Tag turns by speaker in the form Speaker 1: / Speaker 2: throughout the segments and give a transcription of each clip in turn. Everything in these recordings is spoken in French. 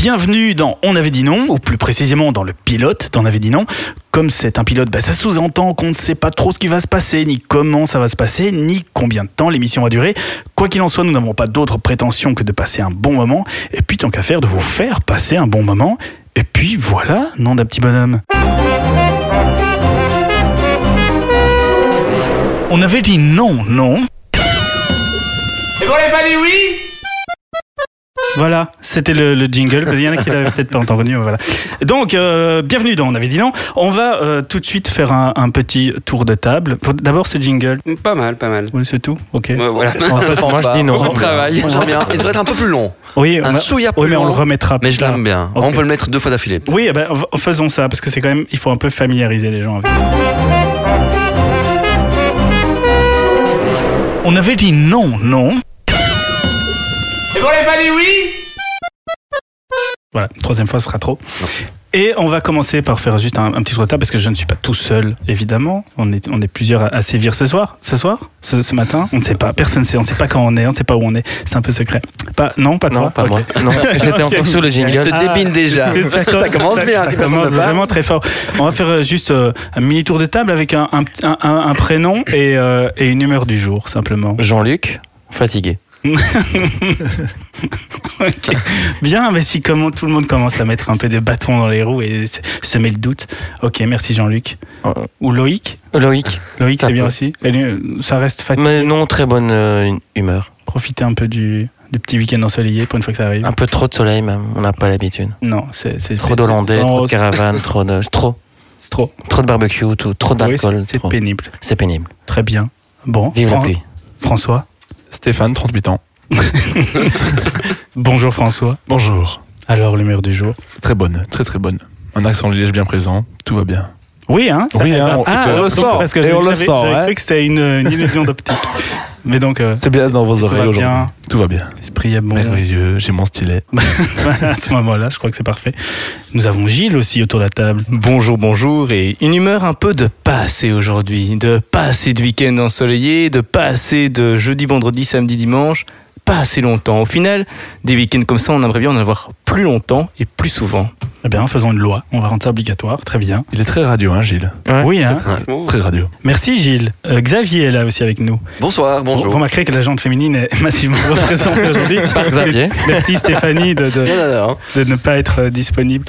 Speaker 1: Bienvenue dans On avait dit non, ou plus précisément dans le pilote d'On avait dit non. Comme c'est un pilote, bah, ça sous-entend qu'on ne sait pas trop ce qui va se passer, ni comment ça va se passer, ni combien de temps l'émission va durer. Quoi qu'il en soit, nous n'avons pas d'autre prétention que de passer un bon moment, et puis tant qu'à faire, de vous faire passer un bon moment. Et puis voilà, nom d'un petit bonhomme. On avait dit non, non.
Speaker 2: Et qu'on l'ait pas dit oui
Speaker 1: Voilà, c'était le, le jingle, parce qu'il y en a qui l'avaient peut-être pas entendu. mais Voilà. Donc, euh, bienvenue dans On avait dit non. On va euh, tout de suite faire un, un petit tour de table. Faut- D'abord, ce jingle.
Speaker 2: Mm, Pas mal, pas mal.
Speaker 1: Oui, c'est tout Ok.
Speaker 2: Ouais, voilà.
Speaker 1: On va pas-
Speaker 3: Moi, je dis non.
Speaker 2: Au travail.
Speaker 3: Moi, j'aime bien. Il devrait être un peu plus long.
Speaker 1: Oui, on
Speaker 3: Un
Speaker 1: va-
Speaker 3: chouïa plus
Speaker 1: oui, mais on le
Speaker 3: long,
Speaker 1: remettra
Speaker 3: Mais
Speaker 1: plus
Speaker 3: je
Speaker 1: tard.
Speaker 3: l'aime bien.
Speaker 1: Ok.
Speaker 3: On peut le mettre deux fois d'affilée.
Speaker 1: Oui, eh ben, v- faisons ça, parce que c'est quand même. Il faut un peu familiariser les gens avec. On avait dit non, non.
Speaker 2: Et qu'on l'ait pas dit oui
Speaker 1: Voilà, troisième fois ce sera trop. Et on va commencer par faire juste un, un petit tour de table parce que je ne suis pas tout seul, évidemment. On est, on est plusieurs à, à sévir ce soir, ce soir, ce, ce matin. On ne sait pas, personne ne sait, on ne sait pas quand on est, on ne sait pas où on est. C'est un peu secret. Pas, non, pas toi.
Speaker 4: Non, pas
Speaker 1: Ok.
Speaker 4: moi. Non, j'étais encore sur le
Speaker 3: Il se
Speaker 4: jingle.
Speaker 1: Ah.
Speaker 3: dépine déjà.
Speaker 1: C'est-
Speaker 3: Ça commence bien, si
Speaker 1: ça
Speaker 3: personne
Speaker 1: commence
Speaker 3: ne parle.
Speaker 1: vraiment très fort. On va faire euh, juste euh, un mini tour de table avec un, un, un- un- un prénom et, euh, et une humeur du jour, simplement.
Speaker 4: Jean-Luc, fatigué.
Speaker 1: Ok. Bien, mais si comment, tout le monde commence à mettre un peu des bâtons dans les roues et se- semer le doute. Ok, merci Jean-Luc.
Speaker 4: Euh.
Speaker 1: Ou Loïc
Speaker 4: Loïc.
Speaker 1: Loïc,
Speaker 4: Ça
Speaker 1: c'est bien
Speaker 4: peut. Mm.
Speaker 1: aussi. Et lui, euh, ça reste fatigué.
Speaker 4: Mais non, très bonne euh, humeur.
Speaker 1: Profiter un peu du, du petit week-end ensoleillé pour une fois que ça arrive.
Speaker 4: Un peu trop de soleil même, on n'a pas l'habitude.
Speaker 1: Non, c'est c'est-
Speaker 4: Ah. Trop d'Hollandais,
Speaker 1: Non,
Speaker 4: trop de caravane, trop de... c'est Trop.
Speaker 1: c'est trop.
Speaker 4: Trop de barbecue, tout, trop
Speaker 1: Oui,
Speaker 4: d'alcool.
Speaker 1: c'est- c'est
Speaker 4: trop.
Speaker 1: pénible.
Speaker 4: C'est pénible.
Speaker 1: Très bien. Bon,
Speaker 4: Vive la
Speaker 1: Fran-
Speaker 4: pluie.
Speaker 1: François.
Speaker 5: Stéphane, 38 ans.
Speaker 1: Bonjour François.
Speaker 5: Bonjour.
Speaker 1: Alors l'humeur du jour.
Speaker 5: Très bonne, très très bonne. Un accent liège bien présent, tout va bien.
Speaker 1: Oui, hein ça-
Speaker 5: Oui, hein, on-
Speaker 1: Ah,
Speaker 5: on le
Speaker 1: donc,
Speaker 5: sort.
Speaker 1: Parce que
Speaker 5: Et
Speaker 1: j'avais
Speaker 5: on le
Speaker 1: j'avais-
Speaker 5: sort,
Speaker 1: j'avais
Speaker 5: ouais.
Speaker 1: cru que c'était une, une illusion d'optique. hein. Mais donc, euh,
Speaker 5: C'est bien dans vos
Speaker 1: Tout va
Speaker 5: oreilles aujourd'hui.
Speaker 1: bien.
Speaker 5: Tout va bien.
Speaker 1: l'esprit est bon.
Speaker 5: Merveilleux, j'ai mon stylet.
Speaker 1: à ce moment-là, je crois que c'est parfait. Nous avons Gilles aussi autour de la table.
Speaker 6: Bonjour, bonjour, et une humeur un peu de pas assez aujourd'hui, de pas assez de week-end ensoleillé, de pas assez de jeudi, vendredi, samedi, dimanche, pas assez longtemps. Au final, des week-ends comme ça, on aimerait bien en avoir plus longtemps et plus souvent.
Speaker 1: Eh bien, faisons une loi. On va rendre ça obligatoire. Très bien.
Speaker 5: Il est très radio, hein, Gilles
Speaker 4: Ouais.
Speaker 1: Oui, hein
Speaker 5: Très radio.
Speaker 1: Merci Gilles. Euh, Xavier est là aussi avec nous.
Speaker 3: Bonsoir,
Speaker 1: Vous
Speaker 3: bonjour.
Speaker 1: remarquerez que la gente féminine est massivement représentée aujourd'hui.
Speaker 4: Par Xavier.
Speaker 1: Merci Stéphanie de, de-
Speaker 3: Non, non, non.
Speaker 1: de ne pas être euh, disponible.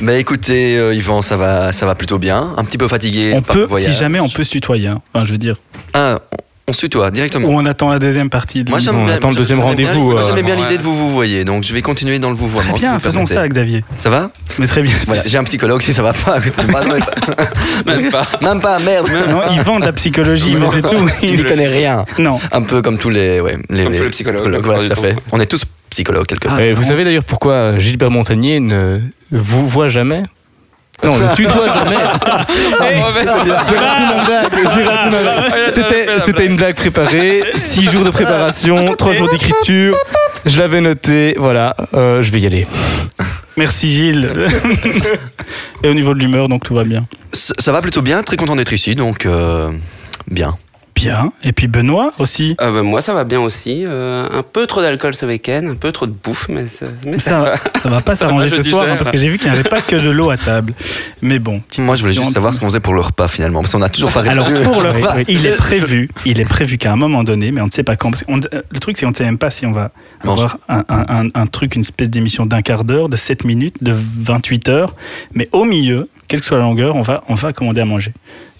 Speaker 3: Mais écoutez, euh, Yvan, ça va, ça va plutôt bien. Un petit peu fatigué
Speaker 1: on
Speaker 3: par
Speaker 1: peut,
Speaker 3: le voyage.
Speaker 1: si jamais, on peut se tutoyer. hein. Enfin, je veux dire,
Speaker 3: Ah, on- on se tutoie
Speaker 1: ou
Speaker 3: directement.
Speaker 1: on attend la deuxième partie. De
Speaker 3: Moi, j'aime
Speaker 6: on
Speaker 3: bien.
Speaker 6: attend le
Speaker 3: je-
Speaker 6: deuxième
Speaker 3: j'aimais bien-
Speaker 6: rendez-vous,
Speaker 3: moi,
Speaker 6: euh,
Speaker 3: J'aimais bien
Speaker 2: ouais.
Speaker 3: l'idée de vous vous voyez, donc je vais continuer dans le vous
Speaker 1: Très bien, faisons ça, Xavier.
Speaker 3: Ça va
Speaker 1: Mais très bien.
Speaker 3: Voilà, j'ai un psychologue si ça va pas. à côté de moi.
Speaker 2: Même pas.
Speaker 3: Même pas, merde.
Speaker 1: Non, il vend de la psychologie, mais c'est tout.
Speaker 3: Il n'y connaît rien.
Speaker 1: Non.
Speaker 3: Un peu comme tous les, ouais, les,
Speaker 2: Comme tous les psychologues, la
Speaker 3: Voilà, tout à
Speaker 2: plupart du
Speaker 3: fait. On est tous psychologues quelque part.
Speaker 1: Ah,
Speaker 6: Et Euh, Eh, vous
Speaker 1: bon.
Speaker 6: savez d'ailleurs pourquoi euh, Gilbert Montagnier ne vous voit jamais Non, ne tutoie jamais Ah, C'était- C'était une blague préparée, 6 jours de préparation, 3 jours d'écriture, je l'avais noté, voilà, euh, je vais y aller.
Speaker 1: Merci Gilles. Et au niveau de l'humeur, donc tout va bien.
Speaker 3: Ça ça va plutôt bien, très content d'être ici, donc euh, bien.
Speaker 1: Bien. Et puis Benoît aussi.
Speaker 2: Ah bah, moi ça va bien aussi, Euh, un peu trop d'alcool ce week-end, un peu trop de bouffe, mais ça, mais ça va.
Speaker 1: Ça, ça va pas s'arranger ce
Speaker 2: je
Speaker 1: soir,
Speaker 2: digère.
Speaker 1: hein, parce que j'ai vu qu'il n'y avait pas que de l'eau à table. Mais bon. petite
Speaker 3: Moi, je voulais
Speaker 1: question,
Speaker 3: juste savoir ce qu'on faisait pour le repas finalement, parce qu'on a toujours pas
Speaker 1: Alors
Speaker 3: répondu.
Speaker 1: pour le
Speaker 6: Oui,
Speaker 1: repas,
Speaker 6: oui.
Speaker 1: il
Speaker 3: Je-
Speaker 1: est prévu, il est prévu qu'à un moment donné, mais on ne sait pas quand. parce qu'on- euh, le truc, c'est qu'on ne sait même pas si on va
Speaker 3: Mange.
Speaker 1: avoir un, un- un- un truc, une espèce d'émission d'un quart d'heure, de 7 minutes, de 28 heures. Mais au milieu, quelle que soit la longueur, on va, on va commander à manger.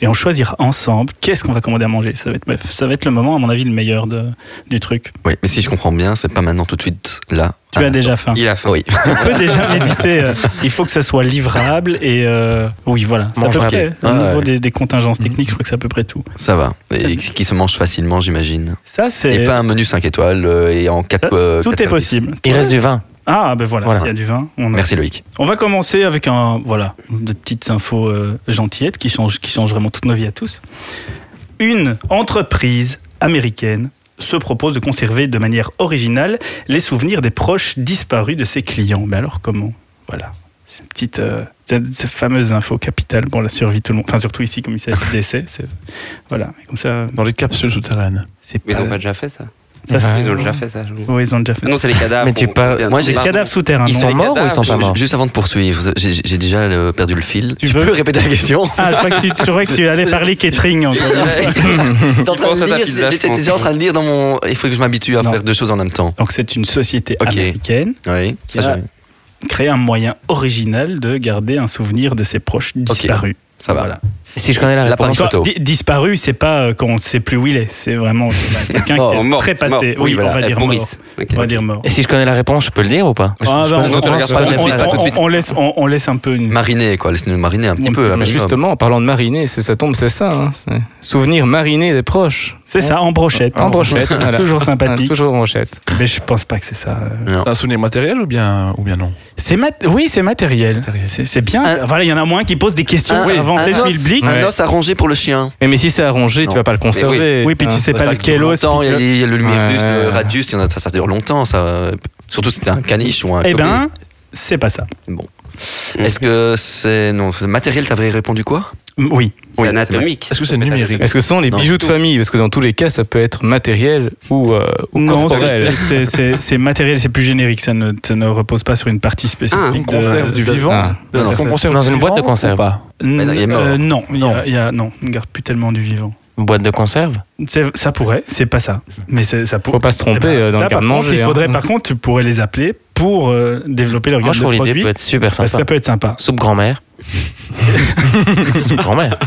Speaker 1: Et on choisira ensemble qu'est-ce qu'on va commander à manger. Ça va être, bref, ça va être le moment, à mon avis, le meilleur de- du truc.
Speaker 3: Oui, mais si je comprends bien, c'est pas maintenant tout de suite là.
Speaker 1: Tu
Speaker 3: à
Speaker 6: Ah,
Speaker 1: as
Speaker 3: l'instant.
Speaker 1: déjà faim.
Speaker 2: Il a faim.
Speaker 3: Oui.
Speaker 1: On peut déjà méditer. euh, il faut que ça soit livrable et euh, oui, voilà. C'est à peu
Speaker 4: Mangeable.
Speaker 1: près hein, au
Speaker 3: Ah,
Speaker 1: niveau
Speaker 3: ouais.
Speaker 1: des, des contingences techniques. Je crois que c'est à peu près tout.
Speaker 3: Ça va. Et qui se mange facilement, j'imagine.
Speaker 1: Ça,
Speaker 3: Et
Speaker 1: c'est
Speaker 3: pas un menu 5 étoiles euh, et en
Speaker 1: ça,
Speaker 3: 4
Speaker 1: tout est possible.
Speaker 4: Il reste du vin.
Speaker 1: Ah ben voilà,
Speaker 4: Voilà.
Speaker 1: il y a du vin. On, a-
Speaker 3: Merci Loïc.
Speaker 1: on va commencer avec un voilà de petites infos euh, gentillettes qui changent qui changent vraiment toute nos vies à tous. Une entreprise américaine se propose de conserver de manière originale les souvenirs des proches disparus de ses clients. Mais alors comment Voilà. C'est une petite euh, cette, cette fameuse info capitale pour la survie de tout le monde. Enfin surtout ici comme il s'agit de décès. c'est- Voilà. Comme ça,
Speaker 5: Dans les capsules souterraines.
Speaker 1: c'est
Speaker 2: Ils
Speaker 1: pas-
Speaker 2: n'ont pas déjà fait ça.
Speaker 1: Ça, c'est-
Speaker 2: Ils ont déjà fait ça, je vous-
Speaker 1: Oui, ils ont déjà fait.
Speaker 2: Non, c'est les cadavres.
Speaker 4: Mais tu
Speaker 2: on-
Speaker 4: parles-
Speaker 2: on-
Speaker 3: Moi, j'ai-
Speaker 1: les
Speaker 2: pardon.
Speaker 1: cadavres souterrains.
Speaker 4: Ils
Speaker 1: non
Speaker 4: sont
Speaker 2: les
Speaker 4: morts ou ils sont
Speaker 2: cadavres,
Speaker 4: pas
Speaker 3: Ju-
Speaker 4: morts
Speaker 3: Juste avant de poursuivre, j'ai j'ai déjà euh, perdu le fil.
Speaker 1: Tu
Speaker 3: Tu,
Speaker 1: veux
Speaker 3: peux répéter la question
Speaker 1: Ah, je crois que tu, je crois que tu allais parler catering. encore.
Speaker 3: J'étais en train
Speaker 2: Pense
Speaker 3: de
Speaker 2: à ta
Speaker 3: lire,
Speaker 2: pizza,
Speaker 3: J'étais
Speaker 2: je pense.
Speaker 3: déjà en train de lire dans mon. Il faut que je m'habitue à
Speaker 1: Non.
Speaker 3: faire deux choses en même temps.
Speaker 1: Donc, c'est une société
Speaker 3: Ok.
Speaker 1: américaine
Speaker 3: Oui.
Speaker 1: Qui a- créer un moyen original de garder un souvenir de ses proches disparus.
Speaker 3: Ça va.
Speaker 1: Voilà.
Speaker 4: Si je connais la
Speaker 3: L'appareil
Speaker 4: réponse.
Speaker 1: Encore,
Speaker 3: photo.
Speaker 1: di- disparu, c'est pas euh, quand on ne sait plus où il est. C'est vraiment euh, quelqu'un
Speaker 3: Mort,
Speaker 1: qui est
Speaker 2: mort,
Speaker 1: très passé.
Speaker 2: mort.
Speaker 1: Oui,
Speaker 3: Oui, voilà.
Speaker 1: on va
Speaker 2: Eh,
Speaker 1: dire
Speaker 2: Boris.
Speaker 1: mort.
Speaker 2: Ok.
Speaker 1: On va dire mort.
Speaker 4: Et si je connais la réponse, je peux le dire ou pas
Speaker 1: Ah, bah,
Speaker 3: je- je
Speaker 1: on-
Speaker 3: te
Speaker 1: on- on-
Speaker 3: regarde pas tout de
Speaker 1: on-
Speaker 3: suite, pas tout de
Speaker 1: on-
Speaker 3: suite.
Speaker 1: on laisse- On on laisse un peu une.
Speaker 3: Mariner, quoi. Laissez-nous mariner un petit
Speaker 1: Un
Speaker 3: peu.
Speaker 1: peu, mais
Speaker 3: là, quand
Speaker 6: Mais
Speaker 3: même.
Speaker 6: Bah, justement, en parlant de mariner, c'est- ça tombe, c'est ça. hein, c'est souvenir mariné des proches.
Speaker 1: C'est ça, en brochette.
Speaker 6: En brochette, voilà.
Speaker 1: Toujours sympathique.
Speaker 6: Toujours en brochette.
Speaker 1: Mais je pense pas que c'est ça. euh.
Speaker 3: Non.
Speaker 5: C'est un souvenir matériel ou bien, ou bien non
Speaker 1: C'est mat- oui, c'est matériel. C'est c'est bien.
Speaker 3: Un-
Speaker 1: Voilà, il y en a moins qui posent des questions
Speaker 3: Un-
Speaker 1: pour avancer
Speaker 3: un
Speaker 1: le
Speaker 3: os-
Speaker 1: schmilblick.
Speaker 3: Un
Speaker 1: Ouais.
Speaker 3: os arrangé pour le chien.
Speaker 6: Mais, mais si c'est arrangé,
Speaker 3: Non.
Speaker 6: tu vas pas le conserver. hein.
Speaker 1: Oui, puis tu sais pas
Speaker 3: Ça
Speaker 1: lequel
Speaker 3: dure
Speaker 1: os.
Speaker 3: longtemps,
Speaker 1: puis
Speaker 3: Il y,
Speaker 1: tu
Speaker 3: a- il y a le Luminus,
Speaker 6: Ouais.
Speaker 3: le Radius, il y en a- ça, ça dure longtemps. Ça. Surtout si c'était un caniche ou un.
Speaker 1: le- Eh
Speaker 3: cobra.
Speaker 1: ben, c'est pas ça.
Speaker 3: Est-ce que c'est. Non, c'est matériel, t'avais répondu quoi
Speaker 1: Oui.
Speaker 2: C'est
Speaker 3: c'est vrai.
Speaker 2: anatomique.
Speaker 5: Est-ce que c'est numérique
Speaker 6: Est-ce que ce sont les
Speaker 3: Non.
Speaker 6: bijoux de famille Parce que dans tous les cas, ça peut être matériel ou, euh, ou
Speaker 1: Non, c'est-
Speaker 6: corporel.
Speaker 1: c'est- c'est c'est matériel, c'est plus générique. Ça ne, ça ne repose pas sur une partie spécifique.
Speaker 2: Ah,
Speaker 1: de-
Speaker 5: On conserve du
Speaker 1: de-
Speaker 5: vivant
Speaker 6: Ah.
Speaker 5: De-
Speaker 3: Non,
Speaker 5: est-ce qu'on
Speaker 1: non.
Speaker 5: conserve
Speaker 4: Dans
Speaker 5: du
Speaker 4: une boîte de
Speaker 5: vivant ou
Speaker 4: conserve.
Speaker 5: pas
Speaker 1: N-
Speaker 3: Mais il est mort.
Speaker 1: euh, non, il y
Speaker 5: Non.
Speaker 1: a- il y a- non, on ne garde plus tellement du vivant.
Speaker 4: Une boîte de conserve
Speaker 1: C'est- Ça pourrait, c'est pas ça. Mais c'est- Eh ben, ça pourrait.
Speaker 6: Faut pas se tromper euh, dans le
Speaker 1: par
Speaker 6: garde
Speaker 1: contre,
Speaker 6: manger. hein.
Speaker 1: il faudrait, par contre, tu pourrais les appeler pour euh, développer leur
Speaker 4: Ah, Moi,
Speaker 1: gamme
Speaker 4: je
Speaker 1: de
Speaker 4: trouve l'idée
Speaker 1: produits.
Speaker 4: peut être super
Speaker 1: parce que
Speaker 4: sympa.
Speaker 1: ça peut être sympa.
Speaker 4: Soupe grand-mère. Soupe grand-mère.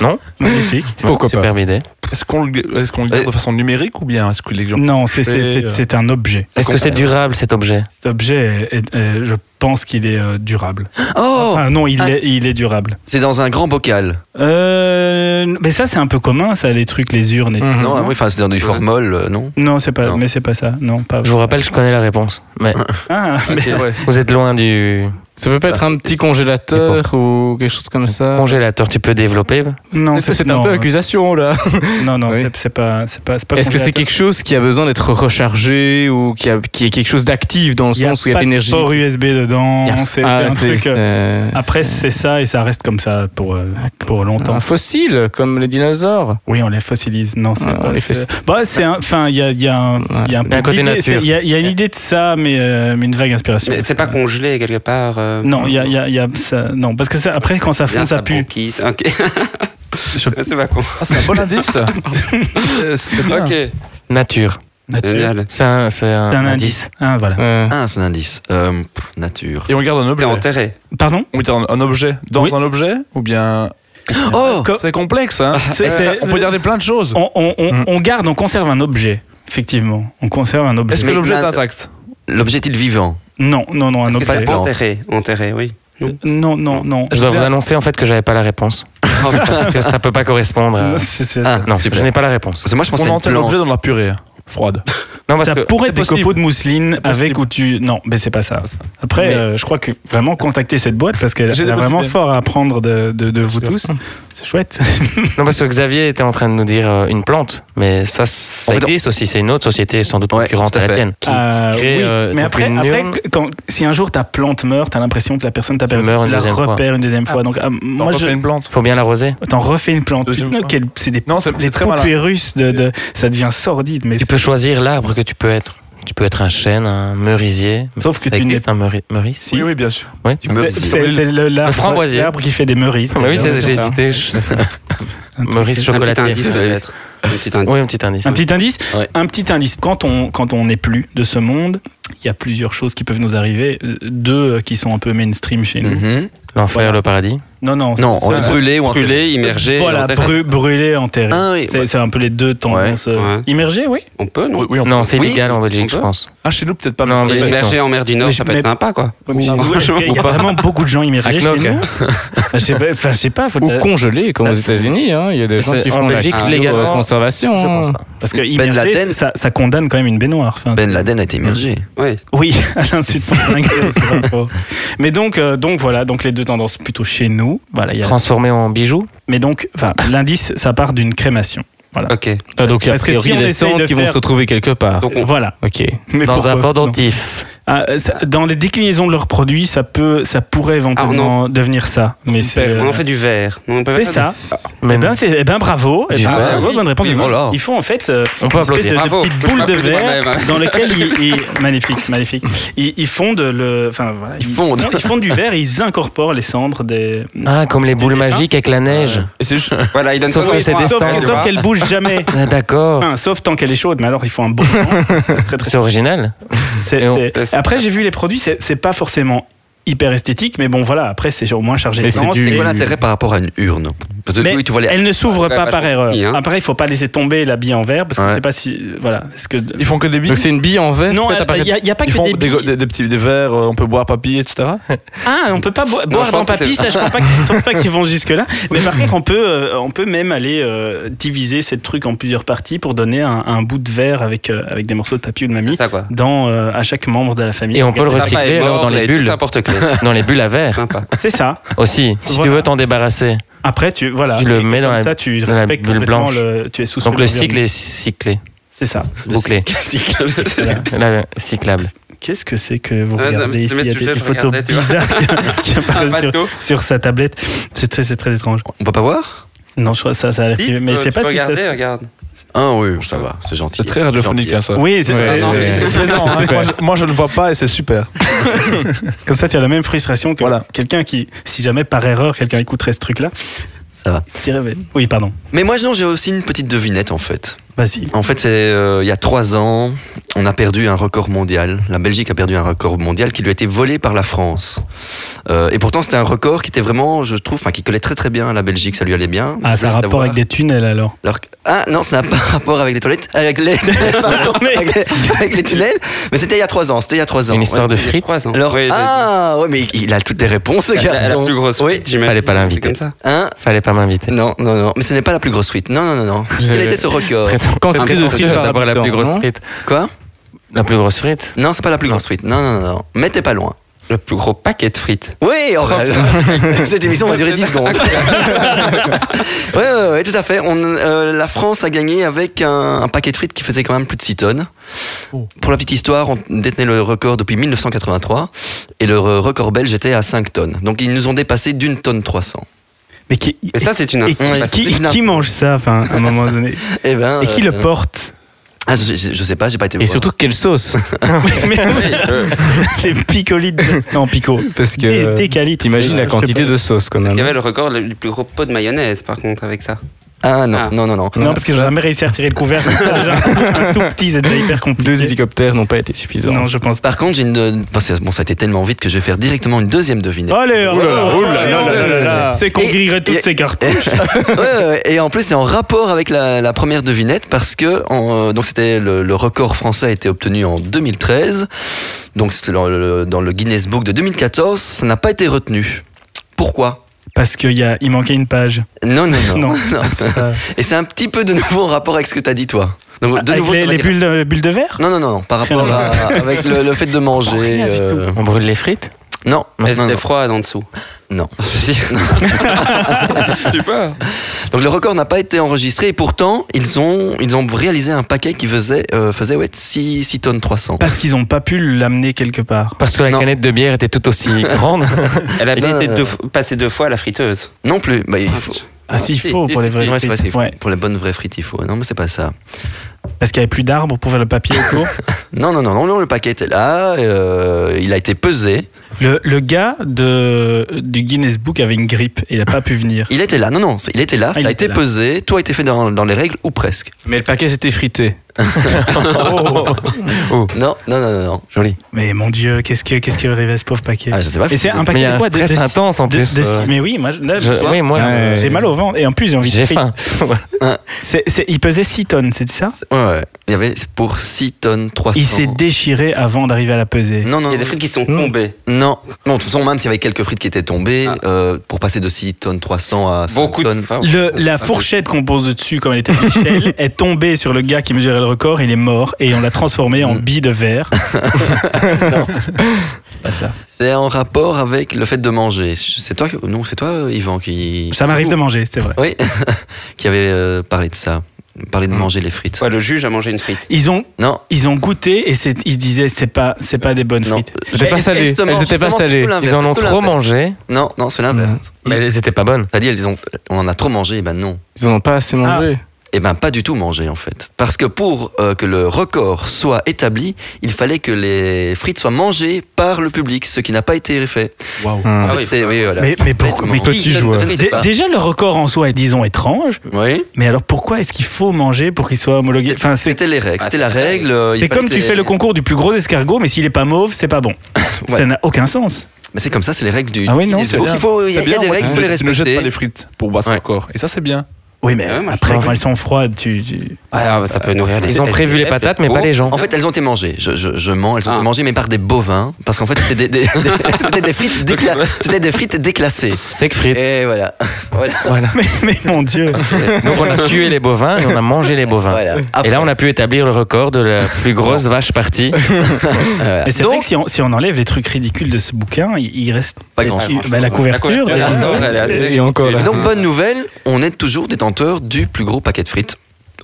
Speaker 4: Non
Speaker 1: Magnifique.
Speaker 6: Pourquoi
Speaker 4: Superbe idée.
Speaker 5: Est-ce qu'on le, est-ce qu'on le garde de façon numérique ou bien est-ce que les gens.
Speaker 1: Non, c'est- c'est
Speaker 5: fais,
Speaker 1: c'est-
Speaker 5: euh,
Speaker 1: c'est un objet.
Speaker 4: Est-ce que c'est durable cet objet
Speaker 1: Cet objet, est- est- est- je pense qu'il est euh, durable.
Speaker 3: Oh
Speaker 1: Enfin, non, il,
Speaker 3: Ah.
Speaker 1: est, il est durable.
Speaker 3: C'est dans un grand bocal.
Speaker 1: Euh, mais ça, c'est un peu commun, ça, les trucs, les urnes et tout.
Speaker 6: Mhm.
Speaker 3: Non, ah oui, enfin, c'est dans du formol, euh, non
Speaker 1: Non, c'est pas,
Speaker 3: Non.
Speaker 1: mais c'est pas ça. Non, pas.
Speaker 4: Je vous rappelle, je connais la réponse. Mais
Speaker 1: Ah, mais-
Speaker 4: vous êtes loin
Speaker 1: Euh.
Speaker 4: du
Speaker 6: Ça peut pas être un
Speaker 1: Bah,
Speaker 6: petit congélateur ou quelque chose comme ça.
Speaker 4: congélateur. Tu peux développer
Speaker 1: non,
Speaker 6: Est-ce que c'est
Speaker 1: non, hein.
Speaker 6: un peu accusation là
Speaker 1: Non, non,
Speaker 6: Oui.
Speaker 1: c'est- c'est pas, c'est pas, c'est pas.
Speaker 6: Est-ce que c'est
Speaker 1: congélateur.
Speaker 6: quelque chose qui a besoin d'être rechargé ou qui, a, qui est quelque chose d'actif dans le
Speaker 1: Il y a
Speaker 6: sens où il y a
Speaker 1: pas
Speaker 6: de
Speaker 1: de
Speaker 6: l'énergie
Speaker 1: port USB dedans.
Speaker 6: Il y a-
Speaker 1: C'est c'est
Speaker 6: Ah,
Speaker 1: un
Speaker 6: c'est-
Speaker 1: truc. euh,
Speaker 6: c'est- Ah.
Speaker 1: Après, c'est ça et ça reste comme ça pour euh, pour longtemps.
Speaker 6: un fossile comme les dinosaures.
Speaker 1: Oui, on les fossilise. Non, c'est
Speaker 6: Ah,
Speaker 1: pas-
Speaker 6: on les
Speaker 1: c'est-
Speaker 6: fossilise.
Speaker 1: Bah, c'est un. Enfin, il y a, il y a un. Il y a un, peu
Speaker 4: Un côté
Speaker 1: d'idée,
Speaker 4: nature.
Speaker 1: c'est- Il y, a- il y a une idée de ça, mais, euh, mais une vague inspiration.
Speaker 2: Mais c'est pas congelé quelque part. euh,
Speaker 1: Non, il y a, il y a- il y a ça- non, parce que ça- après, quand ça
Speaker 2: bien
Speaker 1: fond, ça
Speaker 2: sa
Speaker 1: pue.
Speaker 2: banquise. Ok. C'est pas con.
Speaker 5: Ah, c'est un bon indice ça Euh, C'est bien.
Speaker 2: Ok.
Speaker 4: nature.
Speaker 1: Nature.
Speaker 2: Génial.
Speaker 4: C'est un, c'est un
Speaker 1: C'est un
Speaker 4: indice.
Speaker 1: indice. Ah, voilà.
Speaker 6: Euh,
Speaker 3: Ah, c'est un indice. Euh, pff, nature.
Speaker 5: Et on garde un
Speaker 2: T'es
Speaker 5: objet.
Speaker 2: enterré.
Speaker 1: Pardon
Speaker 5: On garde un objet. Dans
Speaker 1: Oui.
Speaker 5: un objet ou bien.
Speaker 1: ben.
Speaker 3: Oh
Speaker 1: Co-
Speaker 5: C'est complexe hein
Speaker 1: C'est- c'est-
Speaker 5: On peut garder plein de choses.
Speaker 1: on, on- on-
Speaker 6: Mm.
Speaker 1: on garde, on conserve un objet. Effectivement, on conserve un objet.
Speaker 5: Est-ce que
Speaker 3: Mais
Speaker 5: l'objet est
Speaker 3: na-
Speaker 5: intact
Speaker 3: L'objet est-il vivant
Speaker 1: Non, non, non, un
Speaker 2: Est-ce que
Speaker 1: objet.
Speaker 2: t'es enterré Enterré, oui.
Speaker 1: Non, non, non.
Speaker 4: Je dois vous
Speaker 1: Là-
Speaker 4: annoncer en fait que j'avais pas la réponse. Parce que ça peut pas correspondre. à-
Speaker 1: Non, c'est- c'est-
Speaker 3: Ah,
Speaker 4: euh, Non,
Speaker 3: super.
Speaker 4: je n'ai pas la réponse.
Speaker 3: Parce que moi, je pense
Speaker 5: On
Speaker 3: à une
Speaker 5: enterre l'objet
Speaker 3: plante.
Speaker 5: dans la purée hein. froide.
Speaker 4: Non, parce
Speaker 1: ça
Speaker 4: que
Speaker 1: pourrait être des
Speaker 5: possible.
Speaker 1: copeaux de mousseline avec
Speaker 5: possible.
Speaker 1: où tu. Non, mais c'est pas ça. Après,
Speaker 5: Mais-
Speaker 1: euh, je crois que vraiment contacter cette boîte parce qu'elle
Speaker 5: J'ai
Speaker 1: elle
Speaker 5: des
Speaker 1: a
Speaker 5: bonnes
Speaker 1: vraiment
Speaker 5: idées.
Speaker 1: fort à apprendre de, de, de
Speaker 6: Ah.
Speaker 1: vous
Speaker 5: sûr.
Speaker 1: tous. C'est chouette.
Speaker 4: non parce que Xavier était en train de nous dire euh, une plante, mais ça ça
Speaker 3: En fait,
Speaker 4: existe aussi. C'est une autre société sans doute
Speaker 3: Ouais,
Speaker 4: concurrente
Speaker 3: tout à
Speaker 4: à la
Speaker 3: fait.
Speaker 4: tienne. Qui,
Speaker 1: Euh,
Speaker 4: crée,
Speaker 1: oui,
Speaker 4: euh,
Speaker 1: mais
Speaker 4: donc
Speaker 1: après,
Speaker 4: une
Speaker 1: après
Speaker 4: urne.
Speaker 1: que- quand, si un jour ta plante meurt, t'as l'impression que la personne t'a perdu,
Speaker 4: meurt
Speaker 1: tu
Speaker 4: une
Speaker 1: la
Speaker 4: deuxième fois.
Speaker 1: repères une deuxième fois. Donc, ah, moi,
Speaker 5: Moi,
Speaker 1: je
Speaker 5: j'ai une plante.
Speaker 4: Faut bien l'arroser.
Speaker 1: t'en refais une plante.
Speaker 5: Deuxième
Speaker 1: Putain,
Speaker 5: fois.
Speaker 1: quel- c'est des
Speaker 5: Non, c'est
Speaker 1: les
Speaker 5: c'est très malin.
Speaker 1: poupées russes de, de- ça devient sordide. Mais
Speaker 4: Tu peux choisir l'arbre que tu peux être. Tu peux être un chêne, un merisier.
Speaker 1: Sauf que
Speaker 4: ça
Speaker 1: tu n'es-
Speaker 4: existe un meuri- merice.
Speaker 5: Oui, oui, bien sûr.
Speaker 3: Tu me
Speaker 1: Mais
Speaker 3: dis-
Speaker 1: c'est c'est le- l'arbre
Speaker 4: framboisier.
Speaker 1: l'arbre qui fait des merises.
Speaker 4: Ah bah oui, c'est- j'ai
Speaker 1: ça.
Speaker 4: hésité. je- Meurice
Speaker 2: Un petit
Speaker 4: chocolatier.
Speaker 2: indice peut-être. Un petit indice.
Speaker 4: Oui, un petit indice.
Speaker 1: Un petit indice
Speaker 3: Ouais.
Speaker 1: Un petit indice. Quand on quand on n'est plus de ce monde, il y a plusieurs choses qui peuvent nous arriver. Euh, Deux euh, qui sont un peu mainstream chez nous.
Speaker 3: Mhm.
Speaker 4: L'enfer,
Speaker 1: Voilà.
Speaker 4: le paradis.
Speaker 1: Non, non.
Speaker 3: Non, on
Speaker 1: ça- euh,
Speaker 3: est brûlé ou enterré.
Speaker 2: Brûlé, immergé.
Speaker 1: Voilà,
Speaker 2: enterré.
Speaker 1: brû- brûlé, enterré.
Speaker 3: Ah oui,
Speaker 1: c'est
Speaker 3: ouais.
Speaker 1: c'est un peu les deux tendances. euh,
Speaker 2: ouais.
Speaker 1: Immergé, oui.
Speaker 2: On peut, non
Speaker 5: Oui, oui, on peut-
Speaker 4: Non, c'est
Speaker 3: Oui,
Speaker 4: illégal en
Speaker 2: on
Speaker 4: Belgique,
Speaker 2: peut.
Speaker 4: je pense.
Speaker 5: Ah, chez nous, peut-être pas. mais
Speaker 4: Non,
Speaker 5: ça
Speaker 4: mais-
Speaker 5: peut être.
Speaker 2: Immergé en mer du Nord,
Speaker 1: Mais-
Speaker 2: ça peut être
Speaker 1: mais-
Speaker 2: sympa, quoi.
Speaker 1: Ouais, mais chez
Speaker 2: Ou-
Speaker 1: nous, est-ce qu'il y a- il y a vraiment beaucoup de gens immergés
Speaker 4: À
Speaker 1: chez
Speaker 4: Knock.
Speaker 1: nous. Je sais pas, enfin, je sais pas, faut
Speaker 6: ou
Speaker 1: que-
Speaker 6: congelé comme
Speaker 1: ça,
Speaker 6: aux
Speaker 1: c'est-
Speaker 6: États-Unis. hein. Il y a des gens
Speaker 4: c'est-
Speaker 6: qui
Speaker 4: en
Speaker 6: font
Speaker 4: Belgique,
Speaker 6: la
Speaker 4: légalement,
Speaker 6: euh, conservation.
Speaker 4: Je pense
Speaker 6: hein.
Speaker 4: pas.
Speaker 1: parce que
Speaker 3: Ben
Speaker 1: immergé,
Speaker 3: Laden-
Speaker 1: ça, ça condamne quand même une baignoire. Enfin,
Speaker 3: Ben Laden a été immergé.
Speaker 2: Oui.
Speaker 1: Oui, à l'insu de son flingue, c'est pas faux. Mais donc, euh, donc voilà, donc les deux tendances plutôt chez nous. Voilà, il y a-
Speaker 4: Transformé en bijoux.
Speaker 1: Mais donc, enfin, l'indice, ça part d'une crémation.
Speaker 2: Ok.
Speaker 1: Euh,
Speaker 6: Ah, donc, il y a
Speaker 1: Parce que si
Speaker 6: priori
Speaker 1: on
Speaker 6: des
Speaker 1: essaye
Speaker 6: cendres
Speaker 1: de
Speaker 6: qui vont
Speaker 1: faire-
Speaker 6: se retrouver quelque part.
Speaker 2: Donc on-
Speaker 1: Voilà.
Speaker 6: Ok.
Speaker 1: Mais
Speaker 4: dans
Speaker 1: pourquoi
Speaker 4: un
Speaker 1: Non.
Speaker 4: pendentif.
Speaker 1: Ah, euh, ça- dans les déclinaisons de leurs produits, ça peut, ça pourrait éventuellement devenir ça. Mais c'est.
Speaker 2: On en fait du verre. On peut
Speaker 1: C'est
Speaker 2: pas faire
Speaker 1: ça.
Speaker 2: de-
Speaker 1: Eh ben, c'est- eh ben, bravo. Eh
Speaker 4: Du
Speaker 1: ben,
Speaker 4: verre.
Speaker 1: bravo, bonne réponse.
Speaker 3: Oui, voilà.
Speaker 1: Ils font en fait euh,
Speaker 4: On peut
Speaker 1: une espèce de,
Speaker 4: applaudir.
Speaker 1: de
Speaker 2: Bravo.
Speaker 1: petite
Speaker 2: Je
Speaker 1: boule de
Speaker 2: m'applaudis
Speaker 1: verre
Speaker 2: moi-même.
Speaker 1: dans laquelle ils, ils- magnifique, magnifique. Ils, ils fondent le, enfin voilà, ils,
Speaker 3: fondent.
Speaker 1: ils fondent du verre et ils incorporent les cendres des.
Speaker 4: Ah, comme les boules
Speaker 1: Des dessins.
Speaker 4: magiques avec la neige.
Speaker 5: C'est juste.
Speaker 2: Voilà, il donne
Speaker 4: Sauf
Speaker 2: pas
Speaker 4: que
Speaker 2: envie
Speaker 4: c'est
Speaker 2: de
Speaker 4: des
Speaker 1: Sauf,
Speaker 2: croire,
Speaker 4: cendres.
Speaker 2: tu
Speaker 1: sauf
Speaker 2: vois.
Speaker 1: qu'elle bouge jamais.
Speaker 4: Ah, D'accord.
Speaker 1: Enfin, sauf tant qu'elle est chaude, mais alors ils font un bon. moment. C'est très, très-
Speaker 4: C'est original.
Speaker 1: c'est-
Speaker 4: Et on-
Speaker 1: c'est-
Speaker 2: c'est-
Speaker 1: Après, j'ai vu les produits, c'est c'est pas forcément hyper esthétique, mais bon voilà, après c'est au moins chargé
Speaker 5: Mais
Speaker 1: de
Speaker 5: c'est
Speaker 1: sens.
Speaker 5: du-
Speaker 1: et-
Speaker 3: C'est quoi l'intérêt par rapport à une urne Parce que
Speaker 1: Mais
Speaker 3: oui, tu vois les-
Speaker 1: Elle ne s'ouvre
Speaker 2: Ouais,
Speaker 1: pas
Speaker 2: bah,
Speaker 1: par
Speaker 2: je
Speaker 1: erreur.
Speaker 2: comprends, hein.
Speaker 1: Après, il faut pas laisser tomber la bille en verre parce qu'on ne
Speaker 3: Ouais.
Speaker 1: sait pas si. Voilà. Est-ce que.
Speaker 5: Ils font que des billes
Speaker 6: Donc c'est une bille en verre
Speaker 1: Non,
Speaker 6: faite à
Speaker 1: il
Speaker 6: partir
Speaker 1: n'y a, y a pas
Speaker 5: Ils
Speaker 1: que
Speaker 5: font
Speaker 1: des
Speaker 5: des,
Speaker 1: billes.
Speaker 5: go- des- des petits des verres, euh, on peut boire papy, etc.
Speaker 1: Ah, on peut pas bo- boire
Speaker 2: je
Speaker 1: dans
Speaker 2: pense que
Speaker 1: papy, ça
Speaker 2: c'est-
Speaker 1: je pense pas, que- je pense pas qu'ils vont jusque-là. Mais par contre, on peut, euh, on peut même aller euh, diviser cette truc en plusieurs parties pour donner un, un bout de verre avec, euh, avec des morceaux de papy ou de
Speaker 2: C'est
Speaker 1: mamie
Speaker 2: ça, quoi.
Speaker 1: dans, euh, à chaque membre de la famille.
Speaker 4: Et on peut le
Speaker 2: Papa est
Speaker 4: recycler alors
Speaker 2: mort,
Speaker 4: dans les
Speaker 2: et
Speaker 4: bulles.
Speaker 2: N'importe qui.
Speaker 4: Dans les bulles à verre
Speaker 2: Sympa.
Speaker 1: C'est ça.
Speaker 4: aussi. Si
Speaker 1: Voilà.
Speaker 4: tu veux t'en débarrasser.
Speaker 1: Après, tu, voilà,
Speaker 4: Tu le mets dans
Speaker 1: Comme
Speaker 4: la-
Speaker 1: ça, tu
Speaker 4: dans la
Speaker 1: respectes
Speaker 4: bulle
Speaker 1: complètement
Speaker 4: blanche.
Speaker 1: le. Tu es sous
Speaker 4: Donc le cycle est cyclé,
Speaker 1: C'est ça.
Speaker 4: bouclé, La- cyclable.
Speaker 1: Qu'est-ce que c'est que vous
Speaker 2: Ah, non,
Speaker 1: regardez
Speaker 2: mais
Speaker 1: ici
Speaker 2: c'était
Speaker 1: Il y a
Speaker 2: mes sujets,
Speaker 1: des
Speaker 2: je
Speaker 1: photos
Speaker 2: regardais, tu vois.
Speaker 1: bizarres qui apparaissent
Speaker 2: Un
Speaker 1: sur,
Speaker 2: bateau.
Speaker 1: sur sa tablette. C'est très, c'est très étrange.
Speaker 3: On peut pas voir
Speaker 1: Non, je crois que ça, ça a l'air
Speaker 2: Si,
Speaker 1: privé, mais je
Speaker 2: euh,
Speaker 1: sais
Speaker 2: tu
Speaker 1: pas
Speaker 2: peux
Speaker 1: si ça.
Speaker 2: regarder, regarde.
Speaker 3: Ah oui, ça va, c'est gentil.
Speaker 5: C'est très radiophonique, hein, ça.
Speaker 1: Oui, c'est
Speaker 5: Ouais,
Speaker 1: c'est-
Speaker 2: non,
Speaker 1: c'est-
Speaker 2: mais-
Speaker 1: c'est étonnant, hein.
Speaker 5: Super. Moi, je ne vois pas et c'est super.
Speaker 1: Comme ça, tu as la même frustration que
Speaker 5: Voilà.
Speaker 1: quelqu'un qui, si jamais par erreur, quelqu'un écouterait ce truc-là.
Speaker 3: Ça va.
Speaker 1: il se dirait, mais- Oui, pardon.
Speaker 3: Mais moi, non, j'ai aussi une petite devinette en fait.
Speaker 1: Vas-y.
Speaker 3: En fait, c'est euh, il y a trois ans, on a perdu un record mondial. La Belgique a perdu un record mondial qui lui a été volé par la France. Euh, et pourtant, c'était un record qui était vraiment, je trouve, enfin, qui collait très très bien à la Belgique. Ça lui allait bien.
Speaker 1: Ah,
Speaker 3: Je
Speaker 1: ça a
Speaker 3: voulais
Speaker 1: rapport
Speaker 3: savoir.
Speaker 1: avec des tunnels alors.
Speaker 3: Alors que- Ah non, ça n'a pas rapport avec les toilettes, avec les, pardon,
Speaker 1: Mais-
Speaker 3: avec les, avec les tunnels. Mais c'était il y a trois ans. C'était il y a trois ans.
Speaker 4: Une histoire
Speaker 3: Ouais.
Speaker 4: de frites.
Speaker 2: Trois ans.
Speaker 3: Alors
Speaker 2: Oui,
Speaker 3: ah ouais, mais il a toutes les réponses, ce
Speaker 2: c'est- la, la
Speaker 3: garçon.
Speaker 2: plus grosse.
Speaker 3: Oui.
Speaker 2: j'imagine.
Speaker 4: Fallait pas l'inviter.
Speaker 2: C'est comme ça.
Speaker 3: Hein
Speaker 4: Fallait pas m'inviter.
Speaker 3: Non, non, non. Mais ce n'est pas la plus grosse suite. Non, non, non, non.
Speaker 4: Je-
Speaker 3: Quel était ce record
Speaker 6: Quantité de frites par
Speaker 4: D'abord la
Speaker 6: habitant,
Speaker 4: plus grosse
Speaker 6: non
Speaker 4: frite.
Speaker 3: Quoi
Speaker 4: La plus grosse frite.
Speaker 3: Non, c'est pas la plus
Speaker 4: Non.
Speaker 3: grosse suite. Non, non, non, non. Mais t'es pas loin.
Speaker 2: Le plus gros paquet de frites.
Speaker 3: Oui, oh, bah, cette émission va durer 10 secondes. ouais, ouais, ouais, tout à fait. On, euh, la France a gagné avec un, un paquet de frites qui faisait quand même plus de 6 tonnes.
Speaker 5: Oh.
Speaker 3: Pour la petite histoire, on détenait le record depuis 1983 et le re- record belge était à 5 tonnes. Donc ils nous ont dépassé d'une tonne 300.
Speaker 1: Mais qui.
Speaker 2: Mais ça, c'est une.
Speaker 1: et qui,
Speaker 2: info.
Speaker 1: qui-
Speaker 3: une
Speaker 1: qui mange ça, enfin, à un moment donné
Speaker 3: Et, ben,
Speaker 1: Et qui le
Speaker 3: euh,
Speaker 1: porte
Speaker 3: ah, je, je- je sais pas, j'ai pas été
Speaker 6: Et
Speaker 3: voir.
Speaker 6: surtout quelle sauce
Speaker 1: Mais-
Speaker 2: Oui, euh,
Speaker 1: Les picolites. de- Non, picot.
Speaker 6: Parce
Speaker 1: Des,
Speaker 6: que
Speaker 1: des qualités.
Speaker 6: t'imagines la
Speaker 1: Je sais
Speaker 6: quantité
Speaker 1: pas.
Speaker 6: de sauce quand
Speaker 2: Il y
Speaker 6: même.
Speaker 2: avait le record du plus gros pot de mayonnaise, par contre, avec ça.
Speaker 3: Ah non,
Speaker 2: Ah.
Speaker 3: non, non, non.
Speaker 1: Non, parce que j'ai jamais réussi à retirer le couvercle. Déjà, un tout petit, c'est déjà hyper compliqué.
Speaker 6: Deux hélicoptères n'ont pas été suffisants.
Speaker 1: Non, je pense pas.
Speaker 3: Par contre, j'ai une. de- Bon, c'est- bon, ça a été tellement vite que je vais faire directement une deuxième devinette.
Speaker 1: Allez,
Speaker 5: Ouh là là,
Speaker 1: oh,
Speaker 5: ouh là
Speaker 1: allez,
Speaker 5: là
Speaker 1: oh
Speaker 5: là là là.
Speaker 1: C'est qu'on
Speaker 3: Et-
Speaker 1: grillerait toutes
Speaker 3: et-
Speaker 1: ces cartes.
Speaker 3: Ouais, ouais, ouais. et en plus, c'est en rapport avec la, la première devinette parce que en, euh, donc c'était le, le record français a été obtenu en 2013. Donc c'est dans le, dans le Guinness Book de 2014, ça n'a pas été retenu. Pourquoi
Speaker 1: Parce qu'il y a, il manquait une page.
Speaker 3: Non, non, non.
Speaker 1: Non.
Speaker 3: Non.
Speaker 1: C'est pas-
Speaker 3: Et Ah, c'est un petit peu de nouveau en rapport avec ce que t'as dit toi. Donc de
Speaker 1: Ah, Avec
Speaker 3: nouveau.
Speaker 1: les,
Speaker 3: ça va
Speaker 1: les
Speaker 3: dire-
Speaker 1: bulles, de, les bulles de verre
Speaker 3: Non, non, non, non, par
Speaker 1: Rien
Speaker 3: rapport
Speaker 1: à
Speaker 3: à, avec le, le fait de manger.
Speaker 1: Rien du
Speaker 3: euh,
Speaker 4: On brûle les frites.
Speaker 3: Non, non,
Speaker 2: Elle
Speaker 3: non,
Speaker 2: était
Speaker 3: non.
Speaker 2: froide en dessous.
Speaker 3: Non.
Speaker 2: Je sais pas.
Speaker 3: Donc le record n'a pas été enregistré et pourtant ils ont ils ont réalisé un paquet qui faisait euh, faisait ouais 6, tonnes 300.
Speaker 1: Parce qu'ils n'ont pas pu l'amener quelque part.
Speaker 4: Parce que la
Speaker 3: Non.
Speaker 4: canette de bière était tout aussi grande.
Speaker 2: Elle a bien
Speaker 3: Euh.
Speaker 2: été deux fois- passée deux fois à la friteuse.
Speaker 3: Non plus. Bah, il faut,
Speaker 1: Ah, si, il
Speaker 2: si,
Speaker 1: faut
Speaker 2: si,
Speaker 1: pour les
Speaker 2: si,
Speaker 1: vraies
Speaker 3: Ouais, c'est
Speaker 1: frites.
Speaker 3: vrai, c'est-
Speaker 1: Ouais.
Speaker 3: Pour les bonnes vraies frites, il faut. Non, mais c'est pas ça.
Speaker 1: Parce qu'il n'y avait plus d'arbres pour faire le papier au cours.
Speaker 3: Non, non, non, non, non, le paquet était là. euh, il a été pesé.
Speaker 1: Le, le gars de, du Guinness Book avait une grippe et il n'a pas pu venir.
Speaker 3: Il était là. Non, non, c'est- il était là.
Speaker 1: Ah, il
Speaker 3: ça a
Speaker 1: était
Speaker 3: été
Speaker 1: là.
Speaker 3: pesé. Tout a été fait dans, dans les règles ou presque.
Speaker 6: Mais le paquet s'était frité.
Speaker 3: Non, non, non, non. non.
Speaker 4: Joli.
Speaker 1: Mais mon Dieu, qu'est-ce que qu'est-ce que rêvait ce pauvre paquet
Speaker 3: Ah, je sais pas.
Speaker 1: Et c'est un
Speaker 4: Mais il
Speaker 1: paquet
Speaker 4: y a
Speaker 1: de
Speaker 4: un
Speaker 1: quoi Des- des-
Speaker 4: stress intense en
Speaker 1: des-
Speaker 4: plus.
Speaker 1: des-
Speaker 4: euh,
Speaker 1: Mais oui, moi, là,
Speaker 4: je-
Speaker 1: j'ai-
Speaker 4: oui, moi,
Speaker 1: euh, j'ai mal au ventre et en plus j'ai envie de
Speaker 4: j'ai
Speaker 1: frites.
Speaker 4: faim.
Speaker 1: C'est- c'est- il pesait 6 tonnes, c'est ça
Speaker 3: Ouais, ouais. Il y avait pour 6 tonnes 300.
Speaker 1: Il s'est déchiré avant d'arriver à la peser.
Speaker 3: Non, non,
Speaker 2: Il y a des frites qui sont tombées.
Speaker 3: non. Non, de toute façon, même s'il y avait quelques frites qui étaient tombées,
Speaker 2: Ah.
Speaker 3: euh, pour passer de 6 tonnes 300 à 5
Speaker 2: Beaucoup de-
Speaker 3: tonnes.
Speaker 2: enfin,
Speaker 1: Le- la fourchette qu'on pose dessus, comme elle était à l'échelle, est tombée sur le gars qui mesurait le record, il est mort et on l'a transformé
Speaker 3: Mm.
Speaker 1: en bille de verre. Non. C'est pas ça.
Speaker 3: C'est en rapport avec le fait de manger. C'est toi, que- non, c'est toi, Yvan, qui.
Speaker 1: Ça m'arrive de manger, c'est vrai.
Speaker 3: Oui, qui avait euh, parlé de ça. parler de manger les frites.
Speaker 2: Ouais, le juge a mangé une frite.
Speaker 1: Ils ont,
Speaker 3: Non,
Speaker 1: ils ont goûté et c'est- ils se disaient c'est pas, c'est pas des bonnes
Speaker 3: non.
Speaker 1: frites.
Speaker 3: Mais
Speaker 6: C'était pas salé.
Speaker 3: justement,
Speaker 6: Elles étaient pas
Speaker 3: justement, c'est
Speaker 6: salées.
Speaker 3: tout l'inverse,
Speaker 4: Ils en
Speaker 3: c'est
Speaker 4: ont
Speaker 3: tout
Speaker 4: trop
Speaker 3: l'inverse.
Speaker 4: mangé,
Speaker 3: Non, non, c'est l'inverse.
Speaker 4: mais elles étaient pas bonnes.
Speaker 3: T'as dit, elles ont, on en a trop mangé, et ben non.
Speaker 6: Ils en ont pas assez mangé.
Speaker 3: Eh ben pas du tout mangé en fait. Parce que pour euh, que le record soit établi, il fallait que les frites soient mangées par le public, ce qui n'a pas été fait.
Speaker 6: Hum.
Speaker 3: En
Speaker 2: Ah
Speaker 3: fait,
Speaker 2: oui,
Speaker 3: c'était- oui, voilà.
Speaker 1: Mais, mais, pour- mais
Speaker 3: Bêtement.
Speaker 1: qui-
Speaker 6: Petit
Speaker 3: Frites,
Speaker 6: joueur.
Speaker 3: frites,
Speaker 1: hein. Dé-
Speaker 3: pas.
Speaker 1: déjà le record en soi est disons étrange,
Speaker 3: Oui.
Speaker 1: mais alors pourquoi est-ce qu'il faut manger pour qu'il soit homologué Enfin c'est
Speaker 3: C'était les règles,
Speaker 2: Ah,
Speaker 3: c'était la
Speaker 2: c'était-
Speaker 3: règle. euh, il
Speaker 1: c'est
Speaker 3: fallait
Speaker 1: comme
Speaker 3: que
Speaker 1: tu
Speaker 3: les-
Speaker 1: fais le concours du plus gros escargot, mais s'il est pas mauve, c'est pas bon. Ça
Speaker 3: Ouais.
Speaker 1: n'a aucun sens.
Speaker 3: Mais c'est comme ça, c'est les règles du.
Speaker 1: Ah oui,
Speaker 3: du
Speaker 1: non,
Speaker 3: Guinness
Speaker 1: c'est
Speaker 3: Book.
Speaker 5: bien.
Speaker 3: Il faut, il y a,
Speaker 5: C'est
Speaker 3: il y a
Speaker 5: bien,
Speaker 3: des
Speaker 5: ouais.
Speaker 3: règles, il faut
Speaker 5: Tu-
Speaker 3: les
Speaker 5: tu ne jettes pas les
Speaker 3: respecter.
Speaker 5: frites pour boire son
Speaker 3: Ouais.
Speaker 5: corps. Et ça, c'est bien.
Speaker 1: Oui, mais
Speaker 2: Ouais, moi, je
Speaker 1: après
Speaker 2: pense
Speaker 1: quand elles sont froides, tu, tu-
Speaker 2: Ah, ça peut nourrir les
Speaker 4: Ils ont prévu les patates, mais pas les gens.
Speaker 3: En fait, elles ont été mangées. Je, je, je mens, elles ont
Speaker 2: Ah.
Speaker 3: été mangées, mais par des bovins, parce qu'en fait, c'était des, des- c'était des frites décla- c'était des frites déclassées.
Speaker 4: Steak frites.
Speaker 3: Et voilà, voilà.
Speaker 4: Voilà.
Speaker 1: Mais, mais mon Dieu.
Speaker 4: Donc on a tué les bovins et on a mangé les bovins.
Speaker 3: Voilà.
Speaker 4: Et
Speaker 3: Après,
Speaker 4: là, on a pu établir le record de la plus grosse vache partie.
Speaker 3: voilà.
Speaker 1: Et c'est
Speaker 3: Donc,
Speaker 1: vrai que si on, si on enlève les trucs ridicules de ce bouquin, il, il reste
Speaker 3: Pas grand-chose.
Speaker 1: Bah, la couverture.
Speaker 2: La couverture,
Speaker 1: déjà.
Speaker 2: encore, elle est assez-
Speaker 6: Et encore là.
Speaker 3: Et donc, bonne nouvelle, on est toujours détenteur du plus gros paquet de frites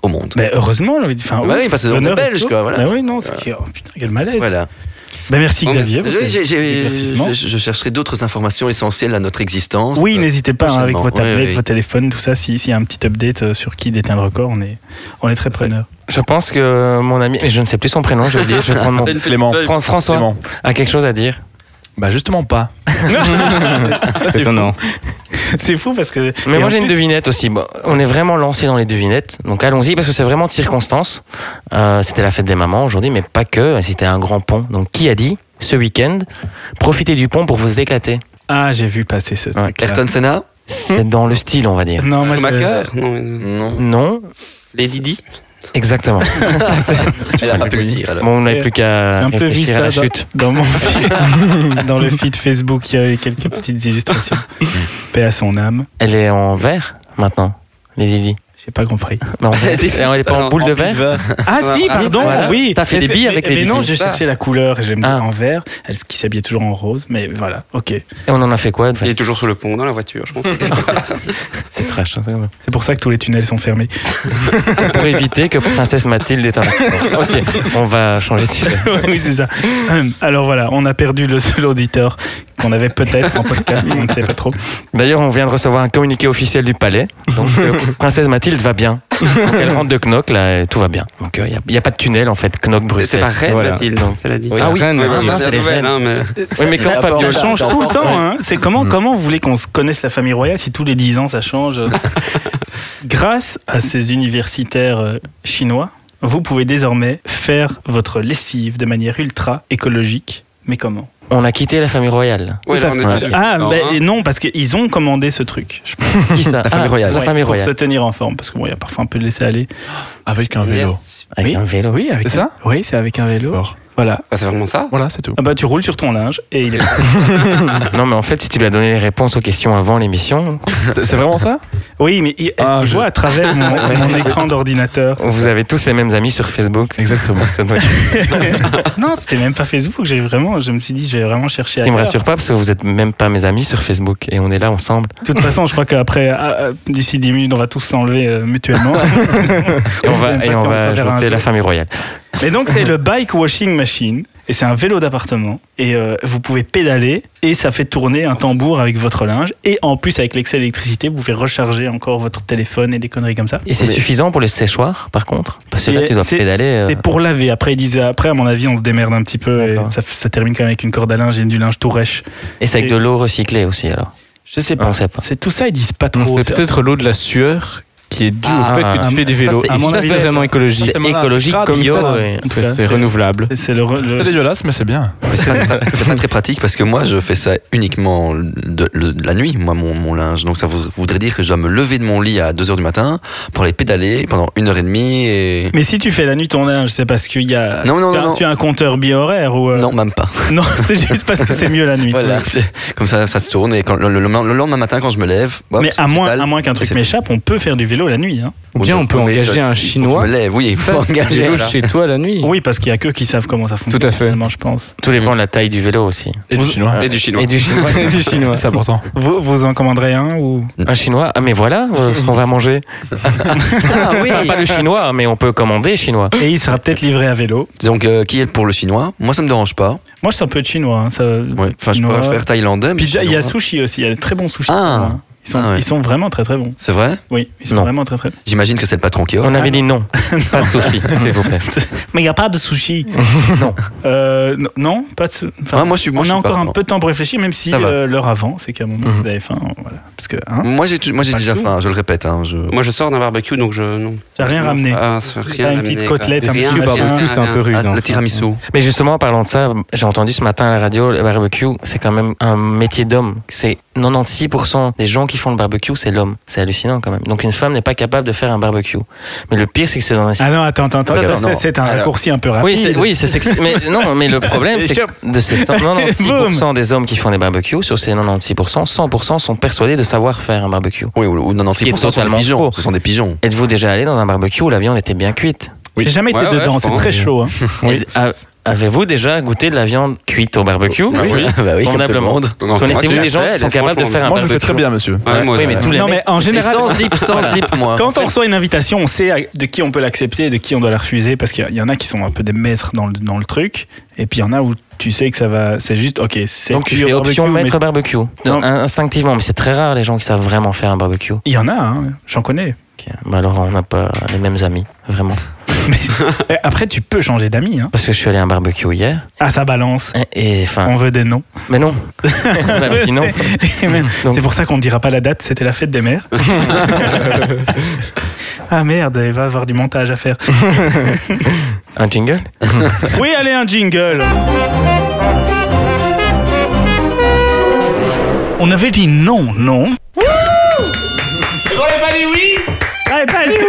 Speaker 3: au monde.
Speaker 1: Mais heureusement, j'ai envie de faire.
Speaker 3: Bah oui, parce que on est belge, quoi, voilà. Euh,
Speaker 1: oui, non, c'est que- oh, putain, quel malaise.
Speaker 3: Voilà.
Speaker 1: Bah, merci
Speaker 2: Bon,
Speaker 1: Xavier. pour
Speaker 3: J'ai-
Speaker 1: cet
Speaker 3: j'ai- j'ai-
Speaker 1: éclaircissement.
Speaker 3: Je, je chercherai d'autres informations essentielles à notre existence.
Speaker 1: Oui,
Speaker 3: Euh,
Speaker 1: n'hésitez pas hein, avec
Speaker 3: prochainement.
Speaker 1: votre
Speaker 3: Oui,
Speaker 1: tablette,
Speaker 3: oui.
Speaker 1: votre téléphone, tout ça. si- S'il y a un petit update euh, sur qui détient le record, on est, on est très preneur.
Speaker 4: Je pense que mon ami, et je ne sais plus son prénom, j'ai oublié, je vais prendre mon.
Speaker 5: Clément.
Speaker 4: Fran- François
Speaker 5: Clément.
Speaker 4: a quelque chose à dire.
Speaker 5: Bah, justement pas.
Speaker 6: C'est Ah étonnant.
Speaker 1: C'est fou parce que.
Speaker 4: Mais
Speaker 1: et
Speaker 4: moi
Speaker 1: en
Speaker 4: j'ai une
Speaker 1: plus-
Speaker 4: devinette aussi. Bon, on est vraiment lancé dans les devinettes. Donc allons-y parce que c'est vraiment de circonstance. Euh, c'était la fête des mamans aujourd'hui, mais pas que. C'était un grand pont. Donc qui a dit ce week-end profitez du pont pour vous éclater
Speaker 1: Ah, j'ai vu passer ce truc.
Speaker 3: Ayrton Senna
Speaker 4: C'est dans le style, on va dire.
Speaker 1: Non, moi je-
Speaker 2: Schumacher Non, mais-
Speaker 3: Non.
Speaker 4: Non,
Speaker 2: les Didi
Speaker 4: exactement.
Speaker 3: Elle a pas pu le dire alors.
Speaker 4: Bon, on n'avait plus
Speaker 1: j'ai
Speaker 4: qu'à
Speaker 1: un peu vu
Speaker 4: réfléchir
Speaker 1: ça
Speaker 4: à la
Speaker 1: dans,
Speaker 4: chute.
Speaker 1: dans mon feed- dans le feed Facebook, il y avait quelques petites illustrations. Paix à son âme.
Speaker 4: Elle est en vert maintenant, les Didi.
Speaker 1: J'ai pas compris.
Speaker 4: Non, elle est pas en boule de verre.
Speaker 1: Ah
Speaker 2: Voilà.
Speaker 1: si, pardon,
Speaker 4: Voilà.
Speaker 1: oui.
Speaker 4: T'as fait
Speaker 1: Mais
Speaker 4: des
Speaker 1: c'est-
Speaker 4: billes
Speaker 1: mais-
Speaker 4: avec les
Speaker 1: Mais non,
Speaker 4: billes.
Speaker 1: j'ai cherché la couleur et j'aime bien
Speaker 4: Ah.
Speaker 1: en vert. Elle qui s'habillait toujours en rose, mais voilà, ok.
Speaker 4: Et on en a fait quoi de
Speaker 2: Il
Speaker 4: fait
Speaker 2: est toujours sur le pont, dans la voiture, je pense.
Speaker 4: C'est trash. hein, ça, ouais.
Speaker 1: C'est pour ça que tous les tunnels sont fermés.
Speaker 4: C'est pour éviter que Princesse Mathilde ait un accident. Ok, on va changer de sujet.
Speaker 1: oui, c'est ça. Hum, Alors voilà, on a perdu le seul auditeur qu'on avait peut-être en podcast, on ne sait pas trop.
Speaker 4: D'ailleurs, on vient de recevoir un communiqué officiel du palais. Donc, euh, Princesse Mathilde va bien. Donc, elle rentre de Knock, là, et tout va bien. Donc, il n'y a, pas de tunnel, en fait, Knock,
Speaker 2: C'est
Speaker 4: Bruxelles.
Speaker 2: pas Rennes,
Speaker 4: Voilà.
Speaker 2: Mathilde, cela dit.
Speaker 4: Oui, ah oui,
Speaker 6: Rennes,
Speaker 2: Ouais,
Speaker 4: ah,
Speaker 2: bah,
Speaker 4: mince,
Speaker 2: c'est
Speaker 4: elle
Speaker 2: la
Speaker 4: est
Speaker 2: nouvelle,
Speaker 4: reine.
Speaker 2: hein, mais...
Speaker 4: Oui, mais quand
Speaker 3: Ah,
Speaker 4: Fabio
Speaker 3: bon,
Speaker 1: Ça change
Speaker 3: Encore,
Speaker 1: tout le temps.
Speaker 3: ouais.
Speaker 1: hein. C'est comment, comment vous voulez qu'on se connaisse la famille royale si tous les 10 ans ça change Grâce à ces universitaires euh, chinois, vous pouvez désormais faire votre lessive de manière ultra écologique. Mais comment
Speaker 4: on a quitté la famille royale.
Speaker 2: Ouais,
Speaker 1: Tout à
Speaker 2: on est-
Speaker 4: fait.
Speaker 1: Ah,
Speaker 2: Non,
Speaker 1: ben,
Speaker 2: hein.
Speaker 1: et non, parce qu'ils ont commandé ce truc. Je pense.
Speaker 4: Qui ça La
Speaker 3: famille royale.
Speaker 4: La
Speaker 1: Ouais,
Speaker 4: famille
Speaker 1: pour
Speaker 4: royale.
Speaker 1: se tenir en forme, parce que bon, il y a parfois un peu de laisser aller.
Speaker 5: Avec un vélo.
Speaker 4: Avec
Speaker 1: Oui.
Speaker 4: un vélo.
Speaker 1: Oui, avec
Speaker 5: C'est
Speaker 1: un-
Speaker 5: ça
Speaker 1: Oui, c'est avec un vélo.
Speaker 5: Fort.
Speaker 1: Voilà.
Speaker 2: Ah, c'est vraiment ça
Speaker 5: Voilà, c'est tout.
Speaker 1: Ah bah tu roules sur ton linge et il est.
Speaker 4: Ah, Non, mais en fait, si tu lui as donné les réponses aux questions avant l'émission,
Speaker 5: C'est c'est vraiment ça
Speaker 1: Oui, mais il- est-ce
Speaker 5: Ah,
Speaker 1: qu'il
Speaker 5: je-
Speaker 1: voit à travers mon, mon écran d'ordinateur
Speaker 4: vous avez tous les mêmes amis sur Facebook.
Speaker 5: Exactement.
Speaker 4: Ça doit être-
Speaker 1: Non, c'était même pas Facebook. J'ai vraiment, je me suis dit, je vais vraiment chercher.
Speaker 4: Ce qui me
Speaker 1: ailleurs.
Speaker 4: rassure pas, parce que vous êtes même pas mes amis sur Facebook. Et on est là ensemble.
Speaker 1: De toute façon, je crois qu'après, ah, ah, d'ici 10 minutes, on va tous s'enlever euh, mutuellement.
Speaker 4: Et on va,
Speaker 1: Même
Speaker 4: et
Speaker 1: pas
Speaker 4: on
Speaker 1: si se
Speaker 4: va
Speaker 1: reverra un
Speaker 4: jeter la
Speaker 1: jour.
Speaker 4: famille royale.
Speaker 1: Et donc, c'est le bike washing machine. Et c'est un vélo d'appartement. Et euh, vous pouvez pédaler. Et ça fait tourner un tambour avec votre linge. Et en plus, avec l'excès d'électricité, vous pouvez recharger encore votre téléphone et des conneries comme ça.
Speaker 4: Et c'est suffisant pour le séchoir, par contre Parce que là,
Speaker 1: Et
Speaker 4: tu dois
Speaker 1: c'est-
Speaker 4: pédaler. euh,
Speaker 1: C'est pour laver. Après, ils disaient, après, à mon avis, on se démerde un petit peu. Et
Speaker 4: D'accord.
Speaker 1: ça, ça termine quand même avec une corde à linge et du linge tout rêche.
Speaker 4: Et c'est avec
Speaker 1: et-
Speaker 4: de l'eau recyclée aussi, alors
Speaker 1: Je sais
Speaker 4: Ah,
Speaker 1: pas.
Speaker 4: On sait pas.
Speaker 1: C'est tout ça, ils disent pas
Speaker 6: Non,
Speaker 1: trop.
Speaker 6: C'est peut-être l'eau de la sueur qui est due
Speaker 4: Ah,
Speaker 6: au fait que
Speaker 4: ah,
Speaker 6: tu fais du vélo.
Speaker 4: ça, c'est-
Speaker 6: Et
Speaker 4: ça,
Speaker 6: ça,
Speaker 4: c'est-
Speaker 6: c'est totalement écologique.
Speaker 4: C'est écologique,
Speaker 5: Ah,
Speaker 4: comme bio.
Speaker 5: ça,
Speaker 4: et-
Speaker 1: en tout cas,
Speaker 6: C'est renouvelable.
Speaker 1: C'est le, re-
Speaker 3: bah,
Speaker 1: le-
Speaker 5: C'est dégueulasse, mais c'est bien.
Speaker 3: C'est pas, c'est pas très pratique parce que moi je fais ça uniquement de, le- de la nuit, moi mon, mon linge. Donc ça voudrait- voudrait dire que je dois me lever de mon lit à 2h du matin pour aller pédaler pendant une heure et demie et.
Speaker 1: Mais si tu fais la nuit ton linge, c'est parce qu'il y a.
Speaker 3: Non, non,
Speaker 1: tu as,
Speaker 3: non, non.
Speaker 1: tu as un compteur bi-horaire ou. euh,
Speaker 3: Non, même pas.
Speaker 1: Non, c'est juste parce que c'est mieux la nuit.
Speaker 3: Voilà, c'est- comme ça, ça se tourne et quand, le, le- le lendemain matin quand je me lève, hop,
Speaker 1: Mais à moins,
Speaker 3: pédale.
Speaker 1: à moins qu'un
Speaker 3: Et
Speaker 1: truc
Speaker 3: Bah, c'est-
Speaker 1: m'échappe, on peut faire du vélo vélo la nuit. hein.
Speaker 6: Ou bien on peut
Speaker 3: Oui,
Speaker 6: engager
Speaker 3: je- il
Speaker 6: un
Speaker 3: faut que
Speaker 6: chinois
Speaker 3: Je me lève, oui, il faut
Speaker 6: fasse du
Speaker 3: engager.
Speaker 6: vélo
Speaker 3: voilà.
Speaker 6: chez toi la nuit.
Speaker 1: Oui, parce qu'il y a que qui savent comment ça fonctionne.
Speaker 6: Tout à fait.
Speaker 1: finalement, je pense.
Speaker 4: Tout dépend de la taille du vélo aussi.
Speaker 5: Et du chinois.
Speaker 2: Et du chinois.
Speaker 4: Et du chinois.
Speaker 6: du chinois.
Speaker 5: C'est important.
Speaker 1: Vous, vous en commanderez un ou
Speaker 4: Un chinois Ah, mais voilà euh, ce qu'on va manger.
Speaker 3: Ah oui.
Speaker 4: Enfin, pas le chinois, hein, mais on peut commander chinois.
Speaker 1: et il sera peut-être livré à vélo.
Speaker 3: Donc euh, qui est pour le chinois Moi ça me dérange pas.
Speaker 1: Moi, je suis un peu chinois. hein, ça-
Speaker 3: Ouais. Enfin je
Speaker 1: Chinois.
Speaker 3: pourrais faire thaïlandais. mais
Speaker 1: Puis déjà, il y a
Speaker 3: chinois.
Speaker 1: sushi aussi. Il y a de très bons sushis.
Speaker 3: Ah.
Speaker 1: chinois. hein. Ils sont,
Speaker 3: Ah ouais.
Speaker 1: ils sont vraiment très très bons.
Speaker 3: C'est vrai
Speaker 1: Oui, ils sont
Speaker 4: Non.
Speaker 1: vraiment très très bons.
Speaker 3: J'imagine que c'est le patron qui offre.
Speaker 4: On avait dit non. Pas de sushi, s'il vous plaît.
Speaker 1: Mais il n'y a pas de sushi.
Speaker 4: Non.
Speaker 1: Euh, non, non, pas de su- enfin,
Speaker 3: Ouais, moi, je suis- moi,
Speaker 1: on
Speaker 3: je
Speaker 1: a
Speaker 3: suis
Speaker 1: encore
Speaker 3: pas-
Speaker 1: un peu de temps pour réfléchir, même si
Speaker 3: Ça va.
Speaker 1: euh, l'heure avant, c'est qu'à un moment,
Speaker 4: Mhm.
Speaker 1: vous avez faim. Voilà. Parce que, hein,
Speaker 3: Moi j'ai tu- moi j'ai
Speaker 1: Pas
Speaker 3: déjà
Speaker 1: du tout.
Speaker 3: faim, je le répète hein, je-
Speaker 2: Moi, je sors d'un barbecue, donc je. Non.
Speaker 1: t'as rien ramené.
Speaker 2: Ah, ça, rien
Speaker 1: Pas une
Speaker 2: ramené,
Speaker 1: petite
Speaker 2: quoi.
Speaker 1: côtelette,
Speaker 6: Les
Speaker 1: un
Speaker 2: Rien,
Speaker 1: petit
Speaker 6: sushis au
Speaker 2: rien,
Speaker 6: barbecue, c'est un
Speaker 2: rien.
Speaker 6: peu rude.
Speaker 3: Ah,
Speaker 6: hein.
Speaker 3: le tiramisu.
Speaker 4: Mais justement, en parlant de ça, j'ai entendu ce matin à la radio, le barbecue, c'est quand même un métier d'homme. C'est 96% des gens qui font le barbecue, c'est l'homme. C'est hallucinant quand même. Donc une femme n'est pas capable de faire un barbecue. Mais le pire, c'est que c'est dans un...
Speaker 1: Ah non, attends, attends, attends,
Speaker 3: Ok,
Speaker 1: attends,
Speaker 3: alors,
Speaker 1: c'est-
Speaker 3: non.
Speaker 1: c'est un
Speaker 3: Alors.
Speaker 1: raccourci un peu
Speaker 4: Oui,
Speaker 1: rapide.
Speaker 4: c'est, oui, c'est sexy. Mais non, mais le problème, c'est que de ces 96% des hommes qui font des barbecues, sur ces 96%, 100% sont persuadés de savoir faire un barbecue.
Speaker 3: Oui, ou, ou non, non,
Speaker 4: Ce qui est
Speaker 3: 6% sont des
Speaker 4: totalement
Speaker 3: pigeons.
Speaker 4: faux.
Speaker 3: Ce sont des pigeons.
Speaker 4: Êtes-vous déjà allé dans un barbecue où la viande était bien cuite
Speaker 1: J'ai jamais été
Speaker 2: Ouais, ouais,
Speaker 1: dedans,
Speaker 2: je
Speaker 1: c'est
Speaker 2: pense.
Speaker 1: très chaud. hein.
Speaker 4: Et a- Avez-vous déjà goûté de la viande cuite au barbecue
Speaker 2: Ah oui.
Speaker 3: bah oui, comme tout le
Speaker 4: Convenablement.
Speaker 3: monde.
Speaker 2: Non, non, c'est
Speaker 4: Connaissez-vous
Speaker 2: moi
Speaker 4: des
Speaker 2: qui
Speaker 4: gens
Speaker 2: l'appelle,
Speaker 4: qui sont capables de
Speaker 2: franchement,
Speaker 3: bah,
Speaker 4: faire un
Speaker 5: Moi, je le
Speaker 4: barbecue
Speaker 5: fais très bien, monsieur.
Speaker 2: Ouais, moi
Speaker 4: Oui, mais
Speaker 2: aussi.
Speaker 4: tous les
Speaker 1: non, mais
Speaker 4: mecs-
Speaker 1: en
Speaker 3: Et
Speaker 1: général,
Speaker 3: sans zip, sans zip, moi.
Speaker 1: quand on reçoit une invitation, on sait à- de qui on peut l'accepter et de qui on doit la refuser, parce qu'il y en a qui sont un peu des maîtres dans le, dans le truc, et puis il y en a où tu sais que ça va. C'est juste, ok, c'est
Speaker 4: Donc tu
Speaker 1: cuit au
Speaker 4: fais option
Speaker 1: barbecue, mais
Speaker 4: maître barbecue.
Speaker 1: Non.
Speaker 4: Donc, Instinctivement, mais c'est très rare les gens qui savent vraiment faire un barbecue.
Speaker 1: Il y en a, hein, j'en connais.
Speaker 4: Ok. Bah alors on n'a pas les mêmes amis, vraiment.
Speaker 1: Et après, tu peux changer d'amis. Hein.
Speaker 4: Parce que je suis allé à un barbecue hier.
Speaker 1: Ah, ça balance.
Speaker 4: Et et, enfin,
Speaker 1: On veut des noms.
Speaker 4: mais non. Vous avez dit non.
Speaker 1: Et même,
Speaker 4: Donc-
Speaker 1: C'est pour ça qu'on ne dira pas la date, c'était la fête des mères. ah merde, il va avoir du montage à faire.
Speaker 4: Un jingle.
Speaker 1: Oui, allez, un jingle On avait dit non, non On n'avait pas dit oui On n'avait pas dit oui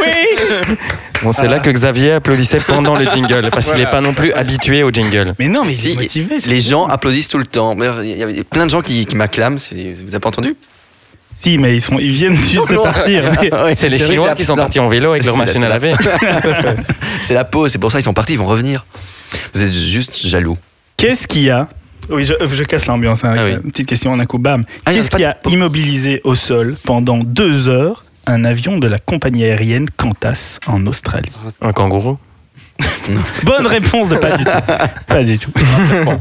Speaker 4: Bon, c'est là que Xavier applaudissait pendant le jingle, parce qu'il n'est pas non plus habitué au jingle.
Speaker 1: Mais non, mais il est
Speaker 3: Si,
Speaker 1: motivé. c'est-
Speaker 3: Les gens applaudissent tout le temps. Mais Il y avait plein de gens qui, qui m'acclament. c'est- Vous avez pas entendu
Speaker 1: Si, mais ils, sont, ils viennent juste de partir. Mais-
Speaker 4: C'est les
Speaker 3: vrai,
Speaker 4: Chinois
Speaker 3: Ah, la-
Speaker 4: qui sont
Speaker 3: non,
Speaker 4: partis en vélo avec
Speaker 3: C'est
Speaker 4: leur
Speaker 3: la-
Speaker 4: machine
Speaker 3: c'est
Speaker 4: à
Speaker 3: la-
Speaker 4: laver.
Speaker 3: C'est la pause, c'est pour ça ils sont partis, ils vont revenir. Vous êtes juste jaloux.
Speaker 1: Qu'est-ce qu'il y a Oui, je, je casse l'ambiance. hein,
Speaker 3: Ah
Speaker 1: avec
Speaker 3: oui.
Speaker 1: une Petite question en un coup, bam.
Speaker 3: Ah, il y en a
Speaker 1: Qu'est-ce
Speaker 3: pas
Speaker 1: qui a
Speaker 3: de-
Speaker 1: immobilisé au sol pendant deux heures un avion de la compagnie aérienne Qantas en Australie
Speaker 4: Un kangourou.
Speaker 1: Bonne réponse de pas du tout. Pas du tout. Un serpent.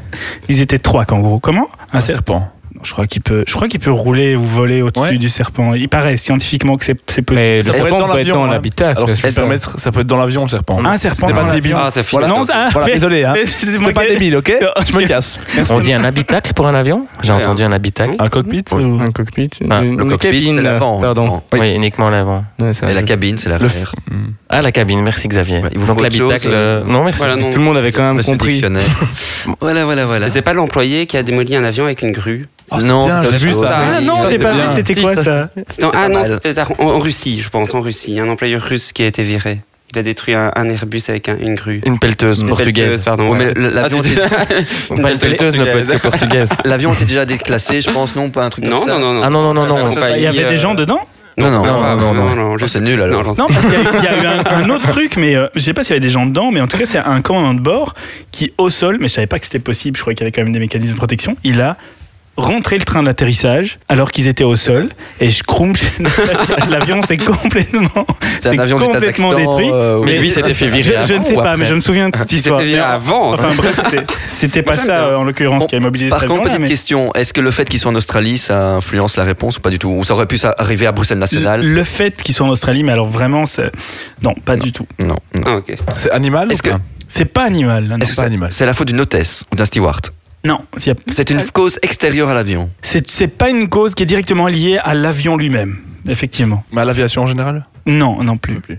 Speaker 1: Ils étaient trois kangourous. Comment Un
Speaker 5: Un
Speaker 1: serpent.
Speaker 5: serpent.
Speaker 1: Non, Je crois qu'il peut, je crois qu'il peut rouler ou voler au-dessus
Speaker 5: Ouais.
Speaker 1: du serpent. Il paraît scientifiquement que c'est c'est possible.
Speaker 6: Mais le
Speaker 5: peut être
Speaker 6: serpent
Speaker 5: dans
Speaker 6: peut être
Speaker 5: l'avion,
Speaker 6: dans
Speaker 5: hein.
Speaker 6: l'habitacle.
Speaker 5: Alors,
Speaker 6: c'est
Speaker 5: ça
Speaker 6: ça.
Speaker 5: peut, être, ça peut être dans l'avion, le serpent.
Speaker 1: Un serpent
Speaker 5: pas
Speaker 1: dans
Speaker 5: débile.
Speaker 1: l'avion.
Speaker 2: Ah, c'est fini.
Speaker 5: Voilà.
Speaker 1: Non, ça.
Speaker 5: Voilà,
Speaker 1: mais-
Speaker 5: désolé, hein.
Speaker 1: C'est
Speaker 5: C'est pas débile, ok Je me casse.
Speaker 4: On dit un habitacle pour un avion J'ai
Speaker 2: Ouais,
Speaker 4: entendu un habitacle.
Speaker 5: Un cockpit
Speaker 3: Oui.
Speaker 5: ou-
Speaker 6: Un cockpit. hein.
Speaker 4: Ah,
Speaker 6: une-
Speaker 3: Le
Speaker 6: une
Speaker 3: cockpit,
Speaker 6: cabine,
Speaker 3: c'est l'avant.
Speaker 6: Pardon.
Speaker 3: évidemment.
Speaker 4: Oui, uniquement l'avant.
Speaker 6: Ouais, ça,
Speaker 3: Et la
Speaker 6: je-
Speaker 3: cabine, c'est
Speaker 6: Le-
Speaker 3: l'arrière.
Speaker 5: Hmm.
Speaker 4: Ah, la cabine, merci Xavier.
Speaker 3: Ouais, il vous
Speaker 4: Donc
Speaker 3: faut autre chose,
Speaker 4: l'habitacle. euh,
Speaker 3: euh,
Speaker 4: Non, merci.
Speaker 2: Voilà, non.
Speaker 6: Tout le monde avait quand même
Speaker 3: Monsieur
Speaker 6: compris.
Speaker 3: Dictionnaire. voilà, voilà, voilà.
Speaker 2: Mais C'est pas l'employé qui a démoli un avion avec une grue.
Speaker 3: non,
Speaker 5: bien,
Speaker 3: c'est autre
Speaker 5: j'ai vu
Speaker 3: chose.
Speaker 2: ça.
Speaker 1: Ah
Speaker 2: Ah,
Speaker 1: non,
Speaker 5: ça,
Speaker 1: j'ai
Speaker 5: c'est
Speaker 1: pas vu.
Speaker 5: bien.
Speaker 1: C'était
Speaker 4: Si,
Speaker 1: quoi
Speaker 4: ça,
Speaker 1: ça
Speaker 2: C'est en- ah
Speaker 3: pas
Speaker 2: non,
Speaker 3: mal.
Speaker 2: c'était en, en Russie, je pense, en Russie. Un employeur russe qui a été viré. Il a détruit un, un Airbus avec un- une grue.
Speaker 4: Une pelleteuse
Speaker 2: Une
Speaker 4: portugaise.
Speaker 2: pelleteuse, pardon.
Speaker 3: Ouais, mais
Speaker 2: ouais.
Speaker 3: le- l'avion
Speaker 2: Ah, tu-
Speaker 4: Pas une pelleteuse ne peut être que portugaise.
Speaker 3: L'avion était déjà déclassé, je pense, non Pas un truc
Speaker 2: Non,
Speaker 3: comme ça.
Speaker 2: non, non, non.
Speaker 4: Ah non, non, non, non.
Speaker 2: C'est pas-
Speaker 1: Bah, Il y avait des gens dedans
Speaker 3: non, non,
Speaker 4: non,
Speaker 2: bah,
Speaker 4: non, non.
Speaker 3: Oh, c'est nul alors.
Speaker 2: Non, j'en sais
Speaker 1: Non, parce qu'il y a eu- il y a eu un, un autre truc, mais euh, je sais pas s'il y avait des gens dedans, mais en tout cas, c'est un commandant de bord qui, au sol, mais je savais pas que c'était possible, je croyais qu'il y avait quand même des mécanismes de protection, il a rentré le train d'atterrissage alors qu'ils étaient au sol et je crumpe l'avion c'est complètement
Speaker 3: C'est un avion du
Speaker 1: complètement
Speaker 3: Kazakhstan.
Speaker 1: détruit
Speaker 3: euh, oui.
Speaker 4: Mais lui s'était fait
Speaker 1: je,
Speaker 4: virer.
Speaker 1: je ne
Speaker 4: avant
Speaker 1: sais
Speaker 4: ou
Speaker 1: pas mais
Speaker 4: après
Speaker 1: je me souviens de cette
Speaker 2: Il s'est
Speaker 1: histoire
Speaker 2: fait virer
Speaker 1: Mais en-
Speaker 2: avant. hein.
Speaker 1: enfin bref c'est- c'était pas ça euh, en l'occurrence
Speaker 3: Bon,
Speaker 1: qui a immobilisé
Speaker 3: Par
Speaker 1: cet
Speaker 3: contre,
Speaker 1: avion
Speaker 3: petite question, est-ce que le fait qu'ils soient en Australie, ça influence la réponse ou pas du tout Ou ça aurait pu ça arriver à Bruxelles nationale
Speaker 1: le fait qu'ils soient en Australie mais alors vraiment c'est non pas du tout
Speaker 3: Non. non.
Speaker 2: Ah, ok.
Speaker 5: C'est animal
Speaker 3: Est-ce
Speaker 5: ou pas
Speaker 1: c'est pas animal là, non.
Speaker 3: Est-ce que
Speaker 5: pas
Speaker 3: ça-
Speaker 5: animal.
Speaker 3: c'est la faute d'une hôtesse ou d'un steward
Speaker 1: non il y a-
Speaker 3: C'est une cause extérieure à l'avion.
Speaker 1: C'est c'est pas une cause qui est directement liée à l'avion lui-même, effectivement.
Speaker 5: Mais à l'aviation en général
Speaker 1: Non, non plus,
Speaker 5: plus.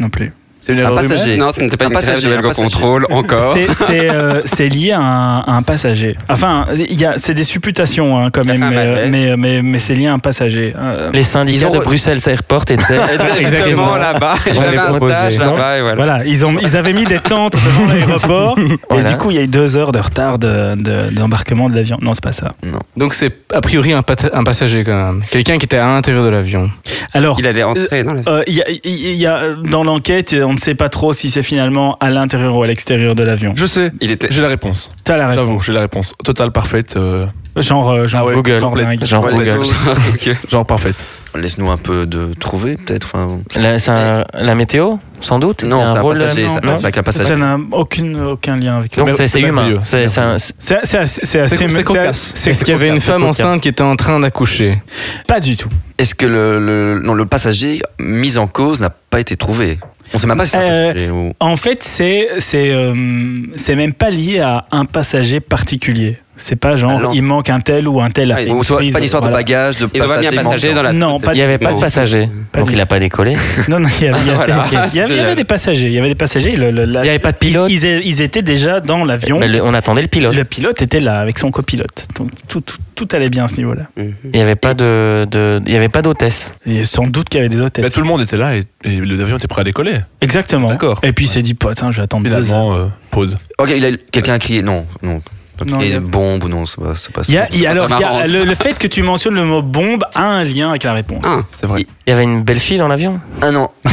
Speaker 1: non plus.
Speaker 5: C'est une
Speaker 3: Un
Speaker 5: erreur humaine.
Speaker 3: passager.
Speaker 2: Non, ce n'était pas
Speaker 3: Un
Speaker 2: une grève
Speaker 3: passager,
Speaker 2: de
Speaker 3: un
Speaker 2: l'ergo
Speaker 3: passager.
Speaker 2: contrôle, encore.
Speaker 1: C'est- C'est euh, c'est lié à un, à un passager. Enfin, il y a- c'est des supputations hein, quand
Speaker 2: Il a
Speaker 1: même,
Speaker 2: fait un
Speaker 1: mais, euh,
Speaker 2: malaise.
Speaker 1: mais, mais, mais c'est lié à un passager. Euh,
Speaker 4: Les
Speaker 3: Ils
Speaker 4: syndicats
Speaker 3: ont
Speaker 4: de
Speaker 3: re-
Speaker 4: Bruxelles Airport étaient.
Speaker 2: Exactement là-bas.
Speaker 4: On
Speaker 2: J'avais
Speaker 4: les
Speaker 2: un
Speaker 4: proposait.
Speaker 2: stage
Speaker 4: Non.
Speaker 2: là-bas et voilà.
Speaker 1: Voilà, ils, ont, ils avaient mis des tentes devant l'aéroport
Speaker 4: Voilà.
Speaker 1: et du coup il y a eu deux heures de retard de- de- d'embarquement de, l'avion. Non, c'est pas ça.
Speaker 6: Donc c'est a priori un, pat- un passager quand même. Quelqu'un qui était à l'intérieur de l'avion.
Speaker 1: Alors,
Speaker 2: Il allait entrer dans la
Speaker 1: euh, il y a- il y a- dans l'enquête, on ne sait pas trop si c'est finalement à l'intérieur ou à l'extérieur de l'avion.
Speaker 5: Je sais,
Speaker 2: Il était.
Speaker 5: j'ai la réponse.
Speaker 1: T'as la réponse.
Speaker 5: J'avoue, j'ai la réponse. Totale parfaite. euh,
Speaker 1: Genre, euh, genre
Speaker 5: Ah ouais,
Speaker 1: Google.
Speaker 5: complète.
Speaker 1: dingue.
Speaker 4: Genre
Speaker 3: Ouais, les
Speaker 4: Google.
Speaker 3: gauches.
Speaker 1: Euh,
Speaker 5: genre parfaite.
Speaker 3: Laisse-nous un peu de trouver, peut-être. Enfin,
Speaker 4: La, c'est un- la météo, sans doute Il y
Speaker 3: non,
Speaker 4: a
Speaker 3: c'est un
Speaker 4: rôle,
Speaker 3: passager.
Speaker 4: euh,
Speaker 3: ça-
Speaker 4: non
Speaker 3: C'est avec un
Speaker 1: Ça
Speaker 3: passager.
Speaker 1: n'a aucune, aucun lien avec
Speaker 4: Non,
Speaker 5: mer-
Speaker 4: c'est c'est
Speaker 5: c'est
Speaker 4: humain.
Speaker 5: merveilleux.
Speaker 4: C'est c'est un-
Speaker 1: C'est c'est assez, c'est assez-
Speaker 5: C'est- c'est
Speaker 1: c'est-
Speaker 5: cocasse.
Speaker 1: c'est-
Speaker 6: Est-ce qu'il y avait une femme
Speaker 4: cocasse.
Speaker 6: enceinte qui était en train d'accoucher
Speaker 1: Pas du tout.
Speaker 3: Est-ce que le, le- non, le passager mis en cause n'a pas été trouvé On sait même pas si c'est un
Speaker 1: Euh,
Speaker 3: passager ou.
Speaker 1: En fait, c'est c'est euh, c'est même pas lié à un passager particulier. C'est pas genre
Speaker 3: Alors,
Speaker 1: il manque un tel ou un tel. à
Speaker 2: Ah,
Speaker 1: fait
Speaker 3: ou
Speaker 1: une
Speaker 3: soit, c'est
Speaker 1: prise,
Speaker 3: pas une histoire
Speaker 1: voilà.
Speaker 3: de bagage, de
Speaker 2: Ils ont pas mis
Speaker 3: passager.
Speaker 2: un passager dans
Speaker 3: manquant.
Speaker 2: la.
Speaker 1: Non, pas
Speaker 4: Il n'y avait pas
Speaker 2: Non.
Speaker 4: de passager,
Speaker 1: Pas
Speaker 4: donc
Speaker 1: du-
Speaker 4: il n'a pas décollé.
Speaker 1: Non, non, il y avait, il y avait-
Speaker 2: Voilà.
Speaker 1: il y avait- il y avait des passagers. Il y avait des passagers. le- le- la-
Speaker 4: Il n'y avait pas de pilote.
Speaker 1: Ils, ils- ils étaient déjà dans l'avion.
Speaker 4: Ben, le- on attendait le pilote.
Speaker 1: Le pilote était là avec son copilote. Donc tout, tout, tout allait bien à ce niveau-là.
Speaker 2: Mhm.
Speaker 4: Il n'y avait pas de, de- il y avait pas d'hôtesse.
Speaker 1: Et sans doute qu'il y avait des
Speaker 5: Bah,
Speaker 1: hôtesses.
Speaker 5: tout le monde était là et, et l'avion était prêt à décoller.
Speaker 1: Exactement.
Speaker 5: D'accord.
Speaker 1: Et puis il s'est dit, putain, je vais attendre deux heures.
Speaker 5: Finalement, euh, pause.
Speaker 3: Ok, il a- quelqu'un a crié non, non.
Speaker 1: Non,
Speaker 3: il
Speaker 1: il
Speaker 3: y
Speaker 1: y
Speaker 3: a
Speaker 1: a-
Speaker 3: une bombe ou non, c'est pas, c'est pas ça.
Speaker 1: Il y a- il y a- alors, il y a-
Speaker 2: marrant.
Speaker 1: le, le fait que tu mentionnes le mot bombe a un lien avec la réponse.
Speaker 2: Ah,
Speaker 5: C'est vrai.
Speaker 4: Il y avait une belle fille dans l'avion.
Speaker 3: Ah non,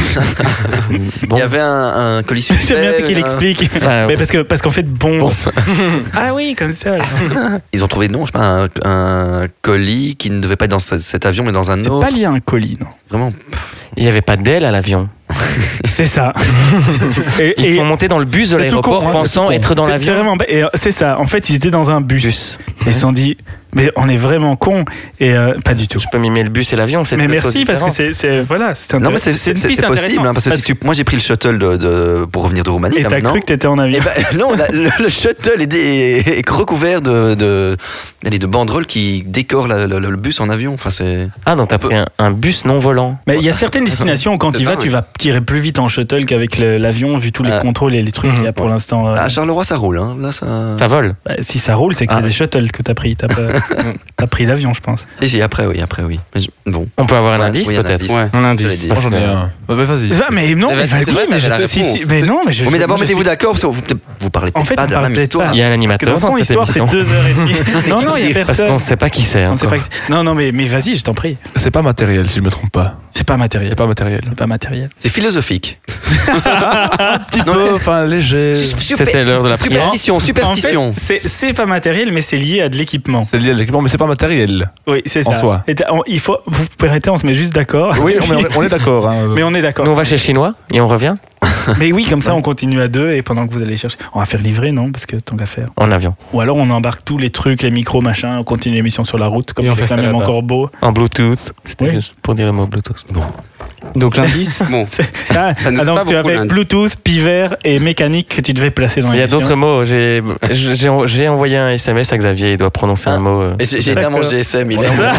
Speaker 4: Bon.
Speaker 3: il y avait un, un colis
Speaker 1: J'aime bien ce
Speaker 3: suspect,
Speaker 1: qu'il
Speaker 3: un-
Speaker 1: explique.
Speaker 4: Enfin,
Speaker 1: Mais parce que parce qu'en fait bon. ah oui, comme ça. alors.
Speaker 3: Ils ont trouvé non, je sais pas, un, un colis qui ne devait pas être dans ce- cet avion mais dans un
Speaker 1: C'est
Speaker 3: autre.
Speaker 1: pas lié à un colis, non.
Speaker 3: Vraiment.
Speaker 4: il n'y avait pas d'aile à l'avion.
Speaker 1: C'est ça. et,
Speaker 4: Ils
Speaker 1: et
Speaker 4: sont montés dans le bus de
Speaker 5: c'est tout
Speaker 4: l'aéroport
Speaker 5: con, hein,
Speaker 4: pensant
Speaker 5: c'est
Speaker 4: être
Speaker 5: tout con.
Speaker 4: dans
Speaker 1: c'est- c'est
Speaker 4: l'avion.
Speaker 1: vraiment ba- et, euh, c'est ça. En fait, ils étaient dans un bus. Et ils se sont dit mais on est vraiment con et euh, pas du tout.
Speaker 4: Je peux mimer le bus et l'avion, c'est
Speaker 1: Mais
Speaker 4: deux choses
Speaker 1: merci parce que c'est
Speaker 4: différentes.
Speaker 1: c'est- voilà, c'est
Speaker 3: Non mais
Speaker 1: intéressant.
Speaker 3: c'est c'est- c'est- c'est possible
Speaker 1: intéressante.
Speaker 3: hein, parce que si tu- moi j'ai pris le shuttle de, de- pour revenir de Roumanie
Speaker 1: et
Speaker 3: là,
Speaker 1: t'as
Speaker 3: maintenant.
Speaker 1: cru que t'étais en avion.
Speaker 3: Eh ben, non, la- le, le shuttle est, dé- est recouvert de, de, allez, de banderoles qui décorent la- la- le bus en avion. Enfin, c'est.
Speaker 4: Ah, donc t'as pris un, un bus non volant.
Speaker 1: Mais il y a certaines destinations où quand
Speaker 2: C'est
Speaker 1: tu vas,
Speaker 2: dingue.
Speaker 1: tu vas tirer plus vite en shuttle qu'avec le- l'avion vu tous les
Speaker 3: Ah.
Speaker 1: contrôles et les trucs qu'il y a pour l'instant. euh,
Speaker 3: À Charleroi, ça roule. Hein. Là, ça.
Speaker 4: Ça vole.
Speaker 1: bah, si ça roule, c'est que
Speaker 4: Ah.
Speaker 1: c'est des shuttles que t'as pris. T'as pas- t'as pris l'avion, je pense.
Speaker 3: Si, si, après, oui, après, oui. Mais je- Bon.
Speaker 4: On peut avoir un
Speaker 3: Ouais,
Speaker 4: indice
Speaker 3: oui,
Speaker 4: peut-être.
Speaker 2: ouais.
Speaker 6: Un
Speaker 3: Je l'ai
Speaker 6: indice.
Speaker 3: dit.
Speaker 5: Moi, j'en ai un. Bah, bah, vas-y.
Speaker 1: Ah, mais non,
Speaker 2: Mais
Speaker 1: mais,
Speaker 2: vas-y,
Speaker 1: vas-y,
Speaker 2: c'est vrai,
Speaker 1: mais je
Speaker 2: t'avais
Speaker 1: te-
Speaker 2: la
Speaker 1: si, si,
Speaker 2: réponse.
Speaker 1: mais non, mais je.
Speaker 3: Oui, mais d'abord,
Speaker 1: je- je-
Speaker 3: mettez-vous d'accord, parce que vous, vous parlez
Speaker 1: En fait,
Speaker 3: pas
Speaker 1: on
Speaker 3: de la
Speaker 1: parle
Speaker 3: même
Speaker 1: peut-être
Speaker 3: histoire.
Speaker 1: pas.
Speaker 4: Il y a un
Speaker 1: Parce que de
Speaker 4: animateur
Speaker 1: toute
Speaker 4: dans
Speaker 1: façon,
Speaker 4: cette
Speaker 1: l'histoire, c'est
Speaker 4: émission.
Speaker 1: deux heures et demie. non, non, il y a
Speaker 4: Parce qu'on
Speaker 1: personne.
Speaker 4: ne sait pas qui c'est.
Speaker 1: On sait
Speaker 4: encore.
Speaker 1: pas que- Non, non, mais, mais vas-y, je t'en prie.
Speaker 5: C'est pas matériel, si je me trompe pas.
Speaker 1: C'est pas matériel.
Speaker 5: C'est pas matériel.
Speaker 1: C'est pas matériel.
Speaker 3: C'est philosophique.
Speaker 5: Non, enfin, léger.
Speaker 4: C'était l'heure de la prière.
Speaker 3: Superstition,
Speaker 1: En fait,
Speaker 3: superstition.
Speaker 1: c'est- c'est pas matériel, mais c'est lié à de l'équipement.
Speaker 5: C'est lié à l'équipement, mais c'est pas matériel.
Speaker 1: Oui, c'est ça.
Speaker 5: En soi.
Speaker 1: Et t'as- on- il faut, vous permettez, on se met juste d'accord.
Speaker 5: Oui, on est, on est d'accord. hein.
Speaker 1: Mais on est d'accord.
Speaker 4: Nous, on va chez le Chinois et on revient
Speaker 1: Mais oui, comme ça, on continue à deux et pendant que vous allez chercher. On va faire livrer, non Parce que tant qu'à faire.
Speaker 4: en avion,
Speaker 1: Ou alors, on embarque tous les trucs, les micros, machin, on continue l'émission sur la route, comme
Speaker 6: Et on
Speaker 1: c'est
Speaker 6: fait
Speaker 1: quand
Speaker 6: ça
Speaker 1: même
Speaker 6: là-bas.
Speaker 1: encore beau.
Speaker 4: en Bluetooth. C'était
Speaker 1: Oui.
Speaker 4: juste pour dire le mot Bluetooth.
Speaker 6: Donc l'indice
Speaker 2: Bon,
Speaker 1: Ah,
Speaker 2: Ça nous
Speaker 1: ah,
Speaker 2: fait
Speaker 1: donc
Speaker 2: pas
Speaker 1: tu
Speaker 2: beaucoup,
Speaker 1: avais
Speaker 2: lundi.
Speaker 1: Bluetooth, pivert et mécanique que tu devais placer dans
Speaker 4: Il y a
Speaker 1: l'émission.
Speaker 4: d'autres mots. J'ai j'ai- j'ai- j'ai envoyé un SMS à Xavier. Il doit prononcer un mot. euh.
Speaker 3: Et J'ai j'ai été à
Speaker 1: D'accord.
Speaker 3: mon GSM, il est
Speaker 1: On a-
Speaker 3: on a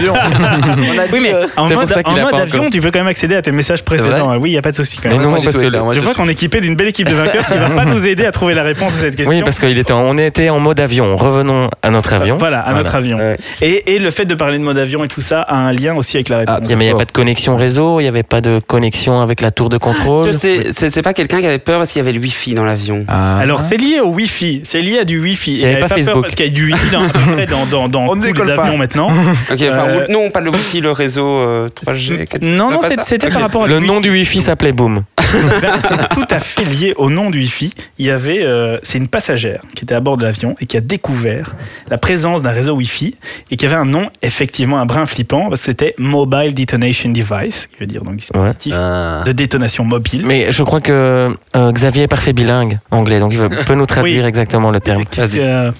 Speaker 3: dit,
Speaker 1: Oui, mais
Speaker 3: euh,
Speaker 1: en
Speaker 4: C'est pour
Speaker 1: mode,
Speaker 4: ça qu'il
Speaker 1: en
Speaker 4: a
Speaker 1: mode
Speaker 4: pas
Speaker 1: avion,
Speaker 4: encore.
Speaker 1: tu peux quand même accéder à tes messages précédents. Oui, il n'y a pas de souci quand
Speaker 4: Mais
Speaker 1: même.
Speaker 4: non,
Speaker 3: moi, j'ai
Speaker 4: parce
Speaker 3: tout
Speaker 4: que
Speaker 3: été, hein, moi,
Speaker 1: Je vois qu'on est équipé d'une belle équipe de vainqueurs qui va pas nous aider à trouver la réponse à cette question.
Speaker 4: Oui, parce qu'on était, en- on était en mode avion. Revenons à notre avion.
Speaker 1: Voilà, à notre avion.
Speaker 3: Ouais.
Speaker 1: Et, et le fait de parler de mode avion et tout ça a un lien aussi avec la
Speaker 2: Ah,
Speaker 1: réponse.
Speaker 4: Il y a- mais il n'y a pas de connexion réseau, il n'y avait pas de connexion avec la tour de
Speaker 2: je
Speaker 4: contrôle.
Speaker 2: sais, c'est c'est pas quelqu'un qui avait peur parce qu'il y avait le wifi dans l'avion.
Speaker 5: Ah.
Speaker 1: Alors c'est lié au Wi-Fi, c'est lié à du Wi-Fi. Et
Speaker 4: y avait pas
Speaker 1: pas peur
Speaker 4: Facebook.
Speaker 1: parce qu'il y a du Wi-Fi dans, à peu près dans, dans, dans
Speaker 5: On
Speaker 1: tous les
Speaker 5: décolle
Speaker 1: avions
Speaker 5: pas.
Speaker 1: maintenant.
Speaker 2: Ok, enfin,
Speaker 1: Euh,
Speaker 2: ou- non, pas le wifi, le réseau euh, 3G. quelque-
Speaker 1: non, non,
Speaker 2: pas
Speaker 1: c'est-
Speaker 2: ça.
Speaker 1: c'était
Speaker 2: Ok.
Speaker 1: par rapport à
Speaker 4: Le nom du Wi-Fi s'appelait Boom.
Speaker 1: Ben, c'est tout à fait lié au nom du Wi-Fi. Il y avait, euh, c'est une passagère qui était à bord de l'avion et qui a découvert la présence d'un réseau Wi-Fi et qui avait un nom effectivement un brin flippant parce que c'était Mobile Detonation Device, qui veut dire donc dispositif
Speaker 3: Ah.
Speaker 1: de détonation mobile.
Speaker 4: Mais je crois que euh, Xavier est parfait bilingue anglais, donc il va- peut nous traduire exactement le terme.
Speaker 1: Qui, euh,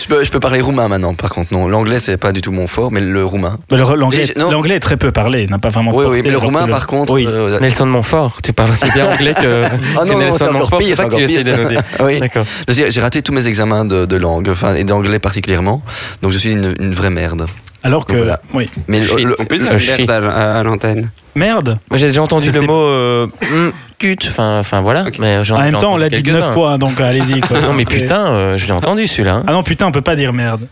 Speaker 3: je, peux, je peux parler roumain maintenant, par contre. Non, l'anglais, c'est pas du tout mon fort, mais le roumain.
Speaker 1: ben, le- l'anglais,
Speaker 3: J'ai- non.
Speaker 1: l'anglais est très peu parlé, il n'a pas vraiment.
Speaker 3: Oui,
Speaker 1: porté
Speaker 3: oui, mais le
Speaker 1: alors que
Speaker 3: roumain, par contre.
Speaker 1: Oui.
Speaker 3: euh,
Speaker 4: Nelson Montfort, tu parles aussi bien anglais que,
Speaker 3: Ah
Speaker 4: que
Speaker 3: non, non, c'est
Speaker 4: Nelson
Speaker 3: encore
Speaker 4: Montfort,
Speaker 3: pire,
Speaker 4: c'est ça
Speaker 3: c'est
Speaker 4: que tu
Speaker 3: encore
Speaker 4: essayes de
Speaker 3: pire.
Speaker 4: nous dire.
Speaker 3: oui.
Speaker 4: D'accord.
Speaker 3: J'ai j'ai raté tous mes examens de, de langue, enfin, et d'anglais particulièrement, donc je suis une, une vraie merde.
Speaker 1: Alors que.
Speaker 3: Voilà.
Speaker 1: Oui.
Speaker 3: Mais le-
Speaker 2: Shit.
Speaker 3: le-
Speaker 2: On peut
Speaker 3: le-
Speaker 2: dire
Speaker 4: shit.
Speaker 2: merde à, à l'antenne.
Speaker 1: Merde
Speaker 4: Moi, j'ai déjà entendu
Speaker 1: Ça,
Speaker 4: le
Speaker 1: c'est-
Speaker 4: mot euh, mm, pute, enfin enfin, voilà.
Speaker 2: Ok.
Speaker 4: Mais j'en-
Speaker 1: En même
Speaker 4: j'en
Speaker 1: temps, on
Speaker 4: entends
Speaker 1: l'a dit
Speaker 4: quelques-uns.
Speaker 1: neuf fois, donc euh, allez-y. quoi.
Speaker 4: Non, mais
Speaker 1: Après-
Speaker 4: putain, euh, je l'ai entendu celui-là. hein.
Speaker 1: Ah non, putain, on peut pas dire merde.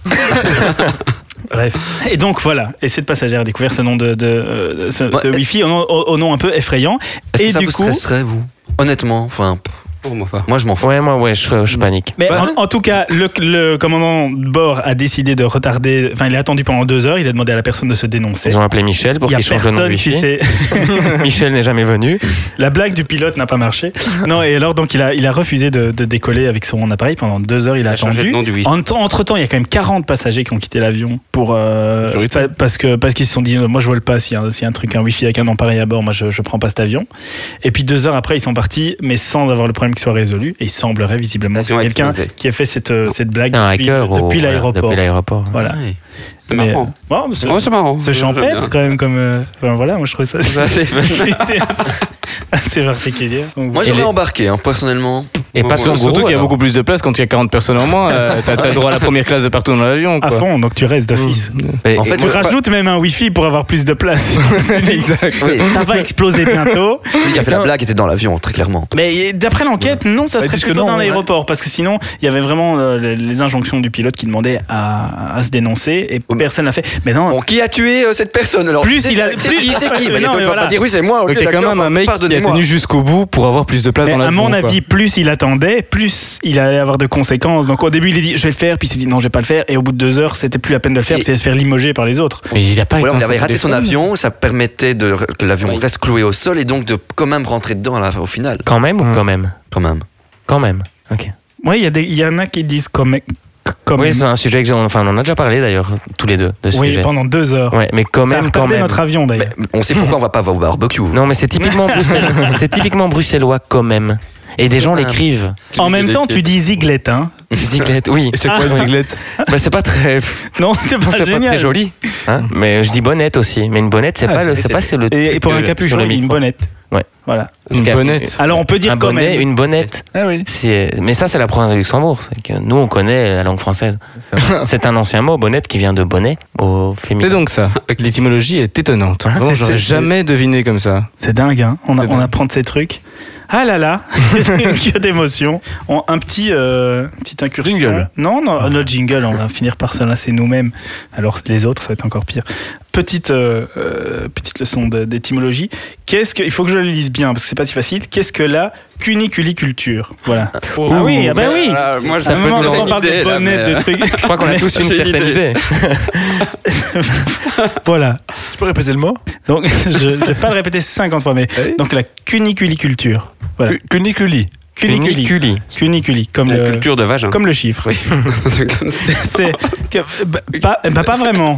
Speaker 1: Bref. Et donc voilà, et cette passagère a découvert ce nom de, de, euh, ce,
Speaker 3: Ouais.
Speaker 1: ce Wi-Fi au nom, au- au nom un peu effrayant.
Speaker 3: Est-ce que
Speaker 1: Et
Speaker 3: ça
Speaker 1: du
Speaker 3: vous
Speaker 1: coup,
Speaker 3: stresserait, vous Honnêtement, enfin, pff,
Speaker 2: Pour moi, pas.
Speaker 3: moi je m'en fous.
Speaker 4: Ouais, moi, ouais, je,
Speaker 1: Hmm.
Speaker 4: je panique.
Speaker 1: Mais
Speaker 3: Bah,
Speaker 1: en, en tout cas, le, le commandant de bord a décidé de retarder. Enfin, il a attendu pendant deux heures. Il a demandé à la personne de se dénoncer.
Speaker 4: Ils ont appelé Michel pour
Speaker 1: Il y a
Speaker 4: qu'il change le nom de
Speaker 1: personne qui
Speaker 4: Wi-Fi.
Speaker 1: sait.
Speaker 4: Michel n'est jamais venu.
Speaker 1: La blague du pilote n'a pas marché. Non, et alors donc il a, il a refusé de, de décoller avec son appareil pendant deux heures. Il a
Speaker 2: J'ai changé le
Speaker 1: attendu.
Speaker 2: nom du Wi-Fi.
Speaker 1: Entre temps, il y a quand même 40 passagers qui ont quitté l'avion pour euh,
Speaker 5: Sécurité.
Speaker 1: pa- parce que parce qu'ils se sont dit euh, moi je vole pas si un, si un truc un wifi avec un nom pareil à bord moi je, je prends pas cet avion. Et puis deux heures après ils sont partis mais sans avoir le problème qui soit résolu et il semblerait visiblement que
Speaker 2: L'avion
Speaker 1: c'est
Speaker 2: a
Speaker 1: quelqu'un
Speaker 2: explosé.
Speaker 1: qui a fait cette euh, cette blague
Speaker 4: C'est un
Speaker 1: depuis,
Speaker 4: hacker. ou-
Speaker 1: depuis
Speaker 4: voilà,
Speaker 1: l'aéroport.
Speaker 4: Depuis l'aéroport.
Speaker 1: Voilà.
Speaker 3: Ouais.
Speaker 2: C'est
Speaker 1: Mais,
Speaker 2: marrant.
Speaker 1: euh, bon, c'est-
Speaker 2: Oh, c'est marrant.
Speaker 1: c'est champêtre quand même comme euh, enfin voilà moi je trouve ça
Speaker 2: Ça, c'est-
Speaker 1: c'était assez particulier. Donc,
Speaker 3: Moi
Speaker 1: voilà.
Speaker 3: j'aurais embarqué, hein, personnellement.
Speaker 4: Et
Speaker 2: Bon,
Speaker 4: pas
Speaker 2: voilà.
Speaker 4: son
Speaker 6: Surtout
Speaker 4: gourou.
Speaker 6: qu'il y a
Speaker 4: alors.
Speaker 6: beaucoup plus de place quand il y a 40 personnes en moins. euh, T'as t'as droit à la première classe de partout dans l'avion.
Speaker 1: à
Speaker 6: quoi.
Speaker 1: fond, donc tu restes d'office.
Speaker 2: Mmh.
Speaker 4: Mais-
Speaker 2: Bah,
Speaker 3: En fait,
Speaker 1: Tu
Speaker 3: je-
Speaker 1: rajoutes même un wifi pour avoir plus de place. exact.
Speaker 3: Oui,
Speaker 1: Ça va exploser bientôt.
Speaker 3: celui qui a fait la blague était dans l'avion, très clairement.
Speaker 1: Mais d'après l'enquête, non, ça
Speaker 5: Bah,
Speaker 1: serait
Speaker 5: disque
Speaker 1: plutôt
Speaker 5: non,
Speaker 1: dans
Speaker 5: ouais.
Speaker 1: l'aéroport. Parce que sinon, il y avait vraiment euh, les- les injonctions du pilote qui demandaient à, à se dénoncer et
Speaker 3: mais-
Speaker 1: personne n'a fait. Mais non.
Speaker 3: Bon, qui a tué euh, cette personne alors
Speaker 1: Plus
Speaker 3: C'est-
Speaker 1: il a-
Speaker 3: c'est
Speaker 1: plus-
Speaker 3: qui c'est qui
Speaker 1: Mais
Speaker 3: Bah,
Speaker 1: non, mais
Speaker 3: toi, tu vas
Speaker 1: voilà.
Speaker 3: pas dire oui c'est moi. ok,
Speaker 6: Donc il y a quand
Speaker 3: d'accord,
Speaker 6: même un mec qui a
Speaker 3: pardonnez-moi.
Speaker 6: tenu jusqu'au bout pour avoir plus de place
Speaker 1: mais
Speaker 6: dans
Speaker 1: à
Speaker 6: l'avion.
Speaker 1: mon
Speaker 6: quoi.
Speaker 1: avis, plus il attendait, plus il allait avoir de conséquences. Donc au début, il a dit je vais le faire, puis il s'est dit non, je vais pas le faire. Et au bout de deux heures, c'était plus la peine de le faire,
Speaker 3: Si.
Speaker 1: parce qu'il allait se faire limoger par les autres.
Speaker 4: Mais il a pas
Speaker 3: Ou alors
Speaker 4: éteint
Speaker 3: il avait raté son
Speaker 4: téléphone.
Speaker 3: avion, ça permettait de, que l'avion
Speaker 2: Oui.
Speaker 3: reste cloué au sol et donc de quand même rentrer dedans à la- au final.
Speaker 4: Quand même ou
Speaker 6: Hmm.
Speaker 4: quand même
Speaker 3: Quand même.
Speaker 4: Quand même. Ok.
Speaker 1: Ouais, il y, a des- il y en a qui disent comme. comme
Speaker 4: Oui, c'est un sujet que j'ai- enfin, on en a déjà parlé d'ailleurs, tous les deux, de ce
Speaker 1: Oui,
Speaker 4: sujet.
Speaker 1: pendant deux heures.
Speaker 4: Ouais, mais quand
Speaker 1: ça a
Speaker 4: même, quand
Speaker 1: retardé
Speaker 4: même. Bah,
Speaker 1: notre avion d'ailleurs.
Speaker 3: On sait pourquoi on va pas avoir au barbecue.
Speaker 4: Non, mais c'est typiquement, bruxellois- c'est typiquement bruxellois quand même. Et des gens
Speaker 3: même.
Speaker 4: l'écrivent.
Speaker 1: En même temps, tu dis Ziglette, hein
Speaker 4: Ziglette, oui.
Speaker 6: Et c'est quoi
Speaker 1: Ah.
Speaker 6: une réglette
Speaker 4: Bah, c'est pas très,
Speaker 1: Non, c'est pas
Speaker 4: c'est pas
Speaker 1: génial.
Speaker 4: très joli. hein. mais je dis bonnette aussi. Mais une bonnette, c'est
Speaker 1: Ah,
Speaker 4: pas le,
Speaker 1: c'est-
Speaker 4: c'est pas c'est le.
Speaker 1: Et, et pour
Speaker 4: le-
Speaker 1: un capuchon,
Speaker 4: sur le
Speaker 1: il dit une
Speaker 4: micro.
Speaker 1: bonnette.
Speaker 4: Ouais.
Speaker 1: Voilà.
Speaker 6: Une
Speaker 4: Cap-
Speaker 6: bonnette.
Speaker 1: Alors on peut dire
Speaker 4: un
Speaker 1: quand
Speaker 4: bonnet,
Speaker 1: même.
Speaker 4: une bonnette.
Speaker 1: Ah oui.
Speaker 4: C'est- Mais ça, c'est la province de Luxembourg. c'est que nous, on connaît la langue française. C'est un ancien mot, bonnette, qui vient de bonnet au
Speaker 6: C'est
Speaker 4: féminin.
Speaker 6: donc ça. L'étymologie est étonnante.
Speaker 1: Ah,
Speaker 6: Bon,
Speaker 1: c'est-
Speaker 6: j'aurais
Speaker 1: c'est-
Speaker 6: jamais deviné comme ça.
Speaker 1: C'est dingue, hein. On, a-
Speaker 6: C'est
Speaker 1: on
Speaker 6: dingue.
Speaker 1: apprend de ces trucs. Ah là là, que d'émotions. On- Un petit, euh, petit incursion.
Speaker 5: Jingle.
Speaker 1: Non, non, euh, notre jingle, on va finir par se lasser nous-mêmes. Alors les autres, ça va être encore pire. Petite, euh, euh, petite leçon de- d'étymologie. Qu'est-ce que, il faut que je le lise bien parce que c'est pas si facile. Qu'est-ce que la cuniculiculture Voilà. ah oui, ah bah oui.
Speaker 2: Voilà, moi,
Speaker 1: À un moment, quand on parle de bonnet,
Speaker 3: euh,
Speaker 1: de trucs.
Speaker 4: Je crois qu'on a tous une
Speaker 2: J'ai une
Speaker 4: certaine idée.
Speaker 2: idée.
Speaker 1: Voilà.
Speaker 5: Tu peux répéter le mot
Speaker 1: Donc, je ne vais pas le répéter 50 fois, mais
Speaker 5: Oui.
Speaker 1: donc la cuniculiculture. Voilà.
Speaker 5: Cuniculi.
Speaker 1: Cuniculi.
Speaker 4: Cuniculi.
Speaker 1: Cuniculi, comme
Speaker 2: La
Speaker 1: le,
Speaker 2: culture de vagin.
Speaker 1: euh, comme le chiffre. C'est que- bah, pas, bah, pas vraiment.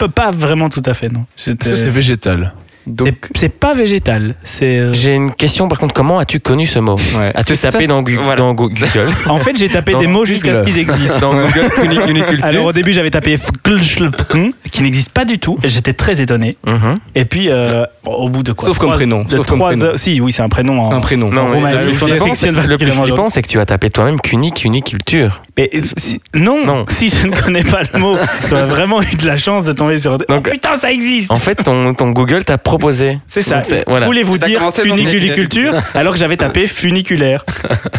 Speaker 1: Pas, pas vraiment tout à fait, non.
Speaker 5: Est-ce que c'est végétal
Speaker 1: C'est c'est pas végétal. C'est euh,
Speaker 4: J'ai une question par contre, comment as-tu connu ce mot
Speaker 6: Ouais.
Speaker 4: As-tu
Speaker 6: C'est ça,
Speaker 4: tapé dans, Gu-
Speaker 2: Voilà.
Speaker 4: dans Go- Google
Speaker 1: En fait, j'ai tapé
Speaker 4: Dans
Speaker 1: des mots jusqu'à ce qu'ils existent.
Speaker 4: Dans Google cuni- cuniculture
Speaker 1: Alors au début, j'avais tapé fklschlfkn, qui n'existe pas du tout. et J'étais très étonné.
Speaker 4: Mhm.
Speaker 1: Et puis, euh, au bout de quoi
Speaker 6: Sauf comme
Speaker 1: trois-
Speaker 6: prénom,
Speaker 1: de
Speaker 6: sauf comme
Speaker 1: trois
Speaker 6: prénom.
Speaker 1: heures- Si, oui, c'est un prénom. en-
Speaker 6: un prénom.
Speaker 1: Non,
Speaker 4: mais
Speaker 1: Romain,
Speaker 4: le
Speaker 1: il
Speaker 4: plus
Speaker 1: t'en
Speaker 4: flippant, c'est-
Speaker 1: affectionne
Speaker 4: le plus
Speaker 1: particulièrement,
Speaker 4: flippant, c'est que tu as tapé toi-même cuni cuniculture.
Speaker 1: Mais euh, si- non,
Speaker 4: Non.
Speaker 1: si je ne connais pas le mot, j'aurais vraiment eu de la chance de tomber sur. Oh,
Speaker 4: Donc-
Speaker 1: putain, ça existe
Speaker 4: En fait, ton, ton Google t'a proposé.
Speaker 1: C'est ça.
Speaker 4: Donc, c'est- voilà.
Speaker 1: Voulez-vous
Speaker 2: T'as
Speaker 1: dire
Speaker 2: commencé dans le
Speaker 1: funiculiculture alors que j'avais tapé funiculaire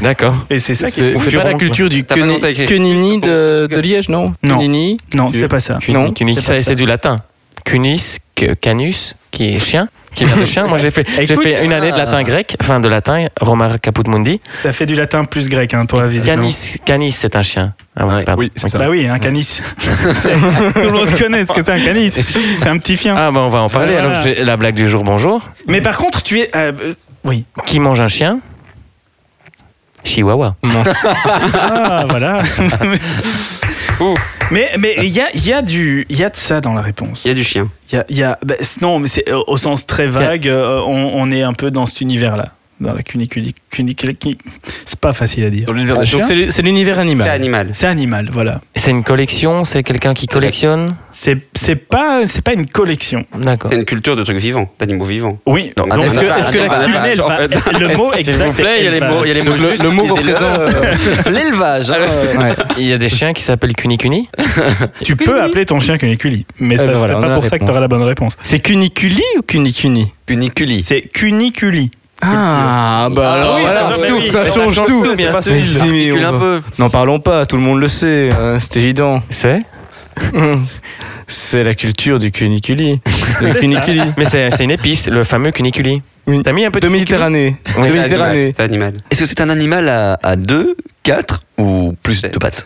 Speaker 4: D'accord.
Speaker 1: Et c'est ça qui est.
Speaker 6: C'est c'est
Speaker 4: Concurrent,
Speaker 6: pas la
Speaker 4: quoi.
Speaker 6: culture du
Speaker 2: T'as pas
Speaker 6: queni-
Speaker 2: commencé à écrire.
Speaker 6: quenini de, de Liège, non
Speaker 1: Non.
Speaker 6: Quenini
Speaker 1: Non, c'est pas ça.
Speaker 4: Cuni,
Speaker 6: Non,
Speaker 4: cuni-
Speaker 1: c'est
Speaker 4: ça,
Speaker 1: pas
Speaker 4: c'est du latin. Cunis, que- canus, qui est chien, qui vient de chien. Moi, j'ai fait, j'ai
Speaker 1: Écoute,
Speaker 4: fait une année de latin grec, enfin de latin, Romain Caput Mundi.
Speaker 1: T'as fait du latin plus grec, hein, toi, visiblement.
Speaker 4: Canis, canis, c'est un chien. Ah
Speaker 3: Ouais,
Speaker 4: pardon.
Speaker 5: Oui, c'est ça.
Speaker 1: Bah oui, un canis. C'est- Tout le monde connaît ce que c'est un canis. C'est un petit chien.
Speaker 4: Ah, bah on va en parler.
Speaker 1: Voilà.
Speaker 4: Alors, j'ai la blague du jour, bonjour.
Speaker 1: Mais par contre, tu es. euh, euh, oui.
Speaker 4: Qui mange un chien Chihuahua.
Speaker 1: Ah, voilà. mais mais il y a, il y, a du- il y a de ça dans la réponse.
Speaker 2: Il y a du chien.
Speaker 1: Il y a, il y a- bah, c- non, mais c'est euh, au sens très vague. euh, on, on est un peu dans cet univers-là. dans la cuniculi- cuniculi- C'est pas facile à dire.
Speaker 5: Dans l'univers des
Speaker 6: Donc
Speaker 5: chiens
Speaker 6: c'est l'u- c'est l'univers
Speaker 1: Bah
Speaker 2: C'est
Speaker 6: animal.
Speaker 2: animal.
Speaker 1: C'est animal, voilà.
Speaker 4: C'est une collection C'est quelqu'un qui collectionne
Speaker 1: C'est c'est pas c'est pas une collection.
Speaker 4: D'accord.
Speaker 2: C'est une culture de trucs vivants, d'animaux vivants.
Speaker 1: Oui.
Speaker 3: Non,
Speaker 1: Donc,
Speaker 3: attends,
Speaker 1: est-ce que,
Speaker 3: attends,
Speaker 1: est-ce que la
Speaker 3: attends,
Speaker 1: culine,
Speaker 2: attends,
Speaker 1: elle va- le mot exact
Speaker 4: S'il vous
Speaker 3: Là, il y a les
Speaker 1: elle va-
Speaker 3: mots, il y a les mots
Speaker 6: le-
Speaker 3: justes,
Speaker 6: le mot
Speaker 3: disais-le. L'élevage. hein.
Speaker 4: Il y a des chiens qui s'appellent Cuni Cuni
Speaker 1: Tu peux appeler ton chien cuniculi, mais
Speaker 6: Eh
Speaker 1: ça,
Speaker 6: ben
Speaker 1: c'est
Speaker 6: voilà, on a
Speaker 1: pas
Speaker 6: la
Speaker 1: pour ça que
Speaker 6: réponse.
Speaker 1: tu auras la bonne réponse.
Speaker 6: C'est cuniculi ou cunicuni
Speaker 3: Puniculi.
Speaker 1: C'est cuniculi.
Speaker 6: Ah, bah
Speaker 3: Ah
Speaker 6: alors
Speaker 3: oui,
Speaker 6: voilà,
Speaker 3: ça change tout.
Speaker 6: ça
Speaker 4: Ça
Speaker 6: change
Speaker 4: change
Speaker 6: tout.
Speaker 4: tout, bien
Speaker 6: C'est pas
Speaker 4: sûr.
Speaker 6: facile.
Speaker 3: Articule un peu.
Speaker 6: N'en parlons pas, tout le monde le sait, hein, c'est évident.
Speaker 4: C'est
Speaker 6: C'est la culture du cuniculi. Le cuniculi.
Speaker 4: Mais c'est c'est une épice, le fameux cuniculi.
Speaker 6: Oui.
Speaker 4: T'as mis un peu de
Speaker 6: De Méditerranée.
Speaker 4: cuniculi
Speaker 6: De
Speaker 4: Oui.
Speaker 6: Méditerranée.
Speaker 2: C'est animal.
Speaker 3: Est-ce que c'est un animal à, à deux, quatre ou plus de pattes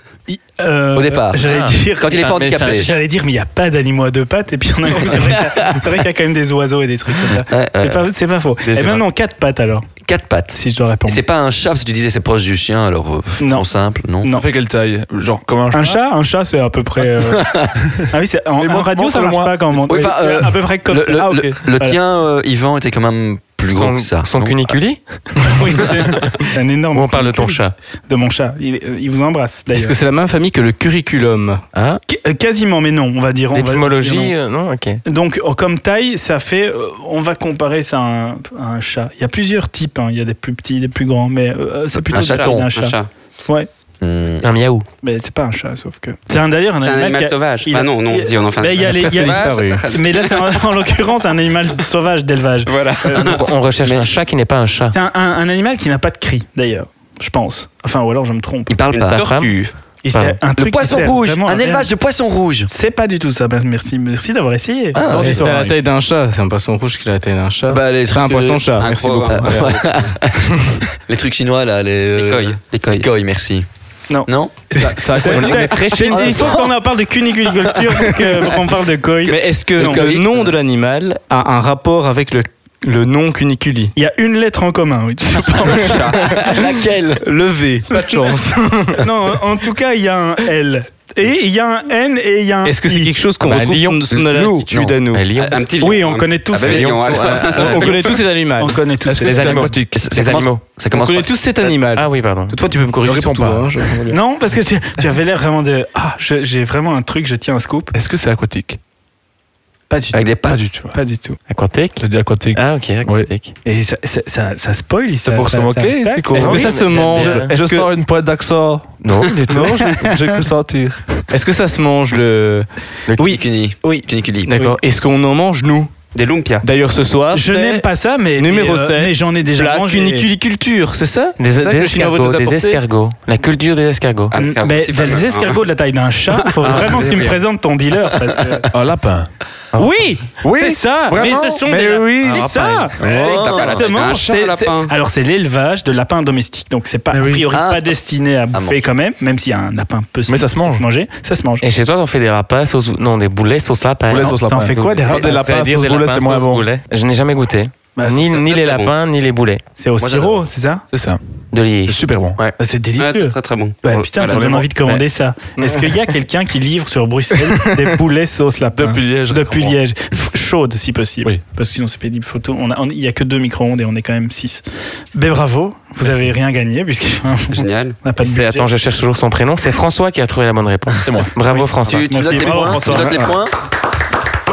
Speaker 1: Euh,
Speaker 3: Au départ.
Speaker 1: J'allais
Speaker 4: Ah.
Speaker 1: dire.
Speaker 3: Quand il est pas
Speaker 4: Ah, mais ça,
Speaker 3: handicapé.
Speaker 1: J'allais dire, mais il n'y a pas d'animaux à deux pattes, et puis on a c'est vrai qu'il y a- c'est vrai qu'il y a quand même des oiseaux et des trucs comme ça.
Speaker 3: Ouais, ouais.
Speaker 1: C'est pas, c'est pas faux.
Speaker 4: Des
Speaker 1: Et
Speaker 4: humains.
Speaker 1: maintenant, quatre pattes alors,
Speaker 3: Quatre pattes.
Speaker 1: si je dois
Speaker 3: Et
Speaker 1: répondre.
Speaker 3: c'est pas un chat parce que tu disais c'est proche du chien, alors euh, pff,
Speaker 1: Non.
Speaker 3: en simple, non
Speaker 1: Non.
Speaker 5: On fait quelle taille Genre comme un chat
Speaker 1: Un chat, un chat, c'est à peu près. euh, Ah oui, c'est en,
Speaker 5: Mais
Speaker 1: en
Speaker 5: moi-
Speaker 1: radio,
Speaker 5: moi,
Speaker 1: ça marche
Speaker 5: moi-
Speaker 1: pas quand on monte.
Speaker 3: Oui, enfin, euh,
Speaker 1: à peu près comme
Speaker 3: le,
Speaker 1: ça.
Speaker 3: le-
Speaker 1: ah, ok.
Speaker 3: le- le
Speaker 1: Voilà.
Speaker 3: tien, euh, Yvan, était quand même plus grand
Speaker 4: Son,
Speaker 3: que ça.
Speaker 4: son
Speaker 3: non
Speaker 4: cuniculi
Speaker 1: Oui, j'ai- c'est un énorme.
Speaker 4: Ou on parle de ton
Speaker 1: cuniculi.
Speaker 4: chat
Speaker 1: De mon chat. Il, euh, il vous embrasse.
Speaker 6: Est-ce
Speaker 1: D'ailleurs.
Speaker 6: que c'est la même famille que le curriculum
Speaker 4: hein
Speaker 1: Qu- euh, Quasiment, mais non, on va dire. on va-
Speaker 4: L'étymologie, euh, non Ok.
Speaker 1: Donc, oh, comme taille, ça fait. euh, on va comparer ça à un, à un chat. Il y a plusieurs types. hein. Il y a des plus petits, des plus grands, mais euh, c'est plutôt
Speaker 3: Un
Speaker 1: de la taille
Speaker 3: chaton,
Speaker 1: d'un
Speaker 2: Un
Speaker 1: chat.
Speaker 2: chat.
Speaker 1: Ouais,
Speaker 3: Hmm.
Speaker 4: Un miaou.
Speaker 1: mais c'est pas un chat, sauf que. C'est un- d'ailleurs un
Speaker 2: C'est un
Speaker 1: animal. qui
Speaker 2: animal
Speaker 1: a-
Speaker 2: sauvage.
Speaker 1: il a-
Speaker 2: Bah non, non,
Speaker 1: il-
Speaker 2: on dit on en Ah, fait
Speaker 1: mais il y a
Speaker 2: un
Speaker 1: les- il y a les-
Speaker 6: disparu.
Speaker 1: mais là, c'est un- en l'occurrence un animal sauvage d'élevage.
Speaker 2: Voilà.
Speaker 4: On recherche un chat qui n'est pas un chat.
Speaker 1: C'est un, un- un animal qui n'a pas de cri, d'ailleurs. Je pense. Enfin, ou alors je me trompe.
Speaker 3: Il parle
Speaker 4: Une
Speaker 3: pas.
Speaker 4: tape. femme.
Speaker 2: tortue.
Speaker 1: Et
Speaker 4: Pardon.
Speaker 1: c'est un
Speaker 3: Le
Speaker 1: truc qui
Speaker 3: poisson
Speaker 1: sert
Speaker 3: rouge,
Speaker 1: vraiment à
Speaker 3: un
Speaker 1: rien.
Speaker 3: élevage de poissons rouges.
Speaker 1: C'est pas du tout ça. Ben, merci, merci d'avoir essayé.
Speaker 3: Ah,
Speaker 1: Bon,
Speaker 6: Et C'est
Speaker 1: histoire,
Speaker 6: à la
Speaker 1: hein.
Speaker 6: taille d'un chat. C'est un poisson rouge qui a la taille d'un chat.
Speaker 3: Bah, les
Speaker 6: Ce serait un
Speaker 3: trucs, euh,
Speaker 6: poisson-chat.
Speaker 2: un
Speaker 6: Merci
Speaker 2: gros,
Speaker 6: beaucoup.
Speaker 2: un
Speaker 3: Ah,
Speaker 2: gros.
Speaker 6: Ouais.
Speaker 3: Les trucs chinois là, les. euh,
Speaker 2: L'écoille.
Speaker 3: les coilles, merci.
Speaker 1: Non.
Speaker 3: Non
Speaker 6: Ça- ça a quoi
Speaker 1: C'est-
Speaker 6: le-
Speaker 1: c'est-
Speaker 4: très
Speaker 1: c'est-
Speaker 4: chinois.
Speaker 1: Il faut qu'on en parle de cuniculture, qu'on parle de koi.
Speaker 6: Mais est-ce que
Speaker 3: Le
Speaker 6: le
Speaker 3: Covid,
Speaker 6: nom de l'animal a un rapport avec le, le nom cuniculi
Speaker 1: Il y a une lettre en commun, oui. Je pense.
Speaker 3: Laquelle
Speaker 6: Le V, pas de chance.
Speaker 1: non, en tout cas, il y a un L. Et il y a un N et il y a un
Speaker 6: Est-ce que c'est
Speaker 1: I.
Speaker 6: quelque chose qu'on
Speaker 4: Ah bah,
Speaker 6: retrouve
Speaker 4: lion.
Speaker 6: sous- sous notre
Speaker 3: Loup.
Speaker 6: latitude
Speaker 3: Non.
Speaker 6: à nous
Speaker 4: Un lion.
Speaker 2: Un petit lion.
Speaker 1: Oui, on connaît tous.
Speaker 2: Ah, bah,
Speaker 1: ces-
Speaker 2: les lions, alors.
Speaker 6: On on connaît tous ces
Speaker 1: On
Speaker 6: animaux.
Speaker 1: connaît tous.
Speaker 6: Est-ce
Speaker 1: ces-
Speaker 6: que
Speaker 4: Les
Speaker 6: c'est
Speaker 4: animaux.
Speaker 6: aquatique
Speaker 3: ah, Ça- ça
Speaker 4: Les
Speaker 3: commence-
Speaker 4: animaux.
Speaker 3: Ça
Speaker 6: On
Speaker 3: commence
Speaker 6: connaît
Speaker 3: par.
Speaker 6: tous cet animal.
Speaker 4: Ah oui, pardon.
Speaker 6: Toi, tu peux me corriger
Speaker 5: Je réponds
Speaker 6: surtout,
Speaker 5: pas.
Speaker 6: hein, je-
Speaker 1: Non, parce que tu, tu avais l'air vraiment de. Ah, je- j'ai vraiment un truc, je tiens un scoop.
Speaker 5: Est-ce que c'est aquatique
Speaker 1: Pas du tout.
Speaker 3: Avec des
Speaker 5: Pas
Speaker 3: pattes.
Speaker 5: du tout.
Speaker 1: Pas du tout.
Speaker 4: Aquatique
Speaker 5: J'ai dit aquatique.
Speaker 4: Ah ok, aquatique.
Speaker 1: Et ça, ça, ça, ça spoil, ça.
Speaker 5: C'est pour se
Speaker 1: ça- ça
Speaker 5: moquer, c'est
Speaker 1: attaque.
Speaker 5: con.
Speaker 6: Est-ce que
Speaker 5: Ah Oui,
Speaker 6: ça
Speaker 4: mais
Speaker 6: se
Speaker 4: bien,
Speaker 6: mange
Speaker 4: bien.
Speaker 5: Je
Speaker 6: Est-ce que,
Speaker 5: sors une poêle d'accent.
Speaker 3: Non, du
Speaker 5: Non, j'ai- j'ai cru sentir.
Speaker 6: est-ce que ça se mange le
Speaker 3: Oui, Cuniculi.
Speaker 1: Oui.
Speaker 3: Cuniculi.
Speaker 6: D'accord. Est-ce qu'on en mange nous
Speaker 2: Des lumpias.
Speaker 6: D'ailleurs, ce
Speaker 5: Ah,
Speaker 6: soir,
Speaker 1: Je
Speaker 6: c'est
Speaker 1: n'aime pas ça, mais.
Speaker 6: Numéro
Speaker 1: mais, euh,
Speaker 6: sept.
Speaker 1: mais j'en ai déjà
Speaker 6: la
Speaker 1: mangé.
Speaker 6: cuniculiculture, c'est ça
Speaker 4: Des,
Speaker 6: C'est ça que
Speaker 4: des
Speaker 6: le Chinois veut nous
Speaker 4: escargots, des
Speaker 6: apporter
Speaker 4: escargots. La culture des escargots.
Speaker 2: Ah, c'est
Speaker 1: Mais
Speaker 2: impossible,
Speaker 1: des
Speaker 2: hein.
Speaker 1: escargots de la taille d'un chat, faut vraiment que tu me présentes ton dealer. Parce que...
Speaker 5: Un lapin.
Speaker 1: Oui, c'est ça.
Speaker 5: Vraiment
Speaker 1: mais ce sont
Speaker 5: Mais
Speaker 1: des.
Speaker 5: oui.
Speaker 1: c'est
Speaker 5: Un
Speaker 1: ça.
Speaker 3: Oh.
Speaker 1: C'est exactement.
Speaker 2: Un chat,
Speaker 1: c'est-
Speaker 2: un lapin.
Speaker 1: c'est- Alors c'est l'élevage de lapins domestiques, donc c'est pas
Speaker 5: Mais
Speaker 1: a
Speaker 5: oui.
Speaker 1: priori
Speaker 3: Ah,
Speaker 1: pas
Speaker 3: c'est pas-
Speaker 1: destiné à bouffer
Speaker 3: manger.
Speaker 1: quand même, même s'il y a un lapin peu
Speaker 5: Mais ça se mange.
Speaker 1: manger, ça se mange.
Speaker 4: Et chez toi, t'en fais des lapins sauce... Non, des boulets sauce lapin.
Speaker 5: Boulets
Speaker 4: Non.
Speaker 5: sauce
Speaker 1: T'en
Speaker 5: lapin.
Speaker 1: fais quoi des
Speaker 5: Ah,
Speaker 1: rats
Speaker 5: des lapins
Speaker 4: C'est-à-dire
Speaker 5: sauce
Speaker 4: des
Speaker 5: boulet,
Speaker 4: lapins
Speaker 5: c'est moins
Speaker 4: sauce
Speaker 5: bon.
Speaker 4: boulet. Je n'ai jamais goûté.
Speaker 1: Bah,
Speaker 4: ni
Speaker 1: c'est-
Speaker 4: ni les
Speaker 2: très bon.
Speaker 4: lapins, ni les boulets
Speaker 1: C'est au
Speaker 3: Moi,
Speaker 1: sirop, c'est ça
Speaker 5: C'est ça.
Speaker 4: de
Speaker 5: C'est
Speaker 4: lier.
Speaker 5: super bon.
Speaker 1: Bah, C'est
Speaker 2: Ah,
Speaker 1: délicieux.
Speaker 2: Très très bon.
Speaker 1: Bah, putain, ça me donne envie de commander ça. Est-ce qu'il y a quelqu'un qui livre sur Bruxelles des boulets sauce lapin
Speaker 5: Depuis Liège.
Speaker 1: Depuis Liège. F- Chaude, si possible.
Speaker 5: Oui.
Speaker 1: Parce que sinon, c'est pénible. Faut tout- on a- on- Il n'y a que deux micro-ondes et on est quand même six. Ben bravo, vous avez rien gagné puisque hein,
Speaker 2: Génial.
Speaker 1: on n'a pas de
Speaker 4: C'est-
Speaker 1: budget.
Speaker 4: Attends, je cherche toujours son prénom. C'est François qui a trouvé la bonne réponse.
Speaker 5: C'est moi.
Speaker 4: Bravo François.
Speaker 3: Tu, tu
Speaker 1: Moi
Speaker 3: notes
Speaker 1: aussi,
Speaker 3: les
Speaker 1: bravo,
Speaker 3: points. Tu
Speaker 1: François.
Speaker 3: notes les points.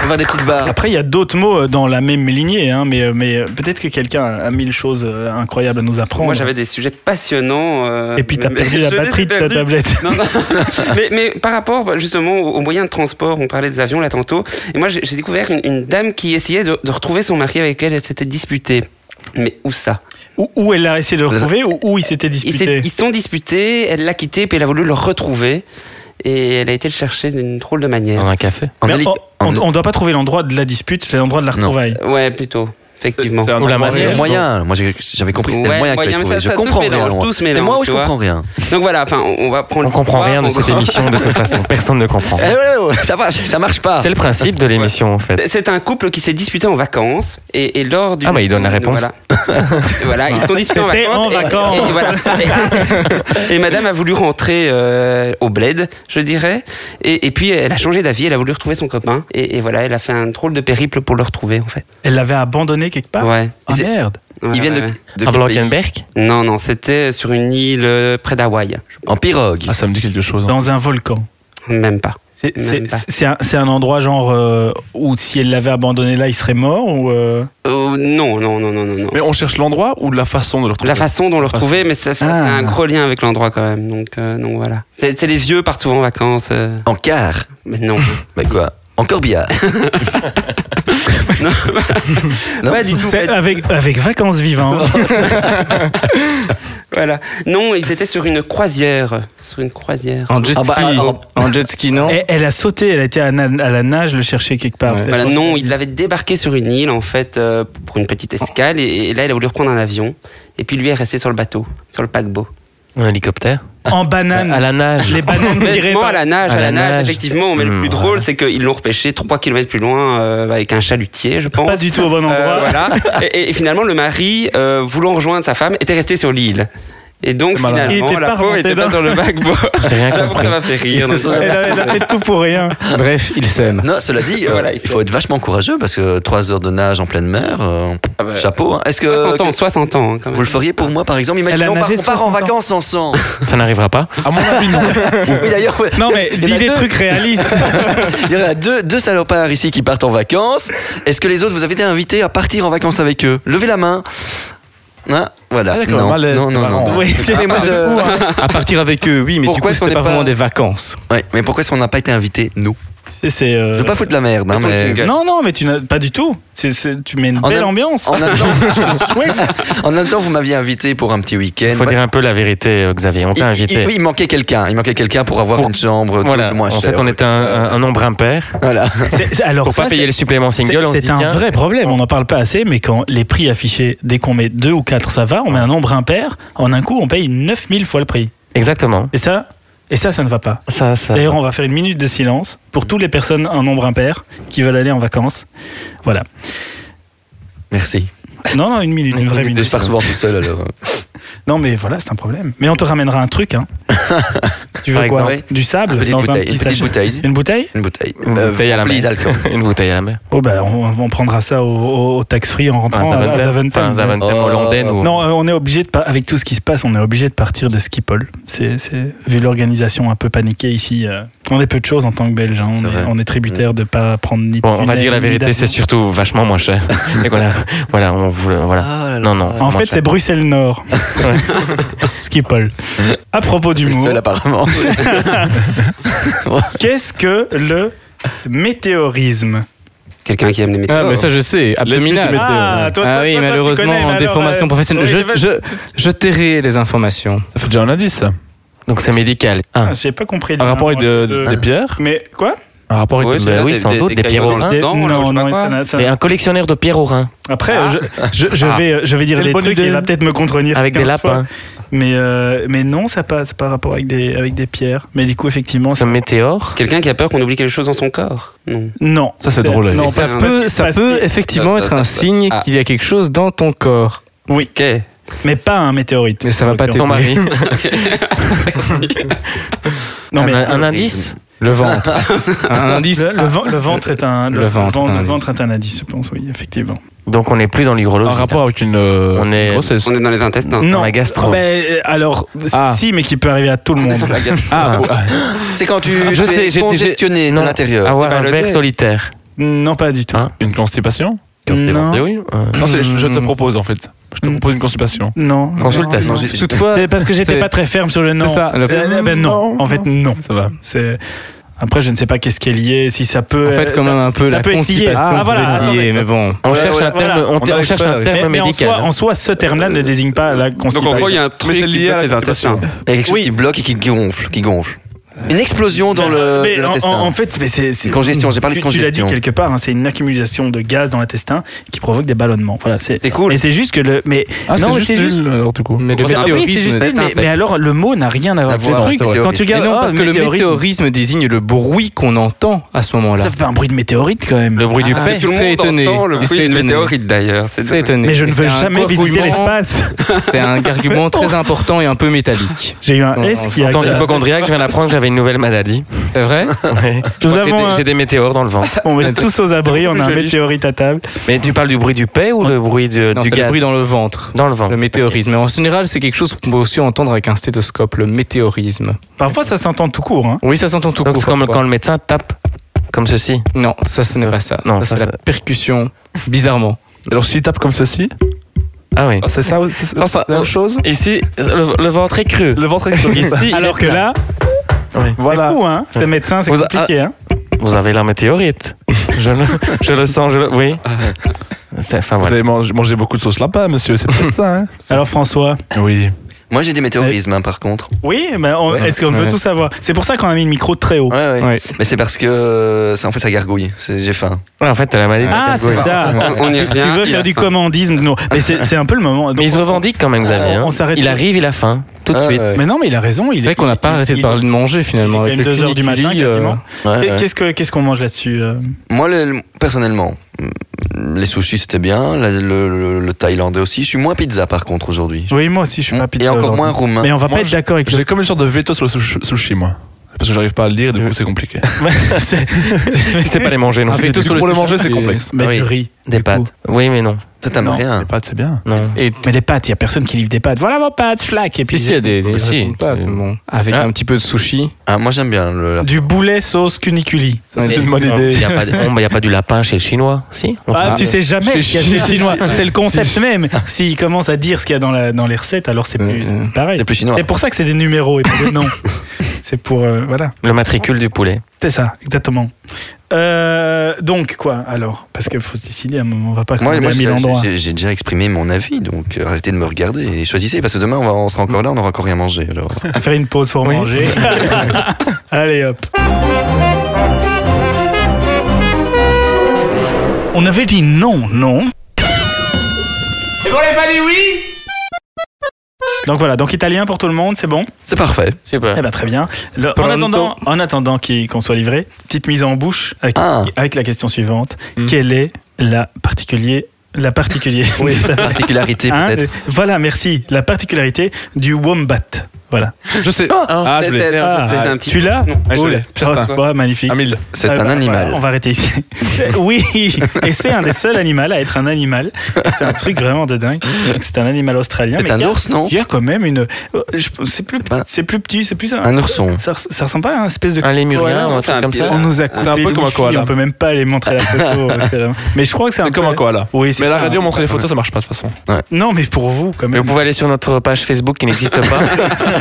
Speaker 3: On va des petites barres.
Speaker 1: Après, il y a d'autres mots euh, dans la même lignée, hein, mais, euh, mais euh, peut-être que quelqu'un a a mille choses euh, incroyables à nous apprendre.
Speaker 2: Moi, j'avais des sujets passionnants. euh,
Speaker 1: Et puis, t'as
Speaker 2: mais-
Speaker 1: perdu
Speaker 2: mais
Speaker 1: la
Speaker 2: je les ai
Speaker 1: batterie de ta
Speaker 2: perdus.
Speaker 1: tablette.
Speaker 2: Non, non. mais, mais par rapport bah, justement aux, aux moyens de transport, on parlait des avions là tantôt, et moi j'ai j'ai découvert une, une dame qui essayait de, de retrouver son mari avec lequel elle s'était disputée. Mais où ça
Speaker 1: Où, où elle a essayé de le retrouver ou où ils s'étaient
Speaker 2: ils, s'est-
Speaker 1: disputés
Speaker 2: ils se sont disputés, elle l'a quitté, puis elle a voulu le retrouver, et elle a été le chercher d'une drôle de manière.
Speaker 4: Dans un café.
Speaker 3: En
Speaker 1: Mais
Speaker 3: hélic-
Speaker 1: on-
Speaker 3: en-
Speaker 1: on, on doit pas trouver l'endroit de la dispute, c'est l'endroit de la
Speaker 3: Non.
Speaker 1: retrouvaille.
Speaker 2: Ah Ouais, plutôt, effectivement.
Speaker 5: C'est un
Speaker 4: Ou la
Speaker 5: endroit
Speaker 4: masière.
Speaker 5: réel.
Speaker 3: moyen. Moi, j'ai- j'avais compris que c'était
Speaker 2: Ouais,
Speaker 3: le moyen que
Speaker 2: moyen, mais
Speaker 3: fallait trouver.
Speaker 2: ça-
Speaker 3: Je
Speaker 2: ça tout
Speaker 3: comprends
Speaker 2: mélange,
Speaker 3: rien.
Speaker 2: tout
Speaker 3: moi.
Speaker 2: se mélange,
Speaker 3: C'est moi où
Speaker 2: tu
Speaker 3: je
Speaker 2: vois.
Speaker 3: comprends rien.
Speaker 2: Donc voilà, enfin, on on va prendre.
Speaker 4: On comprend
Speaker 2: froid,
Speaker 4: rien de
Speaker 2: on-
Speaker 4: cette émission de toute façon. Personne ne comprend.
Speaker 3: Eh, ouais, ouais, Ça marche, ça marche pas.
Speaker 4: C'est le principe de l'émission en fait.
Speaker 2: C'est- C'est un couple qui s'est disputé en vacances et, et lors du.
Speaker 4: Ah, bah, il donne la réponse.
Speaker 2: Voilà, Voilà, ils se sont disputés en
Speaker 1: C'était
Speaker 2: vacances.
Speaker 1: en
Speaker 2: et-
Speaker 1: vacances.
Speaker 2: Et, et voilà. Et- et madame a voulu rentrer euh, au bled, je dirais. Et, et puis elle a changé d'avis, elle a voulu retrouver son copain. Et, et voilà, elle a fait un drôle de périple pour le retrouver en fait.
Speaker 1: Elle l'avait abandonné abandonnés quelque part
Speaker 2: Ouais.
Speaker 1: Ah
Speaker 3: Ils-
Speaker 1: merde
Speaker 2: Ouais,
Speaker 3: Ils viennent de,
Speaker 2: ouais.
Speaker 3: de
Speaker 4: À
Speaker 3: quel pays
Speaker 4: Blankenberg
Speaker 2: Non, non, c'était sur une île euh, près d'Hawaï.
Speaker 3: En pirogue.
Speaker 5: Ah, ça me dit quelque chose. hein.
Speaker 1: Dans un volcan.
Speaker 2: Même pas.
Speaker 1: C'est
Speaker 2: Même
Speaker 1: c'est-
Speaker 2: pas.
Speaker 1: c'est un, c'est un endroit genre euh, où si elle l'avait abandonné là, il serait mort ou euh,
Speaker 2: Euh, non, non, non, non, non. non.
Speaker 5: Mais on cherche l'endroit ou la façon de le retrouver
Speaker 2: La façon dont le retrouver, mais ça, ça
Speaker 1: Ah.
Speaker 2: a un gros lien avec l'endroit quand même. Donc, euh, donc voilà. C'est c'est les vieux partent souvent en vacances. euh,
Speaker 3: En car.
Speaker 2: mais non.
Speaker 3: Bah quoi En corbillard.
Speaker 2: Non.
Speaker 3: Non
Speaker 2: Pas du tout.
Speaker 1: C'est avec avec vacances vivantes.
Speaker 2: Voilà. Non, ils étaient sur une croisière. Sur une croisière.
Speaker 6: En jet ski,
Speaker 3: Ah bah, alors-
Speaker 6: en jet ski non.
Speaker 1: Et elle a sauté, elle a été à, na- à la nage le chercher quelque part.
Speaker 6: Ouais.
Speaker 1: C'est-
Speaker 2: Voilà, non, il l'avait débarqué sur une île en fait euh, pour une petite escale et, et là il a voulu reprendre un avion et puis lui est resté sur le bateau, sur le paquebot.
Speaker 4: Un hélicoptère
Speaker 1: En banane.
Speaker 4: À la nage.
Speaker 1: Les bananes tirées
Speaker 2: Bêtement,
Speaker 1: par-
Speaker 2: à la nage,
Speaker 4: à
Speaker 2: à,
Speaker 4: la
Speaker 2: la nage,
Speaker 4: nage.
Speaker 2: effectivement. Mais
Speaker 4: Hmm,
Speaker 2: le plus drôle, c'est qu'ils l'ont repêché 3 km plus loin euh, avec un chalutier, je pense.
Speaker 1: Pas du tout au bon endroit.
Speaker 2: Euh, voilà. et, et- et finalement, le mari, euh, voulant rejoindre sa femme, était resté sur l'île. Et donc,
Speaker 1: malin. Il
Speaker 2: finalement,
Speaker 1: était pas
Speaker 2: la pauvre
Speaker 1: remonté
Speaker 2: était pas
Speaker 1: d'un-
Speaker 2: sur le paquebot.
Speaker 4: J'ai rien
Speaker 2: J'avoue que
Speaker 4: compris.
Speaker 2: ça m'a fait rire.
Speaker 3: Ils sont
Speaker 1: Elle a, elle a fait tout pour rien.
Speaker 6: Bref, ils s'aiment.
Speaker 3: Non, cela dit, euh,
Speaker 2: Voilà,
Speaker 3: il faut être vachement courageux parce que 3 heures de nage en pleine mer, euh,
Speaker 2: Ah bah,
Speaker 3: chapeau. hein. Est-ce que
Speaker 2: 60 ans, 60 ans, hein, quand
Speaker 3: vous
Speaker 2: même.
Speaker 3: le feriez pour moi par exemple Imaginons, on
Speaker 1: Elle a
Speaker 3: part,
Speaker 1: nagé
Speaker 3: on part en
Speaker 1: 60 ans.
Speaker 3: vacances ensemble.
Speaker 4: Ça n'arrivera pas.
Speaker 5: À mon avis, non.
Speaker 3: oui, d'ailleurs, ouais.
Speaker 1: Non mais
Speaker 3: y en
Speaker 1: dis
Speaker 3: a
Speaker 1: des
Speaker 3: deux.
Speaker 1: trucs réalistes.
Speaker 3: il y en a deux, deux salopards ici qui partent en vacances. Est-ce que les autres vous avez été invités à partir en vacances avec eux Levez la main. Ah, voilà.
Speaker 5: Ah, d'accord,
Speaker 3: non,
Speaker 5: malaise,
Speaker 3: non, non,
Speaker 5: c'est marrant.
Speaker 3: non.
Speaker 1: Oui, c'est-
Speaker 3: Mais moi, je-
Speaker 1: Ou, hein.
Speaker 6: À partir avec eux, oui, mais
Speaker 3: Pourquoi
Speaker 6: du
Speaker 3: est-ce
Speaker 6: coup,
Speaker 3: qu'on
Speaker 6: c'était
Speaker 3: n'est
Speaker 6: pas,
Speaker 3: pas-
Speaker 6: vraiment des vacances.
Speaker 3: Ouais, mais pourquoi est-ce qu'on n'a pas été invités Nous.
Speaker 1: Tu sais, c'est, euh,
Speaker 3: Je veux pas foutre la merde, hein,
Speaker 2: Mettons le
Speaker 3: mais.
Speaker 2: jingle.
Speaker 1: Non non mais tu n'as pas du tout. C'est- c'est- tu mets une
Speaker 3: En
Speaker 1: belle
Speaker 3: am-
Speaker 1: ambiance.
Speaker 3: En même, temps, en même temps, vous m'aviez invité pour un petit week-end.
Speaker 4: Faut dire un peu la vérité, euh, Xavier. On
Speaker 3: Il-
Speaker 4: t'a
Speaker 3: il-
Speaker 4: invité.
Speaker 3: oui, il manquait quelqu'un. Il manquait quelqu'un pour avoir
Speaker 4: Pour-
Speaker 3: une chambre
Speaker 4: Voilà.
Speaker 3: voilà. moins
Speaker 4: En
Speaker 3: chère.
Speaker 4: fait, on était un, un- un nombre impair.
Speaker 3: Voilà.
Speaker 1: C'est- c'est- alors
Speaker 4: Pour
Speaker 1: ça,
Speaker 4: pas
Speaker 1: c'est-
Speaker 4: payer le supplément single, on se
Speaker 1: C'est
Speaker 4: dit
Speaker 1: c'est un
Speaker 4: tiens,
Speaker 1: vrai problème, on n'en parle pas assez, mais quand les prix affichés, dès qu'on met deux ou quatre, ça va, on met un nombre impair, en un coup, on paye 9000 fois le prix.
Speaker 4: Exactement.
Speaker 1: Et ça, et ça, ça ne va pas.
Speaker 4: Ça, ça.
Speaker 1: D'ailleurs, on va faire une minute de silence pour toutes les personnes, un nombre impair, qui veulent aller en vacances. Voilà.
Speaker 3: Merci.
Speaker 1: Non, non, une minute, une vraie
Speaker 3: Je
Speaker 1: minute.
Speaker 3: pars souvent tout seul alors.
Speaker 1: Non, mais voilà, c'est un problème. Mais on te ramènera un truc. Hein. tu veux
Speaker 4: Par
Speaker 1: quoi
Speaker 3: exemple
Speaker 1: Du sable
Speaker 3: Une petite
Speaker 1: dans un
Speaker 3: bouteille.
Speaker 1: petit
Speaker 3: une petite
Speaker 1: sachet
Speaker 3: bouteille.
Speaker 1: Une bouteille
Speaker 3: Une bouteille. Euh,
Speaker 4: Une bouteille à la
Speaker 3: remplie
Speaker 4: mer.
Speaker 3: d'alcool.
Speaker 4: Une bouteille à la mer.
Speaker 1: Oh, bah, on, on prendra ça au, au- au tax-free en
Speaker 4: Enfin,
Speaker 1: rentrant à- à
Speaker 4: Zaventem.
Speaker 1: Ah, Zaventem.
Speaker 4: Enfin, Zaventem
Speaker 3: Oh.
Speaker 4: hollandais, nous.
Speaker 1: Non, euh, on est obligé de pas avec tout ce qui se passe, on est obligé de partir de Schiphol. C'est c'est- vu l'organisation un peu paniquée ici. euh, on est peu de choses en tant que Belges. hein. On,
Speaker 3: C'est
Speaker 1: est,
Speaker 3: vrai.
Speaker 1: on est tributaire de pas prendre ni.
Speaker 4: Bon, on va
Speaker 1: ni-
Speaker 4: dire la
Speaker 1: ni
Speaker 4: vérité,
Speaker 1: d'avion.
Speaker 4: c'est surtout vachement moins cher. Et voilà, voilà, on voulait, voilà.
Speaker 3: Ah là là.
Speaker 4: Non, non.
Speaker 1: En
Speaker 4: moins
Speaker 1: fait,
Speaker 4: cher.
Speaker 1: c'est Bruxelles Nord. Schiphol. À propos
Speaker 3: Je suis
Speaker 1: d'humour,
Speaker 3: Seul apparemment.
Speaker 1: qu'est-ce que le météorisme
Speaker 2: Quelqu'un qui aime les météores.
Speaker 6: Ah, mais ça, je sais, abdominal.
Speaker 1: Ah, toi, toi,
Speaker 6: Ah oui,
Speaker 1: toi, toi, tu
Speaker 6: malheureusement,
Speaker 1: connais, mais
Speaker 6: en
Speaker 1: alors,
Speaker 6: déformation
Speaker 1: euh,
Speaker 6: professionnelle.
Speaker 1: oui,
Speaker 6: Je,
Speaker 1: vas-y.
Speaker 6: je, je tairai les informations.
Speaker 5: Ça fait déjà un indice, ça.
Speaker 4: Donc c'est médical. Ah,
Speaker 1: Ah, J'ai pas compris. le
Speaker 5: Un rapport avec
Speaker 1: lien
Speaker 5: de-
Speaker 1: entre les deux.
Speaker 5: des pierres
Speaker 1: Mais quoi
Speaker 5: Un rapport avec
Speaker 2: Ouais,
Speaker 5: des-
Speaker 2: c'est
Speaker 4: bah
Speaker 2: ça,
Speaker 4: oui,
Speaker 2: des-
Speaker 4: sans
Speaker 2: des-
Speaker 4: doute, des
Speaker 2: cailloux
Speaker 4: pierrots.
Speaker 2: dans le
Speaker 1: Des-
Speaker 2: dents, là,
Speaker 1: Non,
Speaker 2: je sais
Speaker 1: non,
Speaker 2: pas
Speaker 1: ça
Speaker 2: quoi.
Speaker 1: n'a- ça n'a-
Speaker 4: mais un collectionneur de pierres au rein
Speaker 1: Après, je, je, je vais, euh, je vais dire
Speaker 5: Quelle
Speaker 1: des
Speaker 5: bonne
Speaker 1: trucs et
Speaker 5: idée.
Speaker 1: il va peut-être me contredire.
Speaker 4: avec des
Speaker 1: 15 fois.
Speaker 4: lapins.
Speaker 1: Mais, euh, mais non, ça passe par rapport avec des, avec des pierres. Mais du coup, effectivement,
Speaker 4: C'est
Speaker 1: ça...
Speaker 4: un météore.
Speaker 2: Quelqu'un qui a peur qu'on oublie quelque chose dans son corps. Non.
Speaker 1: non.
Speaker 5: Ça, c'est drôle,
Speaker 1: Non,
Speaker 5: oui.
Speaker 1: parce
Speaker 2: Ça
Speaker 1: que-
Speaker 6: Peut- ça
Speaker 1: parce
Speaker 6: peut
Speaker 1: que-
Speaker 6: effectivement
Speaker 2: ça, ça,
Speaker 6: être un
Speaker 2: ça.
Speaker 6: signe
Speaker 2: Ah.
Speaker 6: qu'il y a quelque chose dans ton corps.
Speaker 1: Oui,
Speaker 2: Ok.
Speaker 1: mais pas un météorite. euh,
Speaker 6: Mais ça va pas
Speaker 1: Non,
Speaker 6: t'aider.
Speaker 4: Ton mari.
Speaker 1: Non, mais
Speaker 4: un, un indice.
Speaker 6: Le ventre. un indice.
Speaker 1: le, le ven- le ventre est un le,
Speaker 6: Le ventre,
Speaker 1: ven-
Speaker 6: un
Speaker 1: le
Speaker 6: indice.
Speaker 1: ventre est un indice, je pense. Oui, effectivement.
Speaker 4: Donc on n'est plus dans
Speaker 5: Un
Speaker 4: l'urologie.
Speaker 5: rapport avec une euh,
Speaker 4: On est-
Speaker 5: grossesse.
Speaker 2: On est dans les intestins.
Speaker 1: non,
Speaker 4: la gastro.
Speaker 1: Ben, alors,
Speaker 6: Ah.
Speaker 1: si, mais qui peut arriver à tout le monde.
Speaker 4: Ah,
Speaker 3: C'est quand tu
Speaker 4: Je
Speaker 3: tu
Speaker 4: sais,
Speaker 3: es
Speaker 4: j'étais-
Speaker 3: Ah, congestionné
Speaker 4: non.
Speaker 3: de l'intérieur.
Speaker 1: Eh
Speaker 4: avoir
Speaker 1: ben,
Speaker 2: pas
Speaker 4: un
Speaker 2: le
Speaker 4: verre
Speaker 2: nez.
Speaker 4: solitaire.
Speaker 1: non, pas du tout.
Speaker 4: Hein
Speaker 5: Une constipation
Speaker 1: non,
Speaker 4: Oui. euh,
Speaker 5: Non, c'est- je je te
Speaker 6: Hmm.
Speaker 5: propose en fait. Je te
Speaker 1: Hmm.
Speaker 5: propose une constipation.
Speaker 1: non.
Speaker 4: Consultation.
Speaker 1: non, non.
Speaker 3: J'ai-
Speaker 6: Toutefois,
Speaker 1: C'est parce que j'étais
Speaker 6: C'est-
Speaker 1: pas très ferme sur le non.
Speaker 6: c'est ça, le-
Speaker 1: Euh, ben, non.
Speaker 5: Non,
Speaker 1: En fait, non.
Speaker 5: Ça va.
Speaker 1: C'est après, je ne sais pas qu'est-ce qui est lié. Si ça peut.
Speaker 6: en fait,
Speaker 1: euh,
Speaker 6: quand même un peu
Speaker 1: ça
Speaker 6: la
Speaker 1: peut être lié.
Speaker 6: constipation.
Speaker 1: Ah,
Speaker 6: peut
Speaker 1: voilà,
Speaker 6: être liée,
Speaker 1: attendez.
Speaker 6: mais bon.
Speaker 4: On cherche
Speaker 1: voilà,
Speaker 4: un terme,
Speaker 1: voilà.
Speaker 4: on, t-
Speaker 5: On
Speaker 4: on cherche
Speaker 5: arrive pas
Speaker 4: un
Speaker 5: avec-
Speaker 4: terme
Speaker 1: Mais, mais en,
Speaker 4: médical.
Speaker 1: soi, en soi, ce terme-là ne désigne pas la
Speaker 2: Donc en gros, il y
Speaker 1: constipation.
Speaker 2: a un truc
Speaker 5: c'est
Speaker 2: qui
Speaker 5: lié à
Speaker 2: bloque
Speaker 5: la
Speaker 2: les intestins.
Speaker 3: Il y a quelque chose qui bloque et qui gonfle, qui gonfle. Une explosion dans le
Speaker 1: Euh, ben, Mais
Speaker 3: de
Speaker 1: en,
Speaker 3: l'intestin.
Speaker 1: en- en fait, mais c'est c'est-
Speaker 3: Congestion, j'ai parlé
Speaker 1: tu,
Speaker 3: de
Speaker 1: tu l'as dit
Speaker 3: congestion.
Speaker 1: quelque part, hein, c'est une accumulation de gaz dans l'intestin qui provoque des ballonnements. Voilà, c'est.
Speaker 2: C'est cool.
Speaker 1: Mais c'est juste que le. Mais
Speaker 5: Ah,
Speaker 1: non,
Speaker 5: c'est
Speaker 1: mais
Speaker 5: juste, nul, alors du coup.
Speaker 6: Mais le
Speaker 2: Ah oui, c'est
Speaker 6: météorisme,
Speaker 2: juste
Speaker 6: mais
Speaker 2: une-
Speaker 1: Mais, mais alors, le mot n'a rien à voir avec le
Speaker 3: D'avoir,
Speaker 1: truc.
Speaker 3: c'est vrai,
Speaker 1: Quand
Speaker 3: ok.
Speaker 1: tu regardes,
Speaker 6: non,
Speaker 1: oh,
Speaker 6: parce que le
Speaker 1: météorite,
Speaker 6: météorisme désigne le bruit qu'on entend à ce moment-là.
Speaker 1: ça fait pas un bruit de météorite quand même.
Speaker 4: Le bruit du
Speaker 2: Ah,
Speaker 4: fait.
Speaker 2: tout le
Speaker 6: serais
Speaker 2: monde
Speaker 6: étonné.
Speaker 2: entend le
Speaker 6: Je serais
Speaker 2: bruit d'une
Speaker 6: étonné.
Speaker 2: météorite d'ailleurs. C'est
Speaker 6: C'est étonné.
Speaker 1: Mais je ne veux
Speaker 6: C'est un
Speaker 1: jamais visiter
Speaker 6: argument-
Speaker 1: l'espace.
Speaker 6: C'est un argument très important et un peu métallique.
Speaker 1: J'ai eu un
Speaker 6: Non,
Speaker 1: S
Speaker 6: non,
Speaker 1: qui a. ah,
Speaker 4: En tant qu'hypochondriaque, je viens d'apprendre que j'avais j'avais une nouvelle maladie.
Speaker 6: C'est vrai
Speaker 1: Nous
Speaker 4: Ouais. Moi, j'ai
Speaker 1: avons
Speaker 4: des-
Speaker 1: un-
Speaker 4: J'ai des météores dans le ventre.
Speaker 1: On est tous aux abris, on a un
Speaker 4: Joli.
Speaker 1: météorite à table.
Speaker 4: Mais tu parles du bruit du paix ou le bruit de-
Speaker 6: Non,
Speaker 4: du
Speaker 6: c'est
Speaker 4: gaz
Speaker 6: le bruit dans le ventre.
Speaker 4: Dans le ventre.
Speaker 6: Le météorisme. Mais en général, c'est quelque chose qu'on peut aussi entendre avec un stéthoscope, le météorisme.
Speaker 1: Parfois, ça s'entend tout court. hein.
Speaker 6: Oui, ça s'entend tout
Speaker 4: Donc
Speaker 6: court,
Speaker 4: c'est comme
Speaker 6: quoi.
Speaker 4: quand le médecin tape comme ceci.
Speaker 6: Non, ça, ce n'est pas ça.
Speaker 4: Non,
Speaker 6: Non, ça,
Speaker 4: ça,
Speaker 6: c'est la
Speaker 4: ça-
Speaker 6: percussion, bizarrement.
Speaker 5: Alors s'il tape comme ceci,
Speaker 4: Ah oui.
Speaker 5: ah, c'est ça, c'est
Speaker 4: Ça, ça-
Speaker 5: la même chose
Speaker 4: Ici, le, le ventre est cru.
Speaker 5: Le ventre est
Speaker 4: Ici, il
Speaker 1: Alors
Speaker 4: est
Speaker 1: que là,
Speaker 4: Oui.
Speaker 1: c'est
Speaker 5: Voilà.
Speaker 1: fou, hein. Ces médecins, c'est
Speaker 4: Vous a-
Speaker 1: compliqué, hein.
Speaker 4: Vous avez la météorite. je, le, je le sens, je le. Oui. C'est- Enfin
Speaker 5: Vous
Speaker 4: voilà.
Speaker 5: avez mangé, mangé beaucoup de sauce lapin, monsieur, c'est peut-être ça, hein
Speaker 1: Alors, François.
Speaker 5: Oui.
Speaker 3: Moi, j'ai des
Speaker 1: Eh.
Speaker 3: météorismes, hein, par contre.
Speaker 1: Oui, mais on-
Speaker 3: Ouais.
Speaker 1: est-ce qu'on
Speaker 6: Ouais.
Speaker 1: veut tout savoir C'est pour ça qu'on a mis le micro très haut.
Speaker 3: Ouais, ouais.
Speaker 6: Ouais.
Speaker 3: Mais c'est parce que, euh, ça, en fait, ça gargouille. C'est- J'ai faim.
Speaker 4: Ouais, en fait, t'as la maladie. de la
Speaker 1: Ah, c'est
Speaker 4: gargouille.
Speaker 1: ça.
Speaker 2: On y
Speaker 1: Tu
Speaker 2: revient.
Speaker 1: veux
Speaker 2: il
Speaker 1: faire
Speaker 2: a
Speaker 1: du
Speaker 2: faim.
Speaker 1: commandisme Non, mais c'est c'est un peu le moment.
Speaker 4: Mais
Speaker 1: Donc,
Speaker 4: ils se revendiquent quand même, Xavier. hein.
Speaker 1: on s'arrête
Speaker 4: Il
Speaker 1: là.
Speaker 4: arrive, il a faim. Tout de
Speaker 3: Ah,
Speaker 4: suite.
Speaker 3: ouais.
Speaker 1: Mais non, mais il a raison. Il
Speaker 6: C'est vrai qu'on n'a pas
Speaker 1: il-
Speaker 6: arrêté de
Speaker 1: il-
Speaker 6: parler de manger, finalement.
Speaker 1: il est
Speaker 6: avec
Speaker 1: quand même
Speaker 6: le
Speaker 1: 2 heures du
Speaker 6: funiculi,
Speaker 1: matin,
Speaker 6: euh,
Speaker 1: quasiment.
Speaker 3: Ouais,
Speaker 1: Qu'est-
Speaker 3: ouais.
Speaker 1: Qu'est-ce que- qu'est-ce qu'on mange là-dessus euh
Speaker 3: Moi, le- personnellement, mm, les sushis, c'était bien. La- le, le- le thaïlandais aussi. Je suis moins pizza, par contre, aujourd'hui.
Speaker 1: Oui, moi aussi, je suis pas
Speaker 3: Et
Speaker 1: pizza
Speaker 3: encore
Speaker 1: aujourd'hui.
Speaker 3: moins hein. roumain.
Speaker 1: Mais on va
Speaker 5: Moi,
Speaker 1: pas être
Speaker 5: je-
Speaker 1: d'accord avec le.
Speaker 5: J'ai comme une sorte de veto sur le sushi, sushi, moi. Parce que j'arrive pas à le lire, du coup c'est compliqué.
Speaker 1: C'est-
Speaker 4: Tu sais pas les manger,
Speaker 1: Ah,
Speaker 4: non.
Speaker 6: Un veto sur le
Speaker 5: pour le
Speaker 6: sushi,
Speaker 5: manger, c'est
Speaker 6: c'est-
Speaker 5: complexe.
Speaker 1: Mais
Speaker 3: Oui.
Speaker 1: du riz.
Speaker 4: Des
Speaker 1: du coup.
Speaker 4: pâtes. Oui, mais non.
Speaker 3: Toi, t'aimes
Speaker 1: Non.
Speaker 3: rien.
Speaker 5: Les pâtes, c'est bien.
Speaker 4: Non.
Speaker 6: Et
Speaker 1: Mais les pâtes, il y a personne qui livre des pâtes. Voilà vos pâtes, flac. Et puis
Speaker 6: puis, il y a des. des
Speaker 4: Aussi.
Speaker 6: raisons de pas, mais bon. Avec
Speaker 4: Ah.
Speaker 6: un petit peu de sushi.
Speaker 3: Ah, moi, j'aime bien le, la-
Speaker 1: du boulet sauce cuniculi.
Speaker 6: C'est
Speaker 5: une bonne
Speaker 4: Il
Speaker 5: idée.
Speaker 4: n'y a, pas de- bon, bah, y a pas du lapin chez le chinois, si on
Speaker 1: Ah,
Speaker 4: trouve-
Speaker 1: tu sais jamais ce qu'il y a chez les chinois. C'est le concept même. S'ils commencent à dire ce qu'il y a dans, la, dans les recettes, alors c'est plus,
Speaker 6: Euh,
Speaker 1: c'est plus pareil.
Speaker 3: C'est plus chinois.
Speaker 1: C'est pour ça que c'est des numéros et pas des noms. C'est pour. euh, voilà.
Speaker 4: Le matricule du poulet.
Speaker 1: C'est ça, exactement. Euh, donc, quoi, alors Parce qu'il faut se décider à un moment. On va pas
Speaker 3: Moi,
Speaker 1: commander
Speaker 3: moi
Speaker 1: à mille endroits.
Speaker 3: j'ai- j'ai j'ai déjà exprimé mon avis, donc euh, arrêtez de me regarder et choisissez, parce que demain on, va, on sera encore là, on n'aura encore rien mangé. Alors.
Speaker 1: On va faire une pause pour manger. Allez, hop. On avait dit non, non. Donc voilà, donc italien pour tout le monde, c'est bon
Speaker 3: C'est parfait.
Speaker 4: Super.
Speaker 1: Eh ben très bien. Le- en
Speaker 6: Pronto.
Speaker 1: attendant, en attendant qu'il- qu'on soit livré, petite mise en bouche avec,
Speaker 3: Ah.
Speaker 1: avec la question suivante.
Speaker 6: Hmm.
Speaker 1: Quelle est la particulier la particulier
Speaker 3: Particularité
Speaker 1: Hein,
Speaker 3: peut-être.
Speaker 1: euh, Voilà, merci. La particularité du wombat. Voilà.
Speaker 5: Je sais.
Speaker 4: Oh,
Speaker 2: Ah,
Speaker 5: je
Speaker 2: c'est-
Speaker 5: l'ai.
Speaker 2: c'est-
Speaker 1: Ah,
Speaker 2: c'est un
Speaker 1: ah,
Speaker 2: petit-
Speaker 1: tu l'as
Speaker 2: Non.
Speaker 5: Ouais, je
Speaker 1: Oh
Speaker 5: l'ai.
Speaker 1: là,
Speaker 5: Certain.
Speaker 1: oh, ouais, magnifique.
Speaker 5: Amile.
Speaker 3: C'est
Speaker 1: Euh,
Speaker 3: un
Speaker 1: bah,
Speaker 3: animal.
Speaker 1: voilà, on va arrêter ici. oui, et c'est un des seuls animaux à être un animal. C'est un truc vraiment de dingue. Donc, C'est un animal australien.
Speaker 3: C'est
Speaker 1: mais
Speaker 3: un
Speaker 1: il y a-
Speaker 3: ours, non
Speaker 1: Il y a quand même une. euh, je- C'est plus,
Speaker 3: Pas-
Speaker 1: c'est plus petit, c'est plus un.
Speaker 3: Un hein. ourson.
Speaker 1: Ça, res- ça ressemble pas à un espèce de.
Speaker 4: Un lémurien
Speaker 2: Voilà,
Speaker 4: ou un
Speaker 2: enfin,
Speaker 4: truc
Speaker 2: un
Speaker 4: comme
Speaker 2: petit-
Speaker 4: ça
Speaker 1: On nous a
Speaker 3: Ah.
Speaker 1: coupé
Speaker 5: un peu
Speaker 1: le
Speaker 5: comme un
Speaker 1: wifi,
Speaker 5: koala.
Speaker 1: On peut même pas les montrer la photo. euh, c'est vraiment- mais je crois que c'est un
Speaker 5: C'est
Speaker 1: peu.
Speaker 5: comme un koala.
Speaker 1: Oui, c'est
Speaker 5: Mais la
Speaker 1: ça.
Speaker 5: radio, montrer les photos, ça marche pas de toute façon.
Speaker 1: Non, mais pour vous, quand
Speaker 4: Mais vous
Speaker 1: même.
Speaker 4: pouvez aller sur notre page Facebook qui n'existe pas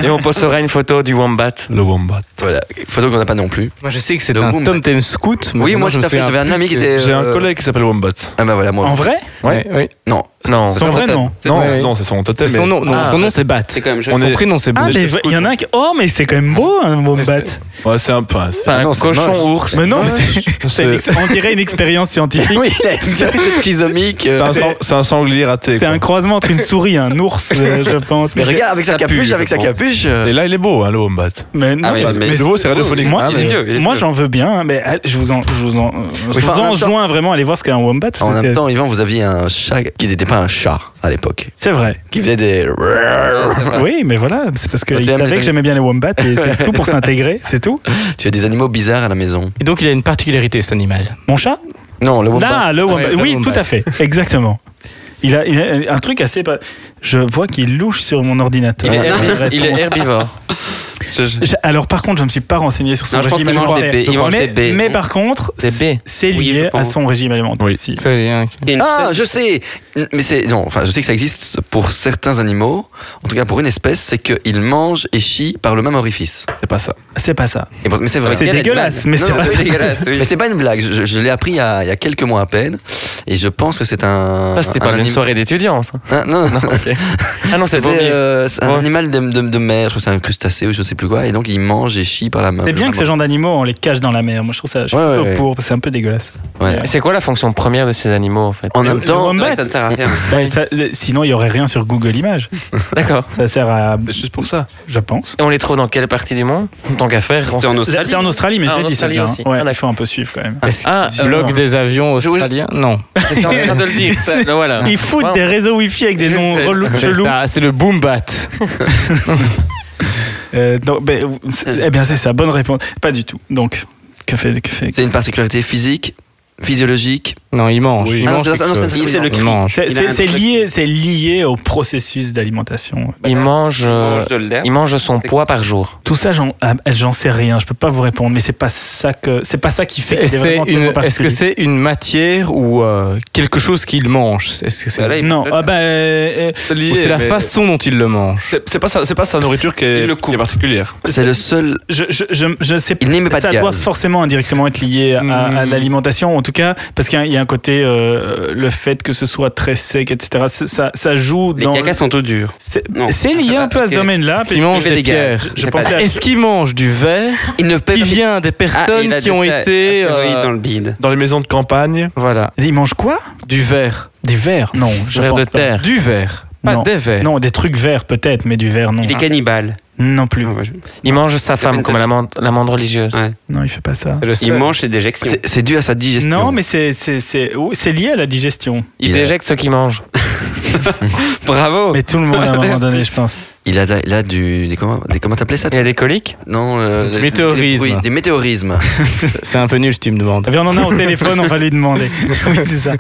Speaker 4: et on postera une photo du wombat.
Speaker 5: Le wombat.
Speaker 3: Voilà. Photo qu'on n'a pas non plus.
Speaker 6: Moi, je sais que c'est
Speaker 3: Le
Speaker 6: un
Speaker 3: boom.
Speaker 6: Tom Tem Scout. mais
Speaker 3: Oui,
Speaker 6: vraiment,
Speaker 3: moi
Speaker 6: je
Speaker 3: tout
Speaker 6: me
Speaker 3: à fait.
Speaker 6: souviens
Speaker 3: J'avais un
Speaker 6: plus
Speaker 3: ami qui
Speaker 6: que-
Speaker 3: était.
Speaker 5: J'ai un
Speaker 3: euh,
Speaker 5: collègue qui s'appelle Wombat.
Speaker 3: Ah bah voilà, moi.
Speaker 1: En vrai
Speaker 6: Ouais, ouais.
Speaker 3: Non.
Speaker 4: Non.
Speaker 3: Ça,
Speaker 1: Son
Speaker 3: ça
Speaker 1: vrai
Speaker 3: peut être-
Speaker 1: nom.
Speaker 5: Non,
Speaker 6: vrai.
Speaker 5: non, c'est son totem.
Speaker 6: Son
Speaker 5: mais
Speaker 6: nom, non,
Speaker 4: Ah,
Speaker 6: son nom, c'est Bat.
Speaker 2: C'est quand même
Speaker 5: On
Speaker 6: Son
Speaker 5: est-
Speaker 6: prénom, c'est
Speaker 1: Ah,
Speaker 6: Bat.
Speaker 1: mais il y en a un qui. Oh, mais c'est quand même beau, un wombat.
Speaker 5: Ouais, c'est un peu. un-
Speaker 4: C'est un
Speaker 3: Non, c'est moche.
Speaker 4: cochon ours.
Speaker 1: Mais non, mais c'est- c'est
Speaker 5: Euh.
Speaker 1: une ex- on dirait une expérience scientifique.
Speaker 3: Oui, il a une tête schizomique. euh,
Speaker 5: C'est un, sang- c'est un sanglier raté.
Speaker 1: C'est
Speaker 5: quoi.
Speaker 1: un croisement entre une souris et un ours, euh, je pense.
Speaker 3: Mais regarde, avec sa
Speaker 5: ça pue,
Speaker 3: capuche,
Speaker 5: je
Speaker 3: avec sa
Speaker 5: pense.
Speaker 3: capuche. euh,
Speaker 5: Et là, il est beau, hein, le Wombat.
Speaker 1: Mais non,
Speaker 2: Ah oui,
Speaker 1: mais-
Speaker 2: mais-
Speaker 1: mais-
Speaker 5: De nouveau, c'est radiophonique.
Speaker 1: moi,
Speaker 5: hein,
Speaker 2: il est
Speaker 5: mais-
Speaker 2: vieux, il est
Speaker 1: moi,
Speaker 2: vieux.
Speaker 1: j'en veux bien, hein, mais euh, je vous en, je vous en, euh, je vous
Speaker 3: enfin, en même
Speaker 1: enjoins vraiment à aller voir ce qu'est un wombat. parce
Speaker 3: En
Speaker 1: que
Speaker 3: même
Speaker 1: c'est-
Speaker 3: temps, Yvan, vous aviez un chat qui n'était pas un chat à l'époque,
Speaker 1: C'est vrai.
Speaker 3: qui faisait des.
Speaker 1: Oui, mais voilà, c'est parce
Speaker 3: Ah,
Speaker 1: qu'il
Speaker 3: tu aimes les
Speaker 1: savait que
Speaker 3: amis.
Speaker 1: j'aimais bien les wombats et c'est tout pour s'intégrer, c'est tout.
Speaker 3: Tu as des animaux bizarres à la maison.
Speaker 6: Et donc, il a une particularité, cet animal.
Speaker 1: Mon chat
Speaker 3: Non, le wombat.
Speaker 1: Ah, le wombat.
Speaker 6: Ouais, le
Speaker 1: oui,
Speaker 6: wombat.
Speaker 1: tout à fait, exactement. Il a, il a un truc assez. pas- Je vois qu'il louche sur mon ordinateur.
Speaker 4: Il est,
Speaker 1: Les
Speaker 4: herbi- il est
Speaker 1: réponses.
Speaker 4: herbivore.
Speaker 1: Je- Alors par contre, je ne me suis pas renseigné sur son
Speaker 2: Non, je pense
Speaker 1: régime
Speaker 2: qu'il mange
Speaker 1: alimentaire.
Speaker 2: des baies, il mange
Speaker 1: mais,
Speaker 2: des baies.
Speaker 1: mais par contre,
Speaker 4: Des baies.
Speaker 1: c'est
Speaker 2: Oui, je
Speaker 1: lié à
Speaker 2: pense.
Speaker 1: son régime alimentaire.
Speaker 5: Oui.
Speaker 1: Si.
Speaker 6: Ça, il y a un-
Speaker 2: Il y a une
Speaker 3: Ah,
Speaker 2: chaîne-
Speaker 3: je sais Mais c'est. Non, enfin, je sais que ça existe pour certains animaux, en tout cas pour une espèce, c'est qu'ils mangent et chient par le même orifice.
Speaker 5: C'est pas ça.
Speaker 1: C'est pas ça.
Speaker 3: Et pour- mais c'est vrai.
Speaker 1: C'est
Speaker 2: Quelle
Speaker 1: dégueulasse,
Speaker 2: blague.
Speaker 1: mais
Speaker 2: Non,
Speaker 1: c'est
Speaker 2: non,
Speaker 1: pas ça.
Speaker 2: dégueulasse, oui.
Speaker 3: Mais c'est pas une blague, je, je l'ai appris il y, a, il y a quelques mois à peine, et je pense que c'est un.
Speaker 4: Ça, c'était
Speaker 3: un
Speaker 4: pas une
Speaker 3: anim-
Speaker 4: soirée d'étudiants. ça.
Speaker 3: Ah, non, non,
Speaker 4: Ah non, c'est
Speaker 3: c'était,
Speaker 4: vomi.
Speaker 3: euh, c'est un
Speaker 4: Ouais.
Speaker 3: animal de, de- de mer, je crois que c'est un crustacé ou je ne sais plus quoi, et donc il mange et chie par la main.
Speaker 1: C'est bien que ces gens d'animaux, on les cache dans la mer. Moi, je trouve ça. Je suis
Speaker 3: Ouais,
Speaker 1: plutôt
Speaker 3: ouais, ouais.
Speaker 1: pour, parce que c'est un peu dégueulasse.
Speaker 3: Ouais.
Speaker 4: C'est quoi la fonction première de ces animaux en fait
Speaker 3: En
Speaker 1: Le-
Speaker 3: même
Speaker 1: le
Speaker 3: temps,
Speaker 2: C'est
Speaker 1: wombat,
Speaker 2: vrai que Ça ne sert à rien.
Speaker 1: ben, ça- le- sinon, il y aurait rien sur Google Images.
Speaker 4: D'accord.
Speaker 1: Ça sert à,
Speaker 5: C'est juste pour ça.
Speaker 1: je pense.
Speaker 4: Et on les trouve dans quelle partie du monde Tant qu'à faire. on-
Speaker 2: C'est en Australie.
Speaker 1: C'est en Australie, mais
Speaker 4: Ah,
Speaker 1: je
Speaker 4: en
Speaker 1: l'ai dit ça
Speaker 4: Australie
Speaker 1: déjà. hein.
Speaker 4: aussi.
Speaker 1: Ouais,
Speaker 4: Ah,
Speaker 1: il
Speaker 4: d'accord.
Speaker 1: faut un peu suivre quand même.
Speaker 4: Ah,
Speaker 6: Du log des avions
Speaker 4: Je-
Speaker 6: australiens Non.
Speaker 4: j'étais en train de le dire. ça, le voilà.
Speaker 1: Ils foutent des réseaux wifi avec des noms relous-
Speaker 6: C'est
Speaker 1: chelous.
Speaker 6: ça, c'est le Boom Bat.
Speaker 1: Euh, donc, ben, c'est- eh bien, c'est ça, bonne réponse. Pas du tout. Donc, que fait. Que fait
Speaker 3: C'est une particularité physique, physiologique.
Speaker 6: Non, il mange.
Speaker 3: Ah
Speaker 6: Il
Speaker 3: non,
Speaker 6: mange
Speaker 3: c'est-
Speaker 6: quelque
Speaker 3: ah non, c'est
Speaker 6: chose.
Speaker 3: un- c'est le
Speaker 6: Il
Speaker 3: cri.
Speaker 6: mange.
Speaker 1: c'est,
Speaker 2: Il a
Speaker 1: c'est-
Speaker 2: un
Speaker 1: c'est
Speaker 2: truc-
Speaker 1: lié, c'est lié au processus d'alimentation.
Speaker 4: Il mange, euh,
Speaker 2: mange de l'herbe.
Speaker 4: il mange son poids par jour.
Speaker 1: Tout ça, j'en, ah, j'en sais rien. Je peux pas vous répondre, mais c'est pas ça que c'est pas ça qui fait.
Speaker 6: Et
Speaker 1: qu'il est
Speaker 6: c'est
Speaker 1: vraiment
Speaker 6: une-
Speaker 1: tellement
Speaker 6: Est-ce que
Speaker 1: particulier.
Speaker 6: c'est une matière ou euh, quelque chose qu'il mange Est-ce que
Speaker 2: Bah là,
Speaker 6: c'est
Speaker 2: il-
Speaker 1: Non, ah bah, euh, euh,
Speaker 6: ou c'est la façon dont il le mange
Speaker 3: Ah,
Speaker 5: C'est c'est pas, sa- c'est pas sa nourriture qui
Speaker 2: Il le
Speaker 5: est,
Speaker 2: coupe.
Speaker 5: qui est particulière.
Speaker 3: C'est le seul.
Speaker 1: je, je, je, je sais
Speaker 3: Il n'aime pas de
Speaker 1: Ça
Speaker 3: gaz.
Speaker 1: doit forcément indirectement être lié à, à
Speaker 6: Mm.
Speaker 1: l'alimentation, en tout cas, parce qu'il y a- il y a un côté, euh, le fait que ce soit très sec, etc. c'est- Ça, ça joue
Speaker 2: Les
Speaker 1: dans.
Speaker 2: cacas sont au dur.
Speaker 1: C'est
Speaker 2: Non.
Speaker 1: c'est lié un peu à ce
Speaker 2: Ok.
Speaker 1: domaine-là.
Speaker 6: Il mange
Speaker 2: fait
Speaker 6: des
Speaker 2: des gages.
Speaker 6: pierres.
Speaker 1: Je
Speaker 2: C'est
Speaker 1: pensais
Speaker 2: pas-
Speaker 1: à-
Speaker 6: Est-ce qu'il mange du verre
Speaker 3: Il ne paie
Speaker 6: qui vient des
Speaker 2: Ah, il
Speaker 6: personnes
Speaker 2: a
Speaker 6: qui ont
Speaker 2: des-
Speaker 6: été
Speaker 2: un stéroïde
Speaker 6: euh,
Speaker 2: dans le bide.
Speaker 5: Dans les maisons de campagne,
Speaker 6: voilà
Speaker 1: Il mange quoi
Speaker 6: du verre
Speaker 1: Des vers Non, je
Speaker 4: Vers
Speaker 1: pense
Speaker 4: de
Speaker 1: pas.
Speaker 4: terre.
Speaker 6: du verre pas
Speaker 1: Non.
Speaker 6: des verres
Speaker 1: Non, des trucs verts peut-être, mais du verre non. Ah,
Speaker 2: Il est cannibale.
Speaker 1: Non plus.
Speaker 2: Ah, ouais.
Speaker 4: Il mange sa
Speaker 2: une
Speaker 4: femme comme
Speaker 2: tête.
Speaker 4: l'amende l'amende religieuse.
Speaker 2: Ouais.
Speaker 1: Non, il fait pas ça.
Speaker 6: C'est le
Speaker 2: Il
Speaker 6: seul.
Speaker 2: mange ses déjections.
Speaker 3: C'est c'est dû à sa digestion.
Speaker 1: Non, mais c'est c'est c'est oui, c'est lié à la digestion.
Speaker 4: Il,
Speaker 3: Il a-
Speaker 4: déjecte ce qu'il mange.
Speaker 2: Bravo.
Speaker 1: Mais tout le monde à un moment donné, je pense.
Speaker 3: Il a, il a du. Des, comment des- comment t'appelais ça
Speaker 4: Il a des coliques.
Speaker 3: Non. euh,
Speaker 6: Des
Speaker 3: des-
Speaker 6: météorismes.
Speaker 3: Oui, des météorismes.
Speaker 6: c'est un peu nul ce tu me demandes
Speaker 1: Viens, Eh on en a au téléphone, on va lui demander. Oui, c'est ça.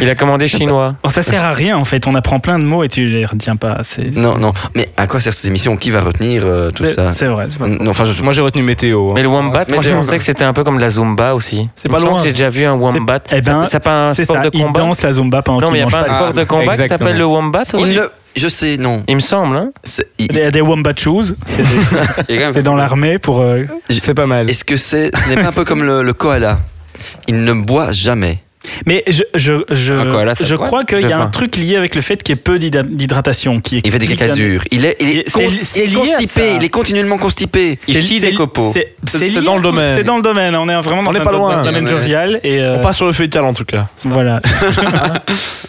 Speaker 4: Il a commandé chinois.
Speaker 1: Bon, ça sert à rien en fait. On apprend plein de mots et tu les retiens pas. C'est
Speaker 3: non, non. Mais à quoi sert cette émission Qui va retenir euh, Mm, tout
Speaker 1: c'est-
Speaker 3: ça
Speaker 1: c'est vrai. c'est pas-
Speaker 3: Non, enfin, je.
Speaker 6: moi j'ai retenu météo hein.
Speaker 4: Mais le wombat,
Speaker 3: Mais
Speaker 4: moi je
Speaker 3: des-
Speaker 4: pensais que c'était un peu comme la zumba aussi.
Speaker 1: C'est
Speaker 4: Il me
Speaker 1: pas
Speaker 4: semble
Speaker 1: loin.
Speaker 4: que J'ai déjà vu un wombat.
Speaker 1: Eh ben,
Speaker 4: c'est pas un
Speaker 1: c'est
Speaker 4: sport
Speaker 1: ça,
Speaker 4: de
Speaker 1: il
Speaker 4: combat.
Speaker 1: danse la zumba pendant
Speaker 4: Non,
Speaker 1: qu'il
Speaker 4: mais il n'y a
Speaker 1: mange
Speaker 4: pas un
Speaker 1: pas.
Speaker 4: sport de combat qui
Speaker 6: exactement.
Speaker 4: s'appelle le wombat.
Speaker 3: Il
Speaker 4: oui.
Speaker 3: ne- Je sais, non.
Speaker 4: Il me semble. hein.
Speaker 3: C'est- il-
Speaker 1: Il y a des wombat shoes. C'est des-
Speaker 2: Il est quand même-
Speaker 1: c'est dans l'armée pour. euh,
Speaker 6: c'est pas mal
Speaker 3: Est-ce que c'est ce n'est pas un peu comme le, le koala Il ne boit jamais.
Speaker 1: Mais je je je,
Speaker 2: Un koala, ça
Speaker 1: je
Speaker 2: boit
Speaker 1: crois qu'il y
Speaker 4: de
Speaker 1: a un
Speaker 4: faim.
Speaker 1: truc lié avec le fait qu'il y ait peu d'hydra- d'hydratation. Qui
Speaker 3: Il fait des
Speaker 1: explique
Speaker 3: caca
Speaker 1: la-
Speaker 3: durs. Il est, il est,
Speaker 1: C'est-
Speaker 3: con-
Speaker 1: c'est
Speaker 3: il est
Speaker 1: lié à
Speaker 3: constipé.
Speaker 1: ça.
Speaker 3: Il est continuellement constipé.
Speaker 2: Il
Speaker 1: C'est-
Speaker 2: chie
Speaker 1: c'est-
Speaker 2: des copeaux.
Speaker 1: c'est-
Speaker 5: C'est-
Speaker 1: C'est
Speaker 5: c'est
Speaker 1: lié-
Speaker 5: dans le domaine.
Speaker 1: C'est dans le domaine. On est vraiment dans
Speaker 5: On est
Speaker 1: un
Speaker 5: pas loin.
Speaker 1: dans un domaine
Speaker 2: Ouais, ouais.
Speaker 1: jovial et euh,
Speaker 5: on passe sur le feuilletal en tout cas.
Speaker 1: voilà.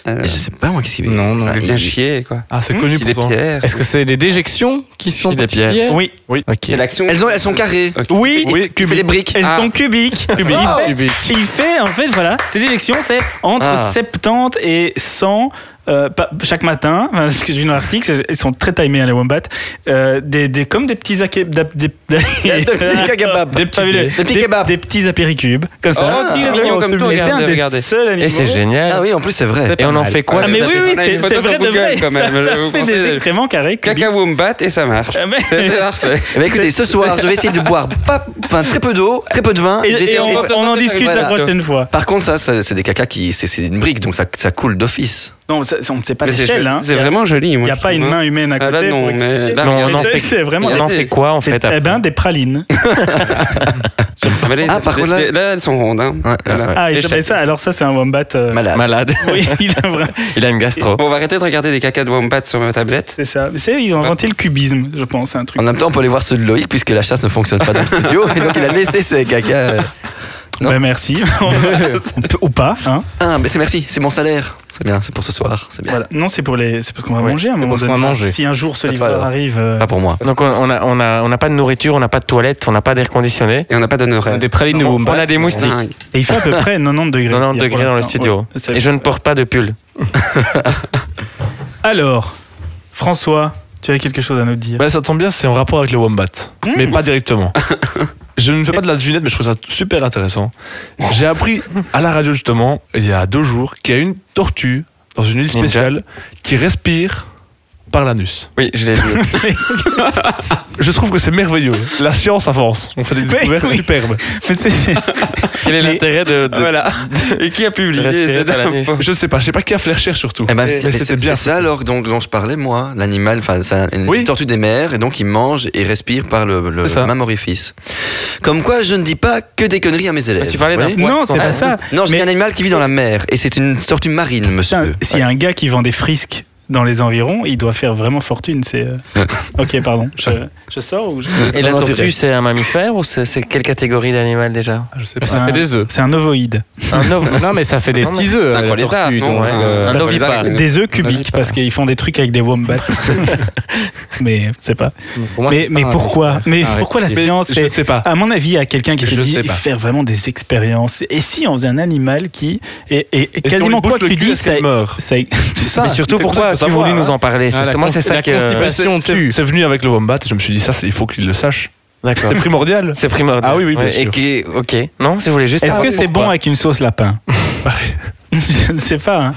Speaker 2: Euh,
Speaker 3: Je sais pas moi qu'est-ce qu'il
Speaker 6: Non, non,
Speaker 3: Ça,
Speaker 2: il est
Speaker 3: il-
Speaker 2: bien chier, quoi.
Speaker 5: Ah, c'est
Speaker 1: Hmm,
Speaker 5: connu
Speaker 2: Il est des
Speaker 5: pourtant.
Speaker 2: pierres.
Speaker 6: est-ce que c'est des déjections qui sont
Speaker 4: J'ai des pierres.
Speaker 6: particulières
Speaker 1: Oui,
Speaker 6: ok
Speaker 2: C'est l'action.
Speaker 3: Elles, ont, elles sont carrées.
Speaker 2: Ok.
Speaker 1: oui.
Speaker 5: Oui,
Speaker 3: Il fait des
Speaker 5: cubique.
Speaker 3: briques.
Speaker 1: Elles
Speaker 2: Ah.
Speaker 1: sont cubiques. Il fait- Il fait en fait voilà, ces élections c'est entre
Speaker 3: Ah.
Speaker 1: 70 et 100 euh, pa- chaque matin. Enfin, ce que j'ai vu dans l'article, ils sont très timés à les wombats. Euh, des, des comme des petits aké- da- des,
Speaker 3: Des petits cagababs.
Speaker 1: Des fabuleux.
Speaker 3: Des petits kebabs.
Speaker 1: des petits apéricubes comme ça.
Speaker 2: Oh, il est mignon comme tout,
Speaker 1: Et c'est un
Speaker 2: regardez,
Speaker 1: des
Speaker 2: regardez.
Speaker 1: seuls animaux.
Speaker 4: Et c'est
Speaker 3: Ah
Speaker 4: génial.
Speaker 3: oui, en plus c'est vrai.
Speaker 4: Et on en fait quoi
Speaker 1: Ah mais
Speaker 4: des
Speaker 1: oui oui,
Speaker 2: On a une
Speaker 1: c'est
Speaker 2: photo
Speaker 1: c'est
Speaker 2: sur
Speaker 1: vrai de
Speaker 2: Google,
Speaker 1: vrai.
Speaker 2: quand même.
Speaker 1: Ça, ça
Speaker 2: Vous
Speaker 1: fait
Speaker 2: pensez-
Speaker 1: des excréments carrés. cubiques.
Speaker 2: Caca wombat et ça marche.
Speaker 1: Ah, mais-
Speaker 2: C'est parfait.
Speaker 3: Eh ben, écoutez, ce soir, je vais essayer de boire pas, enfin, très peu d'eau, très peu de vin.
Speaker 1: Et,
Speaker 3: Je vais
Speaker 1: et
Speaker 3: essayer-
Speaker 1: on,
Speaker 3: et-
Speaker 1: on en
Speaker 2: voilà.
Speaker 1: discute la prochaine fois.
Speaker 3: Par contre, ça, ça, c'est des caca qui, c'est c'est une brique, donc ça, ça coule d'office.
Speaker 1: Non, ça- on ne sait pas
Speaker 2: Mais c'est
Speaker 1: l'échelle.
Speaker 2: joli.
Speaker 1: hein.
Speaker 2: C'est
Speaker 1: Il y a-
Speaker 2: vraiment joli.
Speaker 1: Il
Speaker 2: moi,
Speaker 1: n'y a
Speaker 2: je
Speaker 1: pas
Speaker 2: trouve,
Speaker 1: une
Speaker 2: hein.
Speaker 1: main humaine à
Speaker 2: Ah
Speaker 1: côté.
Speaker 2: là, non,
Speaker 1: pour
Speaker 2: mais
Speaker 1: expliquer.
Speaker 2: là,
Speaker 4: Non, on en
Speaker 1: Mais
Speaker 4: fait-
Speaker 1: c'est- C'est vraiment
Speaker 4: On en fait quoi en
Speaker 1: C'est
Speaker 4: fait
Speaker 1: eh ben, des pralines.
Speaker 2: Ah, mais là,
Speaker 3: Ah,
Speaker 2: ça-
Speaker 3: par contre, là-
Speaker 2: là, elles sont rondes. hein.
Speaker 3: Ouais, ouais, ouais.
Speaker 2: Voilà.
Speaker 1: Ah,
Speaker 2: Et
Speaker 1: il s'appelle
Speaker 2: chaque-
Speaker 1: ça. Alors, ça, c'est un wombat. euh,
Speaker 3: Malade.
Speaker 4: Malade.
Speaker 1: Oui, il a vraiment.
Speaker 4: Il a une gastro.
Speaker 2: Bon, on va arrêter de regarder des cacas de wombat sur ma tablette.
Speaker 1: C'est ça. Mais c'est- ils ont inventé le cubisme, je pense. C'est un truc.
Speaker 3: En même temps, on peut aller voir ceux de Loïc puisque la chasse ne fonctionne pas dans le studio, et donc il a laissé ses caca. euh. non.
Speaker 1: Ouais, merci. On peut- Ou pas. hein.
Speaker 3: Ah, mais c'est merci, c'est mon salaire. C'est bien, c'est pour ce soir, c'est bien.
Speaker 1: Voilà. Non, c'est pour les. C'est parce qu'on va
Speaker 6: Oui,
Speaker 1: manger à un moment
Speaker 6: parce qu'on
Speaker 1: donné.
Speaker 6: va manger.
Speaker 1: Si un jour ce
Speaker 3: Ça te va,
Speaker 1: livreur
Speaker 3: alors.
Speaker 1: arrive. euh,
Speaker 3: Pas pour moi.
Speaker 4: Donc on- on a, on a, on n'a pas de nourriture, on n'a pas de toilette, on n'a pas d'air conditionné.
Speaker 2: Et on n'a pas d'honoraire.
Speaker 6: des pralines de
Speaker 4: On,
Speaker 6: Wombat. Ah,
Speaker 4: on a des moustiques.
Speaker 2: Dingue.
Speaker 1: Et il fait à peu près 90 degrés. ici,
Speaker 4: 90
Speaker 1: pour
Speaker 4: degrés dans le
Speaker 1: l'instant.
Speaker 4: studio.
Speaker 1: Ouais, c'est-
Speaker 4: Et je ne porte pas de pull.
Speaker 1: Alors, François, tu avais quelque chose à nous dire
Speaker 5: Bah, ça tombe bien, c'est en rapport avec le wombat, mais pas directement. je ne fais pas de la devinette, mais je trouve ça super intéressant. J'ai appris à la radio justement, il y a deux jours, qu'il y a une tortue dans une île
Speaker 4: Ninja.
Speaker 5: spéciale qui respire par l'anus.
Speaker 4: Oui, je l'ai vu.
Speaker 5: Je trouve que c'est merveilleux. La science avance. On fait des
Speaker 1: Oui,
Speaker 5: découvertes
Speaker 1: oui.
Speaker 5: superbes.
Speaker 1: Mais c'est-
Speaker 4: Quel est l'intérêt de, de-
Speaker 2: Ah, Voilà. Et qui a publié
Speaker 4: Respirer
Speaker 2: cette
Speaker 4: par la nuit.
Speaker 2: info
Speaker 5: Je ne sais pas, je sais pas qui a fait les recherches surtout.
Speaker 3: Eh ben,
Speaker 5: Mais
Speaker 3: c'est-
Speaker 5: c'était
Speaker 3: c'est
Speaker 5: bien.
Speaker 3: c'est ça alors dont, dont je parlais moi, l'animal, enfin c'est un- une
Speaker 5: Oui.
Speaker 3: tortue des mers et donc il mange et respire par le, le
Speaker 5: C'est ça.
Speaker 3: même orifice. Comme quoi je ne dis pas que des conneries à mes élèves.
Speaker 4: tu parlais
Speaker 3: vous
Speaker 4: d'un
Speaker 3: voyez
Speaker 1: non, c'est pas ça.
Speaker 3: Non, je
Speaker 1: Mais-
Speaker 3: dis un animal qui vit dans la mer et c'est une tortue marine,
Speaker 1: Putain,
Speaker 3: monsieur.
Speaker 1: S'il y a un gars qui vend des frisques dans les environs, il doit faire vraiment fortune. C'est. euh, ok, pardon. Je, je sors ou je.
Speaker 4: Et la
Speaker 3: Non, non, c'est vrai.
Speaker 4: tortue, c'est un mammifère ou c'est c'est quelle catégorie d'animal déjà
Speaker 5: Ah, Je sais pas.
Speaker 1: C'est un- C'est un ovoïde.
Speaker 4: Un ov-
Speaker 6: non mais ça fait des
Speaker 4: Non, mais-
Speaker 6: petits œufs
Speaker 2: Un
Speaker 6: euh, la
Speaker 2: lézard,
Speaker 6: tortue,
Speaker 2: non,
Speaker 6: donc,
Speaker 2: un-
Speaker 6: euh,
Speaker 4: un
Speaker 2: un
Speaker 4: ovipare.
Speaker 2: lézard, une-
Speaker 1: Des œufs
Speaker 4: Non, j'ai
Speaker 1: cubiques
Speaker 4: pas.
Speaker 1: parce qu'ils font des trucs avec des wombats. mais c'est pas.
Speaker 6: pour moi,
Speaker 1: mais
Speaker 6: c'est
Speaker 1: mais
Speaker 6: pas un
Speaker 1: pourquoi
Speaker 6: mammifère.
Speaker 1: Mais
Speaker 6: Ah,
Speaker 1: pourquoi la
Speaker 6: ouais.
Speaker 1: science
Speaker 5: Je ne
Speaker 1: fait
Speaker 5: sais pas.
Speaker 1: à mon avis, à quelqu'un qui s'est
Speaker 5: Je
Speaker 1: dit
Speaker 5: sais pas.
Speaker 1: faire vraiment des expériences. Et si on faisait un animal qui et, et
Speaker 5: Et si on lui
Speaker 1: quasiment
Speaker 5: bouche
Speaker 1: quoi que
Speaker 5: le
Speaker 1: tu
Speaker 5: cul,
Speaker 1: dis,
Speaker 5: est-ce qu'elle
Speaker 1: ça,
Speaker 5: meurt
Speaker 1: ça-
Speaker 5: C'est ça,
Speaker 1: Ah,
Speaker 4: Mais surtout
Speaker 5: c'est comme
Speaker 4: pourquoi
Speaker 5: ça
Speaker 4: parce qu'ils
Speaker 5: savoir,
Speaker 4: vont lui
Speaker 5: hein.
Speaker 4: nous en parler.
Speaker 6: Ah,
Speaker 4: C'est-
Speaker 6: la
Speaker 4: c'est- moi,
Speaker 6: cons-
Speaker 4: c'est ça
Speaker 6: la
Speaker 4: que.
Speaker 6: constipation. Passion
Speaker 5: c'est-
Speaker 6: tue.
Speaker 5: c'est venu avec le Wombat et je me suis dit, ça, c'est- il faut qu'il le sache.
Speaker 4: D'accord.
Speaker 5: C'est primordial.
Speaker 4: C'est primordial.
Speaker 5: Ah oui, oui, bien
Speaker 4: Ouais, Et
Speaker 5: sûr.
Speaker 4: qui, ok. Non, si vous voulez juste.
Speaker 1: Est-ce que
Speaker 4: savoir
Speaker 1: c'est
Speaker 4: pourquoi.
Speaker 1: bon avec une sauce lapin
Speaker 5: Ah, Pareil.
Speaker 1: Je ne sais pas. hein.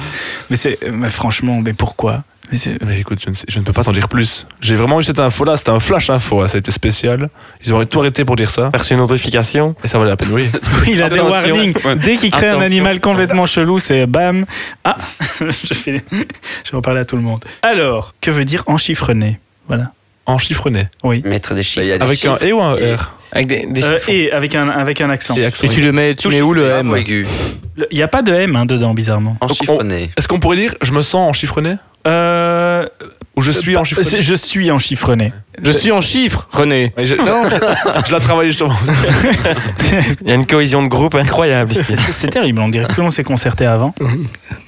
Speaker 1: Mais c'est, mais franchement, mais pourquoi Mais c'est-
Speaker 5: Mais écoute, je ne, sais- je ne peux pas t'en dire plus. J'ai vraiment eu cette info-là, c'était un flash info, hein, ça a été spécial. Ils auraient tout arrêté pour dire ça,
Speaker 4: T'as reçu une notification.
Speaker 5: et ça valait la peine, oui.
Speaker 1: Il a des
Speaker 4: Attention.
Speaker 1: warnings.
Speaker 2: Ouais.
Speaker 1: Dès qu'il crée un
Speaker 4: Attention.
Speaker 1: animal complètement chelou, c'est bam. Ah, je fais, je vais en parler à tout le monde. Alors, que veut dire enchiffrené Voilà.
Speaker 5: En chiffronné.
Speaker 1: Oui.
Speaker 2: Mettre des
Speaker 3: Bah, il
Speaker 2: chiffres.
Speaker 3: y a des
Speaker 5: Avec un
Speaker 3: chiffres
Speaker 5: E ou un R
Speaker 4: Avec des, des
Speaker 1: Euh,
Speaker 4: chiffons.
Speaker 1: et avec un avec un accent.
Speaker 5: et
Speaker 1: Le-
Speaker 5: accent.
Speaker 6: Et tu le mets, tu mets où le
Speaker 3: grave ou
Speaker 6: E M
Speaker 3: aigu
Speaker 1: Il n'y a pas de M hein, dedans, bizarrement.
Speaker 3: En
Speaker 5: Donc, on-
Speaker 3: chiffronné.
Speaker 5: Est-ce qu'on pourrait dire je me sens en chiffronné
Speaker 1: Euh,
Speaker 5: Ou je suis en chiffronné
Speaker 1: c'est- je suis enchiffrené.
Speaker 6: Je suis en chiffres, René.
Speaker 5: Ouais, je- Non, je la travaille justement.
Speaker 4: Il y a une cohésion de groupe incroyable ici.
Speaker 1: C'est terrible, on dirait que tout le monde s'est concerté avant,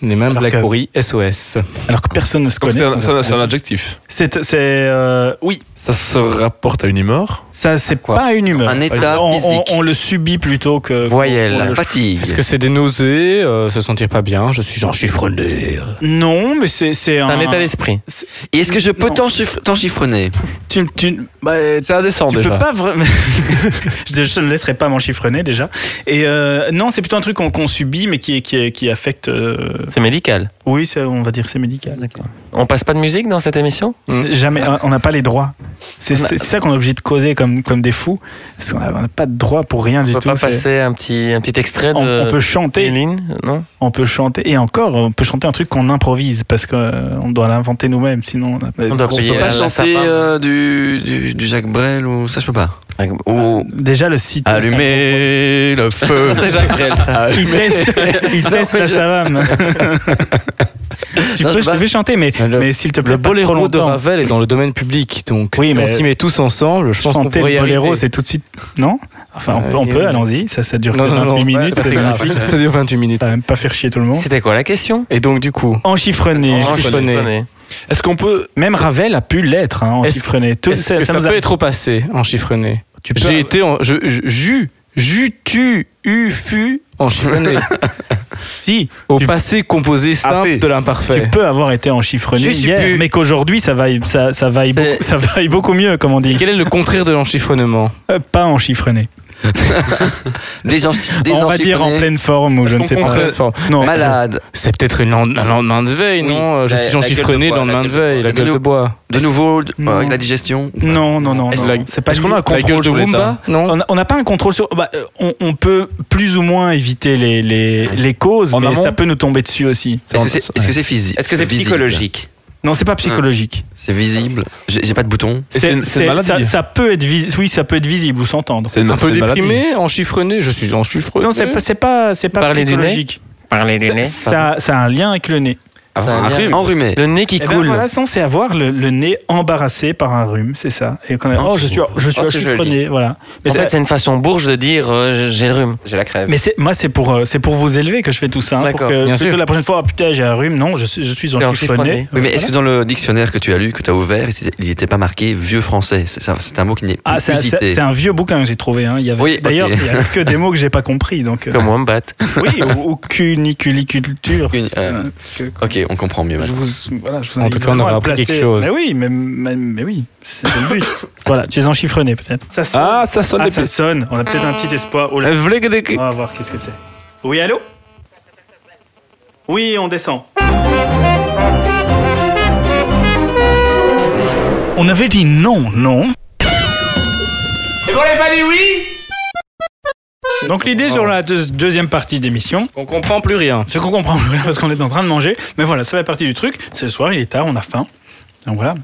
Speaker 6: Les mêmes
Speaker 1: Alors
Speaker 6: Black
Speaker 1: que-
Speaker 6: Pourri, SOS.
Speaker 1: alors que personne ne se
Speaker 5: Donc,
Speaker 1: connaît.
Speaker 5: C'est un, c'est un- c'est un adjectif.
Speaker 1: C'est, c'est, euh, oui,
Speaker 5: Ça se rapporte à une humeur.
Speaker 1: ça c'est
Speaker 4: quoi
Speaker 1: pas une humeur. Euh,
Speaker 3: Un état
Speaker 1: on, on-
Speaker 3: physique.
Speaker 1: on le subit plutôt que.
Speaker 4: Voyelle.
Speaker 1: qu'on
Speaker 3: La
Speaker 1: le-
Speaker 3: fatigue.
Speaker 6: Est-ce que c'est des nausées, euh, se sentir pas bien Je suis en chiffronné.
Speaker 1: Non, mais c'est, c'est un.
Speaker 4: Un état d'esprit.
Speaker 3: Et est-ce que je peux
Speaker 1: Non.
Speaker 3: t'en chiffre- t'en chiffronner
Speaker 1: Tu, tu, bah,
Speaker 5: Ça descend
Speaker 1: tu
Speaker 5: déjà.
Speaker 1: peux pas vraiment. je, je ne laisserai pas m'enchiffronner déjà. Et euh, non, c'est plutôt un truc qu'on, qu'on subit, mais qui, qui, qui affecte. euh,
Speaker 4: C'est médical.
Speaker 1: Oui, c'est- on va dire que c'est médical.
Speaker 4: D'accord. On passe pas de musique dans cette émission
Speaker 3: Mmh.
Speaker 1: Jamais, on n'a pas les droits. C'est
Speaker 4: On a-
Speaker 1: c'est- c'est ça qu'on est obligé de causer comme, comme des fous. Parce qu'on a- on n'a pas de droit pour rien du
Speaker 4: On peut
Speaker 1: tout.
Speaker 4: pas
Speaker 1: c'est-
Speaker 4: passer un petit, un petit extrait de.
Speaker 1: on, on peut chanter,
Speaker 4: Céline, non
Speaker 1: on peut chanter, et encore, on peut chanter un truc qu'on improvise parce qu'on doit l'inventer nous-mêmes, sinon. On, a-
Speaker 4: On doit
Speaker 3: Je
Speaker 4: payer
Speaker 3: peux pas
Speaker 4: la- la
Speaker 3: chanter
Speaker 4: sapin.
Speaker 3: euh, du, du, du Jacques Brel ou ça je peux pas.
Speaker 4: Avec-
Speaker 3: Ou
Speaker 1: Déjà le site.
Speaker 6: Ah,
Speaker 3: allumer le feu.
Speaker 4: C'est Jacques Brel, ça.
Speaker 1: Il teste, il teste la savane. tu
Speaker 3: Non,
Speaker 1: peux,
Speaker 3: je-
Speaker 1: je vais chanter, mais,
Speaker 6: Le-
Speaker 1: mais s'il te plaît,
Speaker 6: Le
Speaker 1: pas trop
Speaker 6: boléro de
Speaker 1: longtemps.
Speaker 6: Ravel est dans le domaine public, donc
Speaker 1: Oui,
Speaker 6: si on
Speaker 1: mais-
Speaker 6: s'y met tous ensemble, je pense qu'on
Speaker 1: Chanter
Speaker 6: pourrait y
Speaker 1: le boléro,
Speaker 6: arriver.
Speaker 1: c'est tout de suite. Non Enfin, on
Speaker 6: Euh,
Speaker 1: peut, on
Speaker 6: il y a-
Speaker 1: peut, allons-y. Ça, ça dure
Speaker 6: Non,
Speaker 1: que
Speaker 6: non,
Speaker 1: 28
Speaker 6: non, ça-
Speaker 1: minutes,
Speaker 6: ça
Speaker 1: c'est
Speaker 6: fait grave.
Speaker 1: magnifique.
Speaker 6: Ça dure 28 minutes.
Speaker 1: Ça va même pas faire chier tout le monde.
Speaker 4: C'était quoi la question Oh,
Speaker 6: Et donc du coup,
Speaker 1: Enchiffrené.
Speaker 6: Enchiffrené. Enchiffronné.
Speaker 4: Enchiffronné.
Speaker 5: Est-ce qu'on peut.
Speaker 1: Même Ravel a pu l'être, hein,
Speaker 6: Est-ce-
Speaker 1: enchiffrené. Tout-
Speaker 6: est-ce que ça,
Speaker 1: nous a-
Speaker 6: peut être au passé en chiffronné
Speaker 1: Tu peux-
Speaker 6: J'ai été en... Je, je, jus, jus, tu, u, fu en chiffronné.
Speaker 1: Si,
Speaker 6: au
Speaker 1: Tu-
Speaker 6: passé composé simple
Speaker 5: Assez.
Speaker 6: de l'imparfait.
Speaker 1: tu peux avoir été enchiffrené
Speaker 3: Je suis
Speaker 1: hier,
Speaker 3: plus.
Speaker 1: mais qu'aujourd'hui, ça vaille, ça, ça, vaille
Speaker 4: C'est-
Speaker 1: beaucoup, ça vaille beaucoup mieux, comme on dit.
Speaker 6: Quel est le contraire de l'enchiffronnement
Speaker 1: Euh, Pas enchiffrené.
Speaker 3: Des, en- des
Speaker 1: On va dire en
Speaker 3: enchiffronnés,
Speaker 1: pleine forme ou je ne sais pas.
Speaker 6: Contraire- enfin,
Speaker 1: Non,
Speaker 3: malades.
Speaker 6: C'est peut-être une lend- un lendemain de veille,
Speaker 2: Oui,
Speaker 6: non Euh, Je
Speaker 2: la-
Speaker 6: suis
Speaker 2: la
Speaker 6: enchiffronné
Speaker 2: gueule de
Speaker 6: le
Speaker 2: bois,
Speaker 6: lendemain
Speaker 2: la
Speaker 6: de
Speaker 2: gueule de
Speaker 6: veille,
Speaker 3: bois.
Speaker 6: la gueule de bois.
Speaker 3: De nouveau euh,
Speaker 1: Non.
Speaker 3: avec la digestion.
Speaker 1: non, non, non.
Speaker 6: Est-ce
Speaker 1: non.
Speaker 6: la-
Speaker 1: C'est pas
Speaker 5: Est-ce qu'on a un
Speaker 6: La
Speaker 5: contrôle
Speaker 6: gueule de
Speaker 5: sur l'état
Speaker 6: Wumba Non
Speaker 1: On a- on n'a pas un contrôle sur. bah, euh, on, on peut plus ou moins éviter les, les, les causes,
Speaker 5: En
Speaker 1: mais
Speaker 5: amont
Speaker 1: ça peut nous tomber dessus aussi.
Speaker 3: Est-ce que c'est est-ce que c'est physique
Speaker 2: Est-ce que c'est
Speaker 3: visible
Speaker 2: psychologique
Speaker 1: Non, c'est pas psychologique.
Speaker 3: C'est visible. J'ai j'ai pas de bouton.
Speaker 5: Mmh. Et C'est une-
Speaker 1: c'est-
Speaker 5: c'est une maladie.
Speaker 1: ça, ça peut être vis- oui, ça peut être visible ou s'entendre.
Speaker 5: C'est une-
Speaker 6: Un peu
Speaker 5: c'est une maladie.
Speaker 6: déprimé, enchiffronné Je suis enchiffronné.
Speaker 1: Non, c'est pas, c'est pas, c'est pas
Speaker 4: Parler du nez
Speaker 1: psychologique.
Speaker 4: Parler Ah,
Speaker 1: Ça- Ça, ça a un lien avec le nez.
Speaker 2: Avoir
Speaker 4: Ça
Speaker 2: un
Speaker 4: a l'air-
Speaker 2: rhume.
Speaker 3: Enrhumé.
Speaker 4: Le nez qui
Speaker 1: Eh ben
Speaker 4: coule.
Speaker 1: voilà, non, c'est avoir le, le nez embarrassé par un rhume, c'est ça. Et quand oh, je suis, je suis
Speaker 6: Ah,
Speaker 2: Oh, c'est
Speaker 1: enchiffronné, voilà. Mais
Speaker 4: en
Speaker 1: c'est-
Speaker 4: fait, c'est une façon bourge de dire euh, j'ai- j'ai le rhume.
Speaker 2: J'ai la crève.
Speaker 1: mais c'est, moi, c'est pour, euh, c'est pour vous élever que je fais tout ça. hein, pour
Speaker 4: D'accord,
Speaker 1: que,
Speaker 6: bien
Speaker 1: plutôt
Speaker 6: sûr.
Speaker 1: la prochaine fois, ah, putain, j'ai un rhume. Non, je suis, je suis enchiffronné.
Speaker 4: enchiffronné.
Speaker 3: Oui, mais est-ce que dans le dictionnaire que tu as lu, que tu as ouvert, il n'était pas marqué vieux français C'est ça- c'est un mot qui n'est
Speaker 1: Ah,
Speaker 3: pas
Speaker 1: c'est un- c'est
Speaker 3: usité.
Speaker 1: c'est un vieux bouquin que j'ai trouvé. Hein. Il y avait
Speaker 3: Oui, ok.
Speaker 1: d'ailleurs il y avait que des mots que j'ai pas compris. Donc euh,
Speaker 4: Comme Wombat.
Speaker 1: oui, ou, ou cuniculiculture.
Speaker 3: Une- euh,
Speaker 1: Euh, que-
Speaker 3: Ok, on comprend mieux.
Speaker 1: je
Speaker 3: maintenant.
Speaker 1: vous, voilà, je vous
Speaker 6: En
Speaker 1: invite
Speaker 6: tout cas, on
Speaker 1: vraiment
Speaker 6: aura
Speaker 1: à le
Speaker 6: appris quelque
Speaker 1: placer.
Speaker 6: chose.
Speaker 1: Mais oui, mais, mais, mais oui, c'est le but. voilà, tu es enchiffronné peut-être. Ça sonne.
Speaker 5: Ah, ça sonne
Speaker 1: Ah,
Speaker 5: les
Speaker 1: ça sonne. On a peut-être un petit espoir. Oh là, on va voir qu'est-ce que c'est. Oui, allô Oui, on descend. On avait dit non, non. Et on n'avait pas dit oui donc l'idée sur la deux- deuxième partie d'émission,
Speaker 6: On comprend plus rien.
Speaker 1: c'est qu'on comprend rien parce qu'on est en train de manger, mais voilà, ça fait partie du truc. C'est le soir, il est tard, on a faim, donc voilà.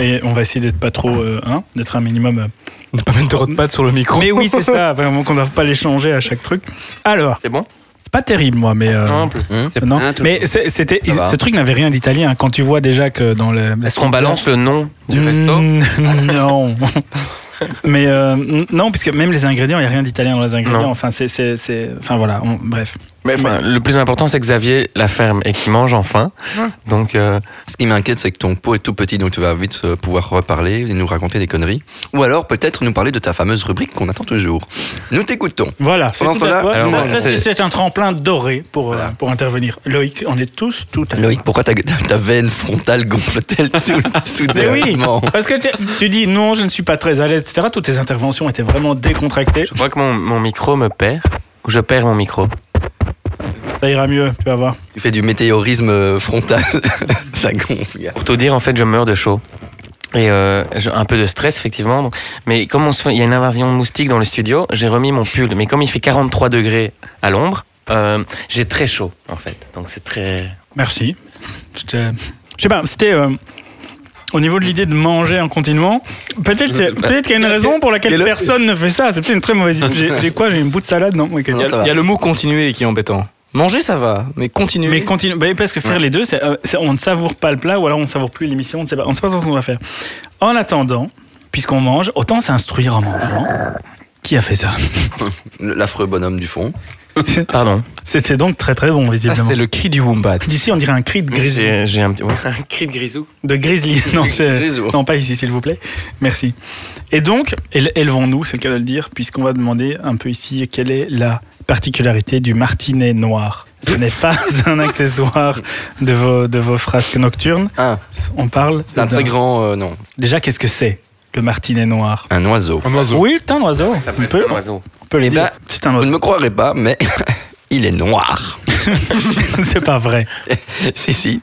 Speaker 1: Et on va essayer d'être pas trop, euh, hein, d'être un minimum. euh.
Speaker 6: Ne pas mettre de rot de patte sur le micro.
Speaker 1: Mais oui, c'est ça, vraiment qu'on ne doit pas les changer à chaque truc. Alors,
Speaker 4: C'est bon
Speaker 1: c'est pas terrible moi, mais euh,
Speaker 4: Non, plus.
Speaker 1: non.
Speaker 2: Hein, tout le
Speaker 1: Mais c'est- c'était,
Speaker 3: Ça va.
Speaker 1: ce truc n'avait rien d'italien. Quand tu vois déjà que dans le,
Speaker 4: Est-ce qu'on balance le nom du
Speaker 2: Mmh.
Speaker 4: resto
Speaker 1: Mm, Non. Mais euh, n- non, puisque même les ingrédients, il n'y a rien d'italien dans les ingrédients.
Speaker 4: Non.
Speaker 1: Enfin, c'est, c'est, c'est- enfin voilà, on- bref.
Speaker 4: Mais enfin, le plus important, c'est que Xavier la ferme et qu'il mange enfin. Donc, euh,
Speaker 3: Ce qui m'inquiète, c'est que ton pot est tout petit, donc tu vas vite euh, pouvoir reparler et nous raconter des conneries. Ou alors peut-être nous parler de ta fameuse rubrique qu'on attend toujours. Nous t'écoutons.
Speaker 1: Voilà, c'est
Speaker 3: Pendant
Speaker 1: tout
Speaker 3: ce temps-là,
Speaker 1: à- voilà,
Speaker 4: alors,
Speaker 1: ça,
Speaker 4: voilà,
Speaker 1: c'est-
Speaker 4: c'est-
Speaker 1: c'est un tremplin doré pour, euh, pour intervenir. Loïc, on est tous tout à
Speaker 3: Loïc, pourquoi ta, ta- ta veine frontale gonfle-t-elle tout-
Speaker 1: Mais oui,
Speaker 3: soudainement
Speaker 1: parce que tu, tu dis non, je ne suis pas très à l'aise, etc. Toutes tes interventions étaient vraiment décontractées.
Speaker 4: je vois que mon, mon micro me perd. Ou je perds mon micro.
Speaker 1: Ça ira mieux, tu vas voir.
Speaker 3: Tu fais du météorisme euh, frontal. Ça gonfle, gars.
Speaker 4: Pour te dire, en fait, je meurs de chaud. Et euh, j'ai un peu de stress, effectivement. Donc, mais comme on se fait, il y a une invasion de moustiques dans le studio, j'ai remis mon pull. Mais comme il fait 43 degrés à l'ombre, euh, j'ai très chaud, en fait. Donc, c'est très...
Speaker 1: Merci. C'était. euh, Je sais pas, c'était. euh, au niveau de l'idée de manger en continuant, peut-être c'est- peut-être qu'il y a une raison pour laquelle personne ne fait ça. C'est peut-être une très mauvaise idée. J'ai- J'ai quoi J'ai une bout de salade Non, ok.
Speaker 3: Non, ça va.
Speaker 6: Il y a le mot continuer qui est embêtant. Manger, ça va, mais continuer.
Speaker 1: Mais continue. bah, parce que faire les deux, c'est, euh, c'est- on ne savoure pas le plat ou alors on ne savoure plus l'émission. On ne sait pas, on ne sait pas ce qu'on va faire. En attendant, puisqu'on mange, autant s'instruire en mangeant. Qui a fait ça
Speaker 3: L'affreux bonhomme du fond.
Speaker 4: Pardon.
Speaker 1: C'était donc très très bon,
Speaker 6: Ah,
Speaker 1: visiblement.
Speaker 6: c'est le cri du wombat.
Speaker 1: D'ici, on dirait un cri de grizzly.
Speaker 4: J'ai j'ai un petit... ouais, un cri de grisou.
Speaker 1: De grizzly. Non, je-
Speaker 3: Grisou.
Speaker 1: non, pas ici, s'il vous plaît. Merci. Et donc, éle- élevons-nous, c'est le cas de le dire, puisqu'on va demander un peu ici quelle est la particularité du martinet noir. Ce n'est pas un accessoire de vos, de vos frasques nocturnes.
Speaker 3: Ah,
Speaker 1: On parle.
Speaker 3: c'est un très
Speaker 1: d'un-
Speaker 3: grand euh, nom.
Speaker 1: Déjà, qu'est-ce que c'est le martinet noir
Speaker 3: Un oiseau.
Speaker 5: Un oiseau.
Speaker 1: Oui, c'est un oiseau. on, peut,
Speaker 4: Un oiseau.
Speaker 1: on peut le
Speaker 3: Eh
Speaker 1: dire.
Speaker 3: ben,
Speaker 1: c'est un
Speaker 3: Vous ne
Speaker 1: oiseau.
Speaker 3: me croirez pas, mais il est noir.
Speaker 1: c'est pas vrai.
Speaker 3: si, si.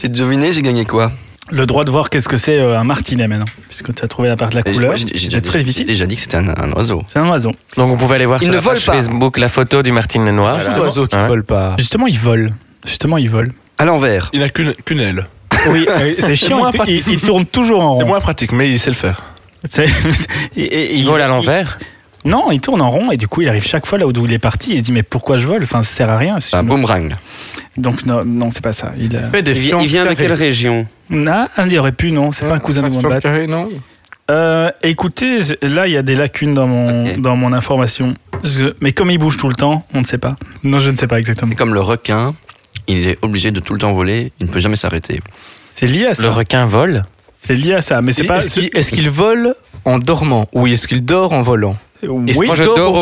Speaker 3: J'ai deviné, j'ai gagné quoi
Speaker 1: Le droit de voir qu'est-ce que c'est euh, un martinet maintenant, puisque tu as trouvé la part de la couleur.
Speaker 3: Moi, j'ai- j'ai
Speaker 1: C'est
Speaker 3: déjà
Speaker 1: très
Speaker 3: dit-
Speaker 1: difficile.
Speaker 3: J'ai déjà dit que c'était un, un oiseau.
Speaker 1: C'est un oiseau.
Speaker 4: Donc, vous pouvez aller voir
Speaker 3: Il
Speaker 4: sur
Speaker 3: ne
Speaker 4: la
Speaker 3: vole
Speaker 4: page
Speaker 3: pas.
Speaker 4: Facebook la photo du Martine Noir.
Speaker 6: Tout oiseau qui
Speaker 4: Ouais.
Speaker 6: vole pas.
Speaker 1: Justement, il vole. Justement, il vole.
Speaker 3: À l'envers.
Speaker 5: Il n'a qu'une qu'une aile.
Speaker 1: Oui, euh, c'est chiant.
Speaker 5: moins
Speaker 1: il- Il, il tourne toujours en
Speaker 5: C'est
Speaker 1: rond.
Speaker 5: moins pratique, mais il sait le faire.
Speaker 1: C'est- et- et-
Speaker 4: Il vole à l'envers.
Speaker 1: il- Non, il tourne en rond et du coup, il arrive chaque fois là où il est parti. Il se dit mais pourquoi je vole Enfin, ça sert à rien.
Speaker 6: Ah
Speaker 3: Un boomerang.
Speaker 1: Donc non, non, c'est pas ça. Il, euh,
Speaker 2: Il, vi- il vient de quelle région
Speaker 1: Ah, il aurait pu. Non, c'est pas un cousin de
Speaker 6: Ah,
Speaker 1: Wombat.
Speaker 6: non
Speaker 1: Euh, écoutez, je- là, il y a des lacunes dans mon,
Speaker 2: Ok.
Speaker 1: dans mon information. Je- mais comme il bouge tout le temps, on ne sait pas. Non, je ne sais pas exactement.
Speaker 3: C'est comme le requin. Il est obligé de tout le temps voler. Il ne peut jamais s'arrêter.
Speaker 1: C'est lié à
Speaker 4: Le
Speaker 1: ça.
Speaker 4: requin vole.
Speaker 1: C'est lié à ça. Mais c'est pas.
Speaker 6: Est-ce qu'il- est-ce qu'il vole en dormant ou est-ce qu'il dort en volant
Speaker 1: Oui,
Speaker 6: Est-ce
Speaker 4: Moi, je
Speaker 6: qu'il
Speaker 4: dors au
Speaker 6: S'il dort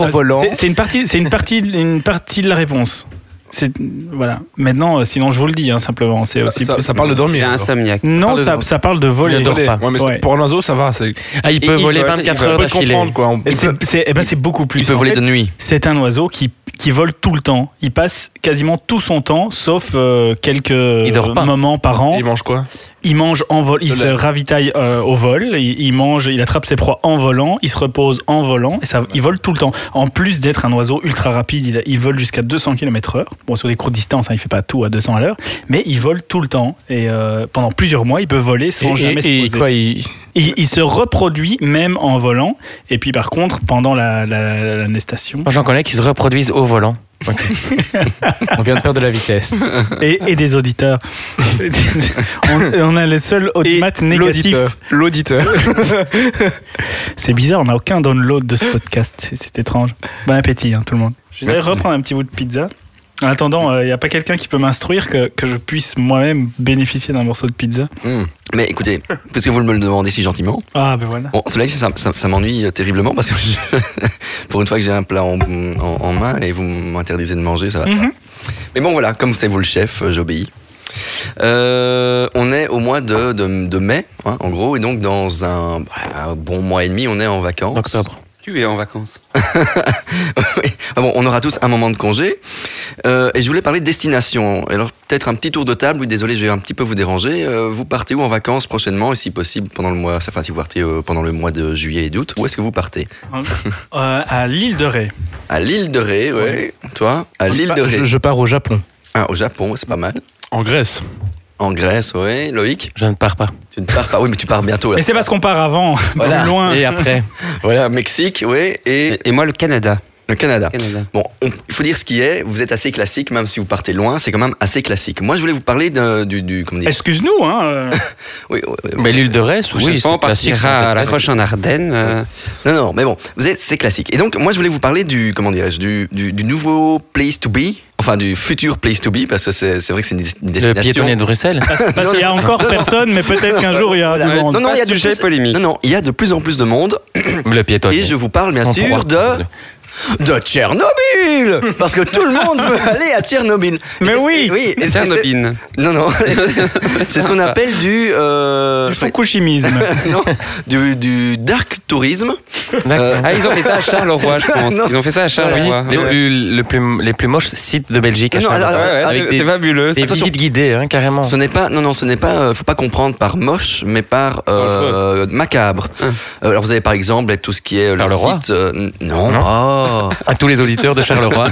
Speaker 6: au
Speaker 1: euh,
Speaker 6: volant,
Speaker 1: c'est- C'est une partie, c'est une partie, une partie de la réponse. C'est voilà. Maintenant, euh, sinon, je vous le dis hein, simplement. C'est aussi.
Speaker 5: Ça, ça parle de
Speaker 2: Il est
Speaker 5: dormir. alors.
Speaker 2: insomniaque.
Speaker 1: non,
Speaker 5: parle de-
Speaker 1: ça, ça parle de voler.
Speaker 4: Il dort pas.
Speaker 5: Ouais, mais c'est-
Speaker 1: Ouais.
Speaker 5: pour un oiseau, ça va. C'est
Speaker 4: Ah, il
Speaker 2: Et
Speaker 4: peut
Speaker 2: il
Speaker 4: voler
Speaker 2: vole,
Speaker 4: 24
Speaker 2: il vole.
Speaker 4: heures
Speaker 5: peut
Speaker 4: d'affilée.
Speaker 5: comprendre quoi. On-
Speaker 1: Et c'est- c'est- eh ben, c'est beaucoup plus.
Speaker 3: Il peut
Speaker 1: En
Speaker 3: voler
Speaker 1: fait,
Speaker 3: de nuit.
Speaker 1: C'est un oiseau qui, qui vole tout le temps. Il passe quasiment tout son temps, sauf euh, quelques
Speaker 4: dort pas.
Speaker 1: moments par an.
Speaker 5: Il mange quoi
Speaker 1: Il mange en vol, il
Speaker 5: De
Speaker 1: se
Speaker 5: la-
Speaker 1: ravitaille euh, au vol, il, il mange, il attrape ses proies en volant, il se repose en volant, et ça, il vole tout le temps. En plus d'être un oiseau ultra rapide, il, il vole jusqu'à 200 km/h. Bon, sur des courtes distances, hein, il fait pas tout à 200 à l'heure, mais il vole tout le temps. Et euh, pendant plusieurs mois, il peut voler
Speaker 6: et,
Speaker 1: sans jamais
Speaker 6: et- et
Speaker 1: se poser.
Speaker 6: quoi, il,
Speaker 1: Il, il se reproduit même en volant, et puis par contre, pendant la, la, la- la nestation,
Speaker 4: Moi, j'en connais qui se reproduisent au volant.
Speaker 6: on vient de perdre de la vitesse.
Speaker 1: et, et des auditeurs. on, on a les seuls audimat négatifs.
Speaker 6: l'auditeur. L'auditeur.
Speaker 1: C'est bizarre, on n'a aucun download de ce podcast. C'est- C'est étrange. Bon appétit, hein, tout le monde. Je vais
Speaker 3: Merci.
Speaker 1: reprendre un petit bout de pizza. En attendant, il n'y a pas quelqu'un qui peut m'instruire que, que je puisse moi-même bénéficier d'un morceau de pizza.
Speaker 3: Hmm. Mais écoutez, puisque vous me le demandez si gentiment,
Speaker 1: Ah, ben voilà.
Speaker 3: bon, cela dit, ça, ça- ça m'ennuie euh, terriblement parce que je- pour une fois que j'ai un plat en, en- en main et vous m'interdisez de manger, ça va.
Speaker 1: Mhm.
Speaker 3: Mais bon, voilà, comme c'est vous le chef, euh, j'obéis. Euh, on est au mois de, de- de mai, hein, en gros, et donc dans un, bah, un bon mois et demi, on est en vacances.
Speaker 4: Octobre.
Speaker 2: Tu es en vacances.
Speaker 3: Oui. Ah bon, on aura tous un moment de congé. Euh, et je voulais parler de destination. Alors peut-être un petit tour de table. Oui, désolé, je vais un petit peu vous déranger. Euh, vous partez où en vacances prochainement et si possible pendant le mois, enfin si vous partez euh, pendant le mois de juillet et d'août, où est-ce que vous partez
Speaker 1: Euh, à l'île de Ré.
Speaker 3: À l'île de Ré, ouais. Toi, à l'île de Ré.
Speaker 6: Je, je pars au Japon.
Speaker 3: Ah, au Japon, c'est pas mal.
Speaker 5: En Grèce.
Speaker 3: En Grèce, ouais. Loïc,
Speaker 4: Je ne pars pas.
Speaker 3: tu ne pars pas. Oui, mais tu pars bientôt. Là.
Speaker 1: Mais c'est parce qu'on part avant,
Speaker 3: Bah. Voilà.
Speaker 1: loin.
Speaker 4: Et après
Speaker 3: Voilà, Mexique, ouais. Et
Speaker 2: Et, et moi, le Canada.
Speaker 3: Le Canada.
Speaker 2: Canada.
Speaker 3: Bon, on- il faut dire ce qui est. Vous êtes assez classique, même si vous partez loin, c'est quand même assez classique. Moi, je voulais vous parler de- du, du comment dire.
Speaker 1: Excuse-nous, hein. euh,
Speaker 3: Oui, oui, oui.
Speaker 4: Mais l'île de Ré, c'est
Speaker 2: Oui, on
Speaker 4: classique, c'est
Speaker 2: partira à la
Speaker 4: classique.
Speaker 2: Roche en Ardennes. euh,
Speaker 3: Non, non, mais bon, vous êtes, c'est classique. Et donc, moi, je voulais vous parler du, comment dirais-je, du, du, du nouveau place to be, enfin du futur place to be, parce que c'est, c'est vrai que c'est une, des- une
Speaker 4: Le
Speaker 3: destination.
Speaker 4: piétonnier de Bruxelles.
Speaker 1: Parce qu'il y a encore personne, mais peut-être qu'un jour il y a
Speaker 3: Voilà.
Speaker 1: du monde.
Speaker 3: Non, non,
Speaker 2: Ah, Pas
Speaker 3: il y a
Speaker 2: de
Speaker 3: de
Speaker 2: sujet
Speaker 3: plus-
Speaker 2: polémique.
Speaker 3: Non, non, il y a de plus en plus de monde.
Speaker 4: Le piétonnier.
Speaker 3: Et je vous parle, bien
Speaker 4: En
Speaker 3: sûr,
Speaker 4: trois.
Speaker 3: de de Tchernobyl, parce que tout le monde veut aller à Tchernobyl.
Speaker 1: Mais
Speaker 3: Et c'est-
Speaker 1: oui,
Speaker 3: oui, et c'est-
Speaker 2: Tchernobyl.
Speaker 3: c'est- Non, non, c'est ce qu'on appelle du. euh,
Speaker 1: Du Fukushimisme.
Speaker 3: non, du, du dark tourisme.
Speaker 4: D'accord.
Speaker 2: Ah, ils ont fait ça à Charleroi, je pense.
Speaker 3: Non.
Speaker 2: Ils ont fait ça à Charleroi.
Speaker 4: Les plus, le plus- les plus moches sites de Belgique. à
Speaker 3: Non,
Speaker 4: Charleroi.
Speaker 3: alors,
Speaker 2: Ouais, ouais,
Speaker 3: avec
Speaker 2: c'est-
Speaker 4: des-
Speaker 2: c'est fabuleux.
Speaker 4: Des
Speaker 2: ça.
Speaker 3: attention.
Speaker 4: visites guidées, hein, carrément.
Speaker 3: Ce n'est pas, non, non, ce n'est pas, euh, faut pas comprendre par moche, mais par euh, macabre. Euh, Alors vous avez par exemple tout ce qui est euh, le
Speaker 4: Charleroi
Speaker 3: site, euh, n- non,
Speaker 4: Non.
Speaker 3: Oh.
Speaker 4: À tous les auditeurs de Charleroi,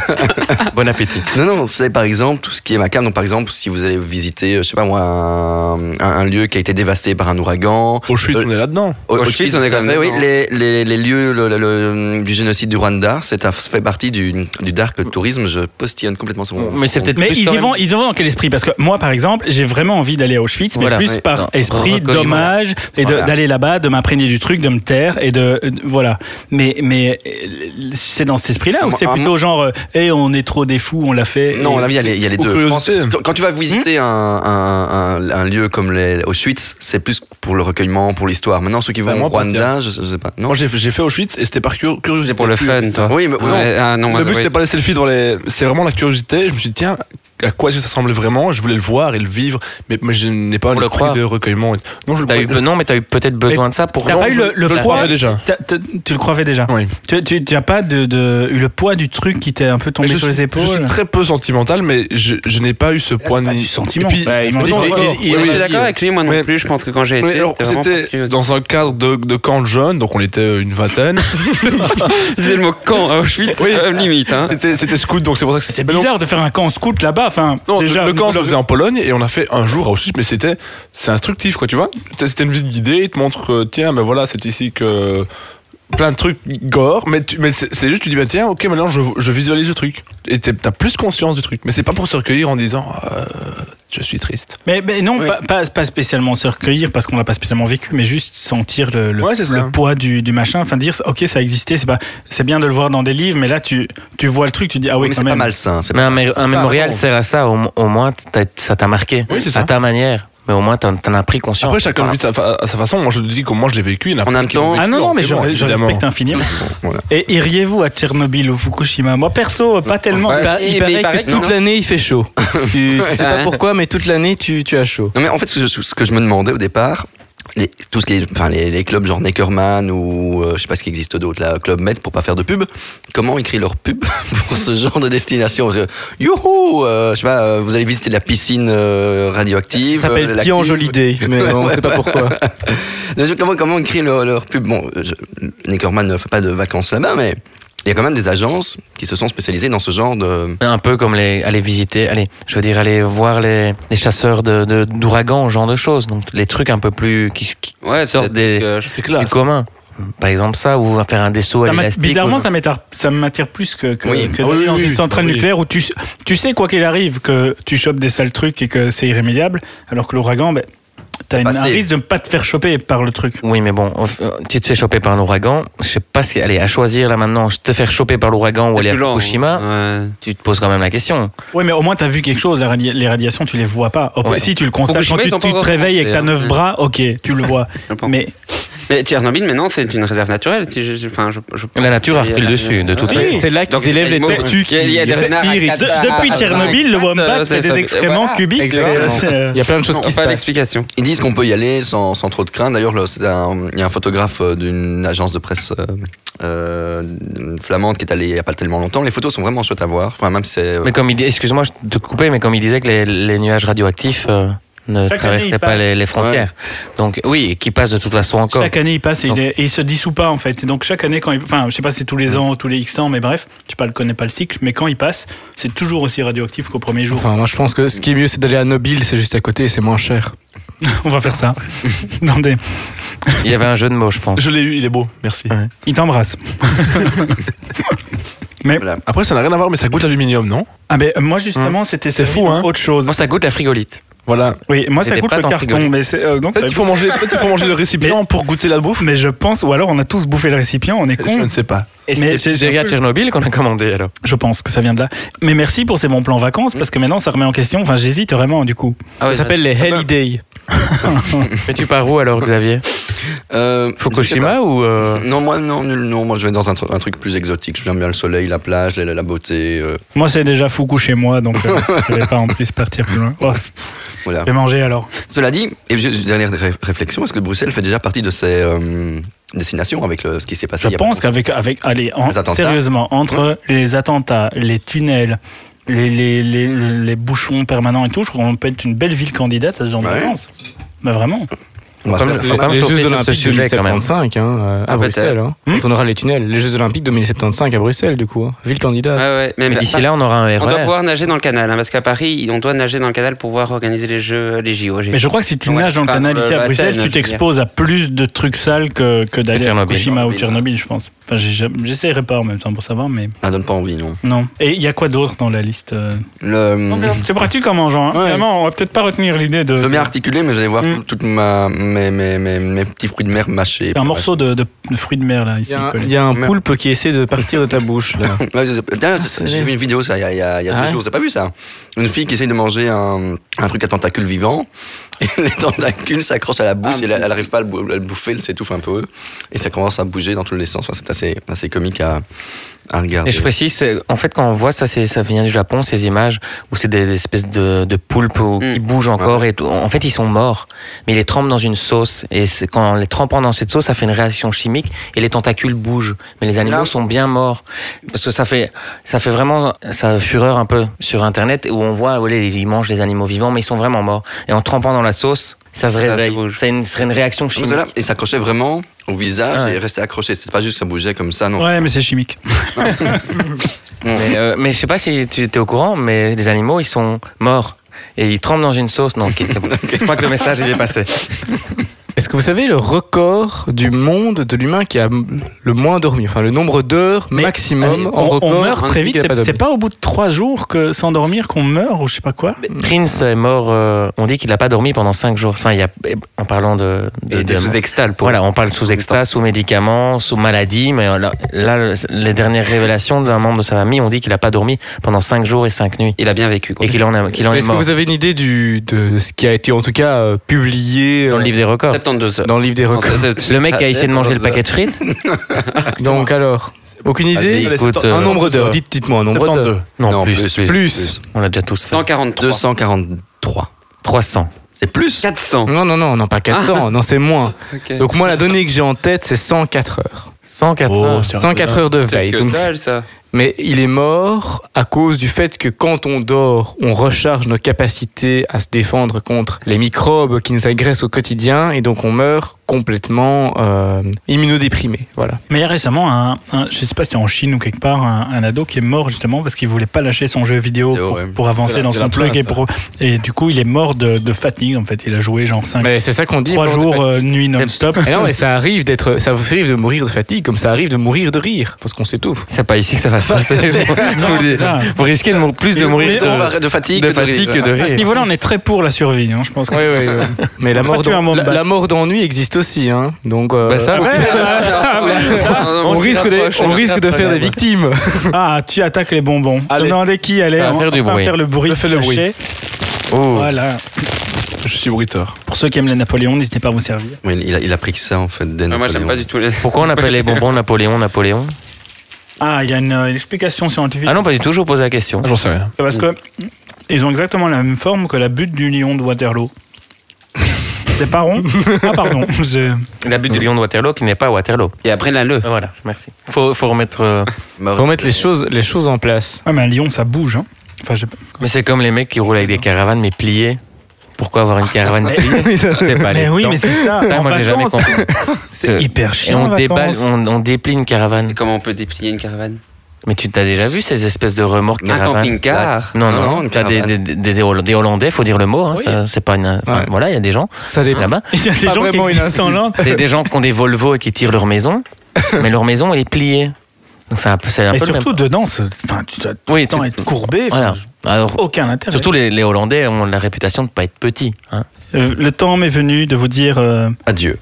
Speaker 4: bon appétit.
Speaker 3: non, non, c'est par exemple tout ce qui est macabre. Donc par exemple, si vous allez visiter, euh, je sais pas moi, un, un- un lieu qui a été dévasté par un ouragan.
Speaker 5: Au Schwitz,
Speaker 3: Euh,
Speaker 5: on est là-dedans.
Speaker 3: au-
Speaker 2: Auschwitz,
Speaker 3: Auschwitz,
Speaker 2: on est quand même
Speaker 3: tout à fait, Oui,
Speaker 2: dedans.
Speaker 3: les, les, les lieux le- le- le- du génocide du Rwanda, c'est un- ça fait partie du, du dark tourisme. Je postillonne complètement sur mon.
Speaker 4: Mais c'est
Speaker 3: mon-
Speaker 4: peut-être
Speaker 1: Mais
Speaker 4: plus
Speaker 1: ils
Speaker 4: quand
Speaker 1: y
Speaker 4: même-
Speaker 1: vont, ils y vont dans quel esprit Parce que moi, par exemple, j'ai vraiment envie d'aller à Auschwitz,
Speaker 4: Voilà,
Speaker 1: mais plus
Speaker 4: oui,
Speaker 1: par
Speaker 4: non,
Speaker 1: esprit
Speaker 4: recueillement.
Speaker 1: dommage et de-
Speaker 3: Voilà.
Speaker 1: d'aller là-bas, de m'imprégner du truc, de me taire et de euh, voilà. Mais mais euh, c'est dans cet esprit-là
Speaker 3: Ah,
Speaker 1: ou
Speaker 3: moi-
Speaker 1: c'est
Speaker 3: ah,
Speaker 1: plutôt genre, et on est trop des fous, on l'a fait.
Speaker 3: Non,
Speaker 1: et-
Speaker 3: à mon avis, il y a les, il y a les
Speaker 5: Aux
Speaker 3: deux. Je pense que
Speaker 5: curiosités.
Speaker 3: quand- Quand tu vas visiter un, un- un- un lieu comme les Auschwitz, c'est plus pour le recueillement, pour l'histoire. Maintenant, ceux qui
Speaker 5: Bah,
Speaker 3: vont
Speaker 5: moi,
Speaker 3: au Rwanda, je, je sais pas. Non,
Speaker 5: Moi, j'ai j'ai fait Auschwitz et c'était par cur- curiosité.
Speaker 2: C'est pour le
Speaker 5: pure.
Speaker 2: fun, toi.
Speaker 3: Oui, mais- oui,
Speaker 2: Ouais, Ah, non, moi,
Speaker 5: Le but,
Speaker 2: oui.
Speaker 5: c'était pas les selfies devant les. C'est vraiment la curiosité. Je me suis dit, tiens, à quoi est-ce que ça semblait vraiment Je voulais le voir et le vivre, mais, mais je n'ai pas
Speaker 4: Pour le
Speaker 5: l'esprit
Speaker 4: croire.
Speaker 5: de recueillement. Non, je le
Speaker 4: T'as eu,
Speaker 5: crois-
Speaker 4: non, mais t'as eu peut-être besoin de ça pour.
Speaker 1: T'as
Speaker 5: non,
Speaker 1: pas eu
Speaker 5: je-
Speaker 1: le, le
Speaker 5: je le
Speaker 1: poids
Speaker 5: croyais déjà.
Speaker 1: T'as- t'as- Tu le croyais déjà.
Speaker 5: Oui.
Speaker 1: Tu, tu, tu as pas de, de- eu le poids du truc qui t'est un peu tombé
Speaker 5: Mais je
Speaker 1: sur
Speaker 5: suis-
Speaker 1: les
Speaker 5: Je suis
Speaker 1: épaules. Ah,
Speaker 5: très peu sentimental, mais je, je n'ai pas eu ce point
Speaker 1: c'est
Speaker 5: de
Speaker 1: pas du sentiment.
Speaker 5: Et puis,
Speaker 1: Bah, il
Speaker 5: non,
Speaker 1: faut
Speaker 5: non,
Speaker 1: dire-
Speaker 5: non,
Speaker 1: il-
Speaker 5: oui,
Speaker 2: Ouais, je suis
Speaker 5: oui.
Speaker 2: d'accord avec lui, moi non
Speaker 5: Mais-
Speaker 2: plus. Je pense que quand j'ai
Speaker 5: Mais
Speaker 2: été,
Speaker 5: alors,
Speaker 2: c'était vraiment par
Speaker 5: c'était
Speaker 2: curiosité.
Speaker 5: dans un cadre de, de camp de jeunes, donc on était euh, une vingtaine.
Speaker 2: C'était le mot camp à Auschwitz,
Speaker 5: Oui.
Speaker 2: euh, limite. hein.
Speaker 5: c'était, c'était scout, donc c'est pour ça que
Speaker 1: C'est bizarre de faire un camp scout là-bas. Enfin,
Speaker 5: Non,
Speaker 1: déjà,
Speaker 5: le camp, on
Speaker 1: le-
Speaker 5: le faisait en Pologne et on a fait un jour à Auschwitz, mais c'était c'est instructif, quoi, tu vois. C'était une visite guidée, ils te montrent, euh, tiens, ben voilà, c'est ici que plein de trucs gore, mais, tu- mais c'est c'est juste, tu dis, bah tiens, ok, maintenant je, je visualise le truc. Et t'es- t'as plus conscience du truc, mais c'est pas pour se recueillir en disant, euh, je suis triste.
Speaker 1: Mais, mais non, pas, pas, pas spécialement se recueillir parce qu'on l'a pas spécialement vécu, mais juste sentir le, le,
Speaker 5: Ouais, c'est ça.
Speaker 1: le poids du, du machin. Enfin, dire, ok, ça existait, c'est pas, c'est bien de le voir dans des livres, mais là, tu, tu vois le truc, tu dis, ah oui,
Speaker 3: mais
Speaker 1: quand
Speaker 3: c'est pas
Speaker 1: même.
Speaker 3: malsain. c'est
Speaker 4: Mais
Speaker 3: pas-
Speaker 4: un, mé-
Speaker 3: c'est
Speaker 4: un
Speaker 3: ça,
Speaker 4: mémorial
Speaker 3: non.
Speaker 4: sert à ça, au, au moins t'as- ça t'a marqué.
Speaker 5: Oui, c'est ça.
Speaker 4: À ta manière. Mais au moins t'en t'en as pris conscience.
Speaker 5: Après, chacun
Speaker 3: Voilà.
Speaker 5: vit sa fa- à sa façon. Moi, je te dis comment je l'ai vécu. il y a
Speaker 3: En
Speaker 5: plein
Speaker 3: même
Speaker 5: qui l'ont
Speaker 3: temps-
Speaker 5: vécu
Speaker 1: Ah non, non, mais je,
Speaker 5: autrement,
Speaker 1: je
Speaker 5: évidemment.
Speaker 1: respecte infiniment.
Speaker 3: Voilà.
Speaker 1: Et iriez-vous à Tchernobyl ou Fukushima Moi, perso, pas tellement.
Speaker 2: Ouais.
Speaker 1: Bah,
Speaker 2: Et-
Speaker 6: Ah, il
Speaker 2: mais
Speaker 6: paraît
Speaker 2: il paraît
Speaker 6: que
Speaker 2: que
Speaker 6: toute
Speaker 2: non.
Speaker 6: l'année il fait chaud. tu, tu sais
Speaker 2: Ouais.
Speaker 6: pas pourquoi, mais toute l'année tu, tu as chaud.
Speaker 3: Non, mais en fait, ce que je, ce que je me demandais au départ, les, tout ce qui est, enfin, les, les clubs genre Neckerman ou euh, je sais pas ce qui existe d'autre là, Club Med pour pas faire de pub, comment ils créent leur pub pour ce genre de destination Parce que, Youhou euh, Je sais pas, euh, vous allez visiter la piscine euh, radioactive.
Speaker 6: Ça s'appelle
Speaker 3: euh, la
Speaker 6: Tian
Speaker 3: cuve.
Speaker 6: Jolidé, mais on sait pas pourquoi.
Speaker 3: Les gens, Comment, comment ils créent leur, leur pub Bon, euh, je, Neckerman ne fait pas de vacances là-bas, mais il y a quand même des agences qui se sont spécialisées dans ce genre de.
Speaker 4: Un peu comme les, aller visiter, allez, je veux dire, aller voir les, les chasseurs de, de, d'ouragans, ce genre de choses. Donc, les trucs un peu plus, qui, qui
Speaker 2: Ouais,
Speaker 4: sortent
Speaker 2: peut-être
Speaker 4: des,
Speaker 2: que je-
Speaker 5: C'est
Speaker 4: du
Speaker 5: clair.
Speaker 4: commun. Par exemple, ça, ou faire un dessous à
Speaker 1: Ça m'a-
Speaker 4: l'élastique.
Speaker 1: bizarrement,
Speaker 4: ou-
Speaker 1: ça m'attire, ça m'attire plus que, que,
Speaker 3: Oui.
Speaker 1: que
Speaker 5: Ah oui,
Speaker 1: d'aller
Speaker 5: oui,
Speaker 1: dans
Speaker 5: oui,
Speaker 1: une
Speaker 5: oui.
Speaker 1: centrale
Speaker 5: Oui.
Speaker 1: nucléaire où tu, tu sais, quoi qu'il arrive, que tu chopes des sales trucs et que c'est irrémédiable, alors que l'ouragan, ben, t'as une- un
Speaker 3: passé.
Speaker 1: risque de ne pas te faire choper par le truc.
Speaker 4: Oui, mais bon, au- euh, tu te fais choper par un ouragan. Je sais pas si, allez, à choisir là maintenant, te faire choper par l'ouragan ou aller à
Speaker 2: plus lent, hein.
Speaker 4: Fukushima,
Speaker 2: ouais.
Speaker 4: tu te poses quand même la question.
Speaker 1: Oui, mais au moins, t'as vu quelque chose. la radia- les radiations, tu les vois pas. Au-
Speaker 4: Ouais.
Speaker 1: Si tu le constates,
Speaker 2: Fukushima,
Speaker 1: quand tu,
Speaker 2: ils sont pas
Speaker 1: tu te
Speaker 2: encore
Speaker 1: réveilles et que t'as
Speaker 2: commencé, hein.
Speaker 1: neuf bras, ok, tu le vois.
Speaker 2: Je pense.
Speaker 1: mais
Speaker 2: Mais Tchernobyl, maintenant, c'est une réserve naturelle. si je- je- enfin, je- je pense
Speaker 4: La nature a
Speaker 2: qu'il y
Speaker 4: repris le
Speaker 2: la-
Speaker 4: dessus, de toute
Speaker 2: Oui.
Speaker 4: façon.
Speaker 6: C'est là
Speaker 2: Donc,
Speaker 6: qu'ils élèvent les
Speaker 2: il y a-
Speaker 6: tortues
Speaker 2: il y a- il y a des
Speaker 6: qui
Speaker 2: renards à
Speaker 6: respirent.
Speaker 2: quatre-
Speaker 1: de- depuis
Speaker 2: ah,
Speaker 1: Tchernobyl, le
Speaker 2: ah,
Speaker 1: wombat
Speaker 2: euh,
Speaker 1: fait des
Speaker 2: ça-
Speaker 1: excréments
Speaker 2: voilà.
Speaker 1: cubiques.
Speaker 6: Exactement.
Speaker 1: c'est- c'est-
Speaker 6: Il y a plein de choses
Speaker 2: Non,
Speaker 6: qui se
Speaker 2: pas
Speaker 6: passent.
Speaker 2: l'explication.
Speaker 3: Ils disent qu'on peut y aller sans, sans trop de crainte. D'ailleurs, le- c'est un- il y a un photographe euh, d'une agence de presse euh, euh, flamande qui est allé il n'y a pas tellement longtemps. Les photos sont vraiment chouettes à voir. Enfin, même si c'est. euh,
Speaker 4: Mais comme il dit, excuse-moi, je te coupais, mais comme il disait que les, les nuages radioactifs euh, ne
Speaker 1: Chaque année,
Speaker 4: traversaient
Speaker 1: ils
Speaker 4: pas
Speaker 1: passent.
Speaker 4: les, les frontières. Donc oui, et qui passent de toute façon encore.
Speaker 1: Chaque année, il passe et il,
Speaker 4: Non.
Speaker 1: est- et il se dissout pas en fait. Et donc chaque année, quand il, enfin, je sais pas si c'est tous les ans ou tous les X temps, mais bref, je sais pas, je connais pas le cycle, mais quand il passe, c'est toujours aussi radioactif qu'au premier jour.
Speaker 6: Enfin, moi je pense que ce qui est mieux c'est d'aller à Nobile, c'est juste à côté et c'est moins cher.
Speaker 1: On va faire ça. Dans des-
Speaker 4: Il y avait un jeu de mots, je pense.
Speaker 5: Je l'ai eu, il est beau, merci.
Speaker 1: Il t'embrasse. Mais,
Speaker 3: Voilà.
Speaker 5: Après, ça n'a rien à voir, mais ça goûte l'aluminium, non
Speaker 1: ah, mais moi, justement, c'était
Speaker 5: C'est
Speaker 1: servi
Speaker 5: fou,
Speaker 1: dans
Speaker 5: hein.
Speaker 1: autre chose.
Speaker 4: Moi, ça goûte la frigolite.
Speaker 5: Voilà.
Speaker 1: Oui, moi,
Speaker 4: Et
Speaker 1: ça
Speaker 4: des
Speaker 1: goûte
Speaker 4: pâtes
Speaker 1: le
Speaker 4: en
Speaker 1: carton.
Speaker 4: frigolifère.
Speaker 1: Mais c'est, euh, donc,
Speaker 5: Peut-être qu'il faut manger, peut-être qu'il faut manger le récipient pour goûter la bouffe.
Speaker 1: mais je pense, ou alors on a tous bouffé le récipient, on est
Speaker 5: Je
Speaker 1: con.
Speaker 5: ne sais pas.
Speaker 4: Et
Speaker 1: Mais
Speaker 4: c'est
Speaker 1: j'ai-
Speaker 4: c'est
Speaker 1: j'ai
Speaker 4: à
Speaker 1: un peu-
Speaker 4: Tchernobyl qu'on a commandé alors.
Speaker 1: Je pense que ça vient de là. Mais merci pour ces bons plans vacances, parce que maintenant ça remet en question. Enfin, j'hésite vraiment du coup.
Speaker 4: Ah ouais,
Speaker 6: Ça s'appelle les Holiday.
Speaker 4: Mais tu pars où alors, Xavier
Speaker 3: Euh, je sais
Speaker 4: Fukushima ou. euh,
Speaker 3: pas. Non, moi, non, nul, non, moi je vais dans un, tru- un truc plus exotique. Je viens bien le soleil, la plage, la, la- la beauté. euh,
Speaker 1: Moi, c'est déjà Foucault chez moi, donc euh, je vais pas en plus partir plus loin. Oh,
Speaker 3: voilà.
Speaker 1: je vais manger alors.
Speaker 3: Cela dit, et juste une dernière ré- réflexion, est-ce que Bruxelles fait déjà partie de ces euh, destinations avec le- ce qui s'est passé
Speaker 1: Je
Speaker 3: il Ah, y a
Speaker 1: pense
Speaker 3: pas
Speaker 1: qu'avec, avec, allez, en-
Speaker 3: Les attentats.
Speaker 1: sérieusement, entre les attentats, les tunnels, les, les, les, les bouchons permanents et tout, je crois qu'on peut être une belle ville candidate à ce genre de
Speaker 3: Ouais.
Speaker 1: vacances. Mais vraiment.
Speaker 3: longtemps On va se
Speaker 4: Comme-
Speaker 3: faire-
Speaker 4: Faut quand même
Speaker 6: les
Speaker 4: sauter
Speaker 6: Jeux
Speaker 4: sur ce
Speaker 6: Olympiques
Speaker 4: sujet, quand même.
Speaker 6: 2075 hein, euh, à
Speaker 2: Ah,
Speaker 6: Bruxelles. Hein.
Speaker 1: Hmm
Speaker 6: Quand on aura les tunnels. Les Jeux Olympiques 2075 à Bruxelles, du coup. hein. Ville
Speaker 2: Ouais,
Speaker 6: candidate.
Speaker 2: ouais,
Speaker 4: Mais
Speaker 2: bah,
Speaker 4: d'ici
Speaker 2: par-
Speaker 4: là, ben, on aura un E
Speaker 2: On doit
Speaker 4: RER.
Speaker 2: pouvoir nager dans le canal, hein, parce qu'à Paris, on doit nager dans le canal pour pouvoir organiser les jeux, les JO. j'ai-
Speaker 1: Mais je crois que si tu
Speaker 2: Ouais,
Speaker 1: nages dans le
Speaker 2: enfin,
Speaker 1: canal
Speaker 2: euh,
Speaker 1: ici à
Speaker 2: la
Speaker 1: Bruxelles,
Speaker 2: Seine,
Speaker 1: tu
Speaker 2: je veux dire.
Speaker 1: t'exposes à plus de trucs sales que, que d'aller à
Speaker 4: Tchernobyl.
Speaker 1: Fukushima ou
Speaker 3: Tchernobyl.
Speaker 1: Tchernobyl, je pense. Enfin, j'ai jamais- j'essaierai pas en même temps pour savoir, mais
Speaker 3: Ah, donne pas envie, non.
Speaker 1: non. Et il y a quoi d'autre dans la liste euh
Speaker 3: Le,
Speaker 1: C'est pratique en mangeant. Hein.
Speaker 3: Ouais.
Speaker 1: Vraiment, on va peut-être pas retenir l'idée de.
Speaker 3: Je veux bien articuler, mais j'allais voir
Speaker 1: Mm.
Speaker 3: tout- toute ma, mes, mes, mes, mes petits fruits de mer mâchés.
Speaker 1: C'est un morceau de, de, de fruits de mer là
Speaker 6: Il
Speaker 1: ici.
Speaker 6: y a un-
Speaker 1: collé.
Speaker 6: il y, a un poulpe qui essaie de partir de ta bouche, là.
Speaker 3: Ouais, je- je- D'ailleurs,
Speaker 6: c'est
Speaker 3: j'ai
Speaker 6: vrai.
Speaker 3: vu une vidéo ça il y a, il y a- il y a
Speaker 6: Ah
Speaker 3: deux
Speaker 6: ouais
Speaker 3: jours, vous avez pas vu ça Une fille qui essaye de manger un, un truc à tentacules vivant, et les tentacules s'accrochent à la bouche,
Speaker 2: Ah,
Speaker 3: et elle n'arrive pas à le, bou- à le bouffer, elle s'étouffe un peu, et ça commence à bouger dans tous les sens. Enfin, c'est assez, assez comique à, à regarder.
Speaker 4: Et je précise, c'est- en fait, quand on voit ça, c'est- ça vient du Japon, ces images où c'est des, des espèces de, de poulpes ou- qui
Speaker 2: Mm.
Speaker 4: bougent encore et tout. En fait, ils sont morts, mais ils les trempent dans une sauce. Et c'est- quand en les trempant dans cette sauce, ça fait une réaction chimique et les tentacules bougent. Mais les animaux
Speaker 3: Là-
Speaker 4: sont bien morts. Parce que ça fait, ça fait vraiment, ça fureur un peu sur Internet où on voit, ouais, ils mangent les animaux vivants, mais ils sont vraiment morts. Et en trempant dans la sauce, ça se réveille.
Speaker 2: bouge.
Speaker 4: C'est une, serait une réaction
Speaker 3: Non, Ah, mais
Speaker 4: chimique.
Speaker 3: celle-là, il s'accrochait vraiment au visage
Speaker 4: Ah ouais.
Speaker 3: et restait accroché. C'était pas juste que ça bougeait comme ça, non.
Speaker 1: Ouais, mais c'est chimique.
Speaker 4: Mais, euh, mais je sais pas si tu étais au courant, mais les animaux, ils sont morts. Et ils trempent dans une sauce. Non, ok, c'est bon. Je crois que le message, il est passé.
Speaker 6: Est-ce que vous savez le record du monde de l'humain qui a m- le moins dormi Enfin, le nombre d'heures
Speaker 1: Mais,
Speaker 6: maximum
Speaker 1: allez,
Speaker 6: en
Speaker 1: on,
Speaker 6: record.
Speaker 1: on meurt très vite.
Speaker 6: Il a
Speaker 1: C'est- C'est
Speaker 6: dormi.
Speaker 1: pas au bout de trois jours que s'endormir qu'on meurt ou je sais pas quoi.
Speaker 4: Prince est mort, euh, on dit qu'il n'a pas dormi pendant 5 jours. Enfin, il y a, en parlant de. de-
Speaker 2: Et des
Speaker 4: de-
Speaker 2: sous-extales pour.
Speaker 4: voilà, on parle sous extase, sous médicaments, sous maladie, mais là, là, le- les dernières révélations d'un membre de sa famille, on dit qu'il n'a pas dormi pendant 5 jours et 5 nuits.
Speaker 2: Il a bien vécu. Quoi.
Speaker 4: Et qu'il en, a- qu'il en est
Speaker 6: Est-ce que
Speaker 4: mort
Speaker 6: vous avez une idée du, de ce qui a été en tout cas euh, publié
Speaker 4: dans
Speaker 6: euh,
Speaker 4: le livre des records.
Speaker 2: 72 heures.
Speaker 6: dans le livre des records
Speaker 4: Le mec qui a essayé de manger le paquet de frites,
Speaker 6: Donc alors, aucune idée
Speaker 5: Allez,
Speaker 4: écoute,
Speaker 5: c'est-
Speaker 4: euh,
Speaker 6: Un nombre d'heures, dites- dites-moi un nombre d'heures.
Speaker 5: 72.
Speaker 4: non,
Speaker 3: Non,
Speaker 4: plus,
Speaker 3: plus,
Speaker 4: plus.
Speaker 6: Plus.
Speaker 4: On l'a déjà tous fait.
Speaker 2: Dans 43.
Speaker 3: 243.
Speaker 4: 300.
Speaker 3: C'est plus
Speaker 2: 400.
Speaker 6: Non, non, non, non, pas
Speaker 4: Ah.
Speaker 6: 400, non, c'est moins. Donc moi, la donnée que j'ai en tête, c'est 104 heures.
Speaker 4: 104
Speaker 6: Oh,
Speaker 4: heures.
Speaker 6: 104 heures de
Speaker 2: C'est
Speaker 6: veille.
Speaker 2: que
Speaker 6: Donc,
Speaker 2: dalle, ça.
Speaker 6: mais il est mort à cause du fait que quand on dort, on recharge nos capacités à se défendre contre les microbes qui nous agressent au quotidien et donc on meurt complètement euh, immunodéprimé. Voilà.
Speaker 1: Mais il y a récemment, un, un- je sais pas si c'est en Chine ou quelque part, un, un ado qui est mort justement parce qu'il voulait pas lâcher son jeu vidéo
Speaker 3: Vidéo,
Speaker 1: pour,
Speaker 3: ouais.
Speaker 1: pour avancer
Speaker 5: De la-
Speaker 1: dans
Speaker 5: de
Speaker 1: son
Speaker 5: la
Speaker 1: plug
Speaker 5: place,
Speaker 1: et, pour- et du coup il est mort de, de fatigue en fait. Il a joué genre 5
Speaker 6: Mais c'est ça qu'on dit.
Speaker 1: trois
Speaker 6: quand on est
Speaker 1: jours,
Speaker 6: fatigué.
Speaker 1: euh, nuit non-stop.
Speaker 6: Eh non, mais ça arrive d'être, ça vous arrive de mourir de fatigue, comme ça arrive de mourir de rire, parce qu'on s'étouffe.
Speaker 4: C'est pas ici que ça va se passer.
Speaker 1: Non,
Speaker 4: vous,
Speaker 1: c'est ça.
Speaker 4: vous risquez de mourir- plus de mourir
Speaker 3: On
Speaker 4: de,
Speaker 3: va- de fatigue.
Speaker 4: Euh, de
Speaker 3: que de
Speaker 4: fatigue
Speaker 3: rire.
Speaker 4: que de
Speaker 1: À ce
Speaker 4: rire.
Speaker 1: niveau-là, on est très pour la survie, hein, je pense. que-
Speaker 6: Oui, oui, oui. Mais la
Speaker 1: Pas
Speaker 6: mort,
Speaker 1: tuer un Ah
Speaker 6: d'en-
Speaker 1: wombat.
Speaker 6: la, la mort d'ennui existe aussi, hein. Donc, euh,
Speaker 4: Bah ça, oui.
Speaker 6: on, risque de, on risque de faire des victimes.
Speaker 1: Ah, tu attaques les bonbons.
Speaker 5: Allez.
Speaker 1: Demandez qui allait
Speaker 4: Ça va
Speaker 1: on-
Speaker 4: faire du
Speaker 1: on va
Speaker 4: bruit.
Speaker 1: faire le bruit.
Speaker 5: Je fais le
Speaker 1: du
Speaker 5: bruit.
Speaker 1: sachet.
Speaker 4: Oh.
Speaker 1: Voilà.
Speaker 5: Je suis bruiteur.
Speaker 1: Pour ceux qui aiment les Napoléons, n'hésitez pas à vous servir.
Speaker 3: Oui, il, a, il a pris que ça en fait. dès
Speaker 2: Ah, Moi, j'aime
Speaker 3: Napoléon.
Speaker 2: pas du tout les.
Speaker 4: Pourquoi on appelle les bonbons Napoléon Napoléon
Speaker 1: Ah, il y a une, euh, une explication scientifique.
Speaker 4: Ah non, pas du tout, je vous pose la question.
Speaker 5: Ah, J'en sais rien.
Speaker 1: C'est parce que ils ont exactement la même forme que la butte du lion de Waterloo. C'est pas rond Ah pardon, j'ai-
Speaker 4: La butte du lion de Waterloo qui n'est pas Waterloo.
Speaker 2: Et après, la le.
Speaker 4: Ah, Voilà, merci. Faut, faut remettre. euh,
Speaker 3: Bah,
Speaker 6: Faut mettre les choses, les choses en place.
Speaker 1: Ah mais un lion ça bouge. Hein. Enfin, j'ai-
Speaker 4: Mais c'est comme les mecs qui roulent avec des caravanes mais pliées. Pourquoi avoir une caravane pliée Ah, C'est pas
Speaker 1: Mais
Speaker 4: les
Speaker 1: oui,
Speaker 4: temps.
Speaker 1: mais c'est ça.
Speaker 4: Ça,
Speaker 1: en
Speaker 4: moi, j'ai jamais
Speaker 1: vacances,
Speaker 4: compris.
Speaker 1: c'est hyper
Speaker 4: Et
Speaker 1: chiant.
Speaker 4: on
Speaker 1: en
Speaker 4: déballe,
Speaker 1: vacances.
Speaker 4: on, on déplie une caravane.
Speaker 2: Et Comment on peut déplier une caravane
Speaker 4: Mais tu t'as déjà vu ces espèces de remorques
Speaker 2: Un
Speaker 4: caravanes
Speaker 2: camping-car
Speaker 4: Non,
Speaker 3: Non,
Speaker 4: non,
Speaker 3: une
Speaker 4: t'as des, des,
Speaker 3: caravane.
Speaker 4: des, des Hol- des Hollandais, faut dire le mot. hein,
Speaker 1: Oui.
Speaker 4: ça, c'est pas une. enfin,
Speaker 6: Ouais.
Speaker 4: Voilà, il y a des gens
Speaker 6: Ça dépend.
Speaker 4: là-bas.
Speaker 1: Il y a des
Speaker 6: Pas
Speaker 1: gens qui
Speaker 6: vraiment une
Speaker 1: existent en
Speaker 6: insulte.
Speaker 1: Inde.
Speaker 4: C'est des gens qui ont des Volvo et qui tirent leur maison, mais leur maison, elle est pliée. Donc c'est un peu, c'est un
Speaker 1: Et
Speaker 4: peu le
Speaker 1: surtout dedans, c'est- enfin, tu dois tout
Speaker 4: Oui,
Speaker 1: le temps
Speaker 4: tu-
Speaker 1: être courbé.
Speaker 4: même-
Speaker 1: enfin, Oh,
Speaker 4: Voilà. Alors,
Speaker 1: Aucun intérêt.
Speaker 4: surtout les, les Hollandais ont la réputation de pas être petits. Hein.
Speaker 1: Euh, le temps m'est venu de vous dire. euh,
Speaker 3: Adieu.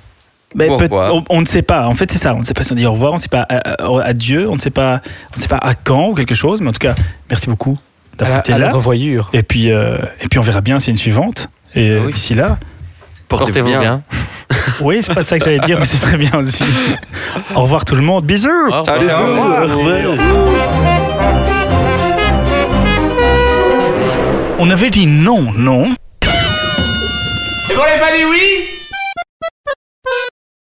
Speaker 1: ben,
Speaker 3: Au
Speaker 1: peut-
Speaker 3: revoir.
Speaker 1: on, on ne sait pas. En fait, c'est ça. On ne sait pas si on dit au revoir, on ne sait pas euh, euh, adieu, on ne sait pas, on ne sait pas à quand ou quelque chose. Mais en tout cas, merci beaucoup
Speaker 6: à,
Speaker 1: d'avoir
Speaker 6: la-
Speaker 1: été
Speaker 6: à la
Speaker 1: là.
Speaker 6: revoyure.
Speaker 1: Et puis, euh, et puis on verra bien s'il y a une suivante. Et
Speaker 4: Ah oui.
Speaker 1: d'ici là,
Speaker 4: Portez-vous bien.
Speaker 1: oui, c'est pas ça que j'allais dire, mais c'est très bien aussi. Au revoir tout le monde, bisous.
Speaker 4: Au revoir.
Speaker 5: Allez, au revoir.
Speaker 1: On avait dit non, non.
Speaker 7: Et bon, les pas dit oui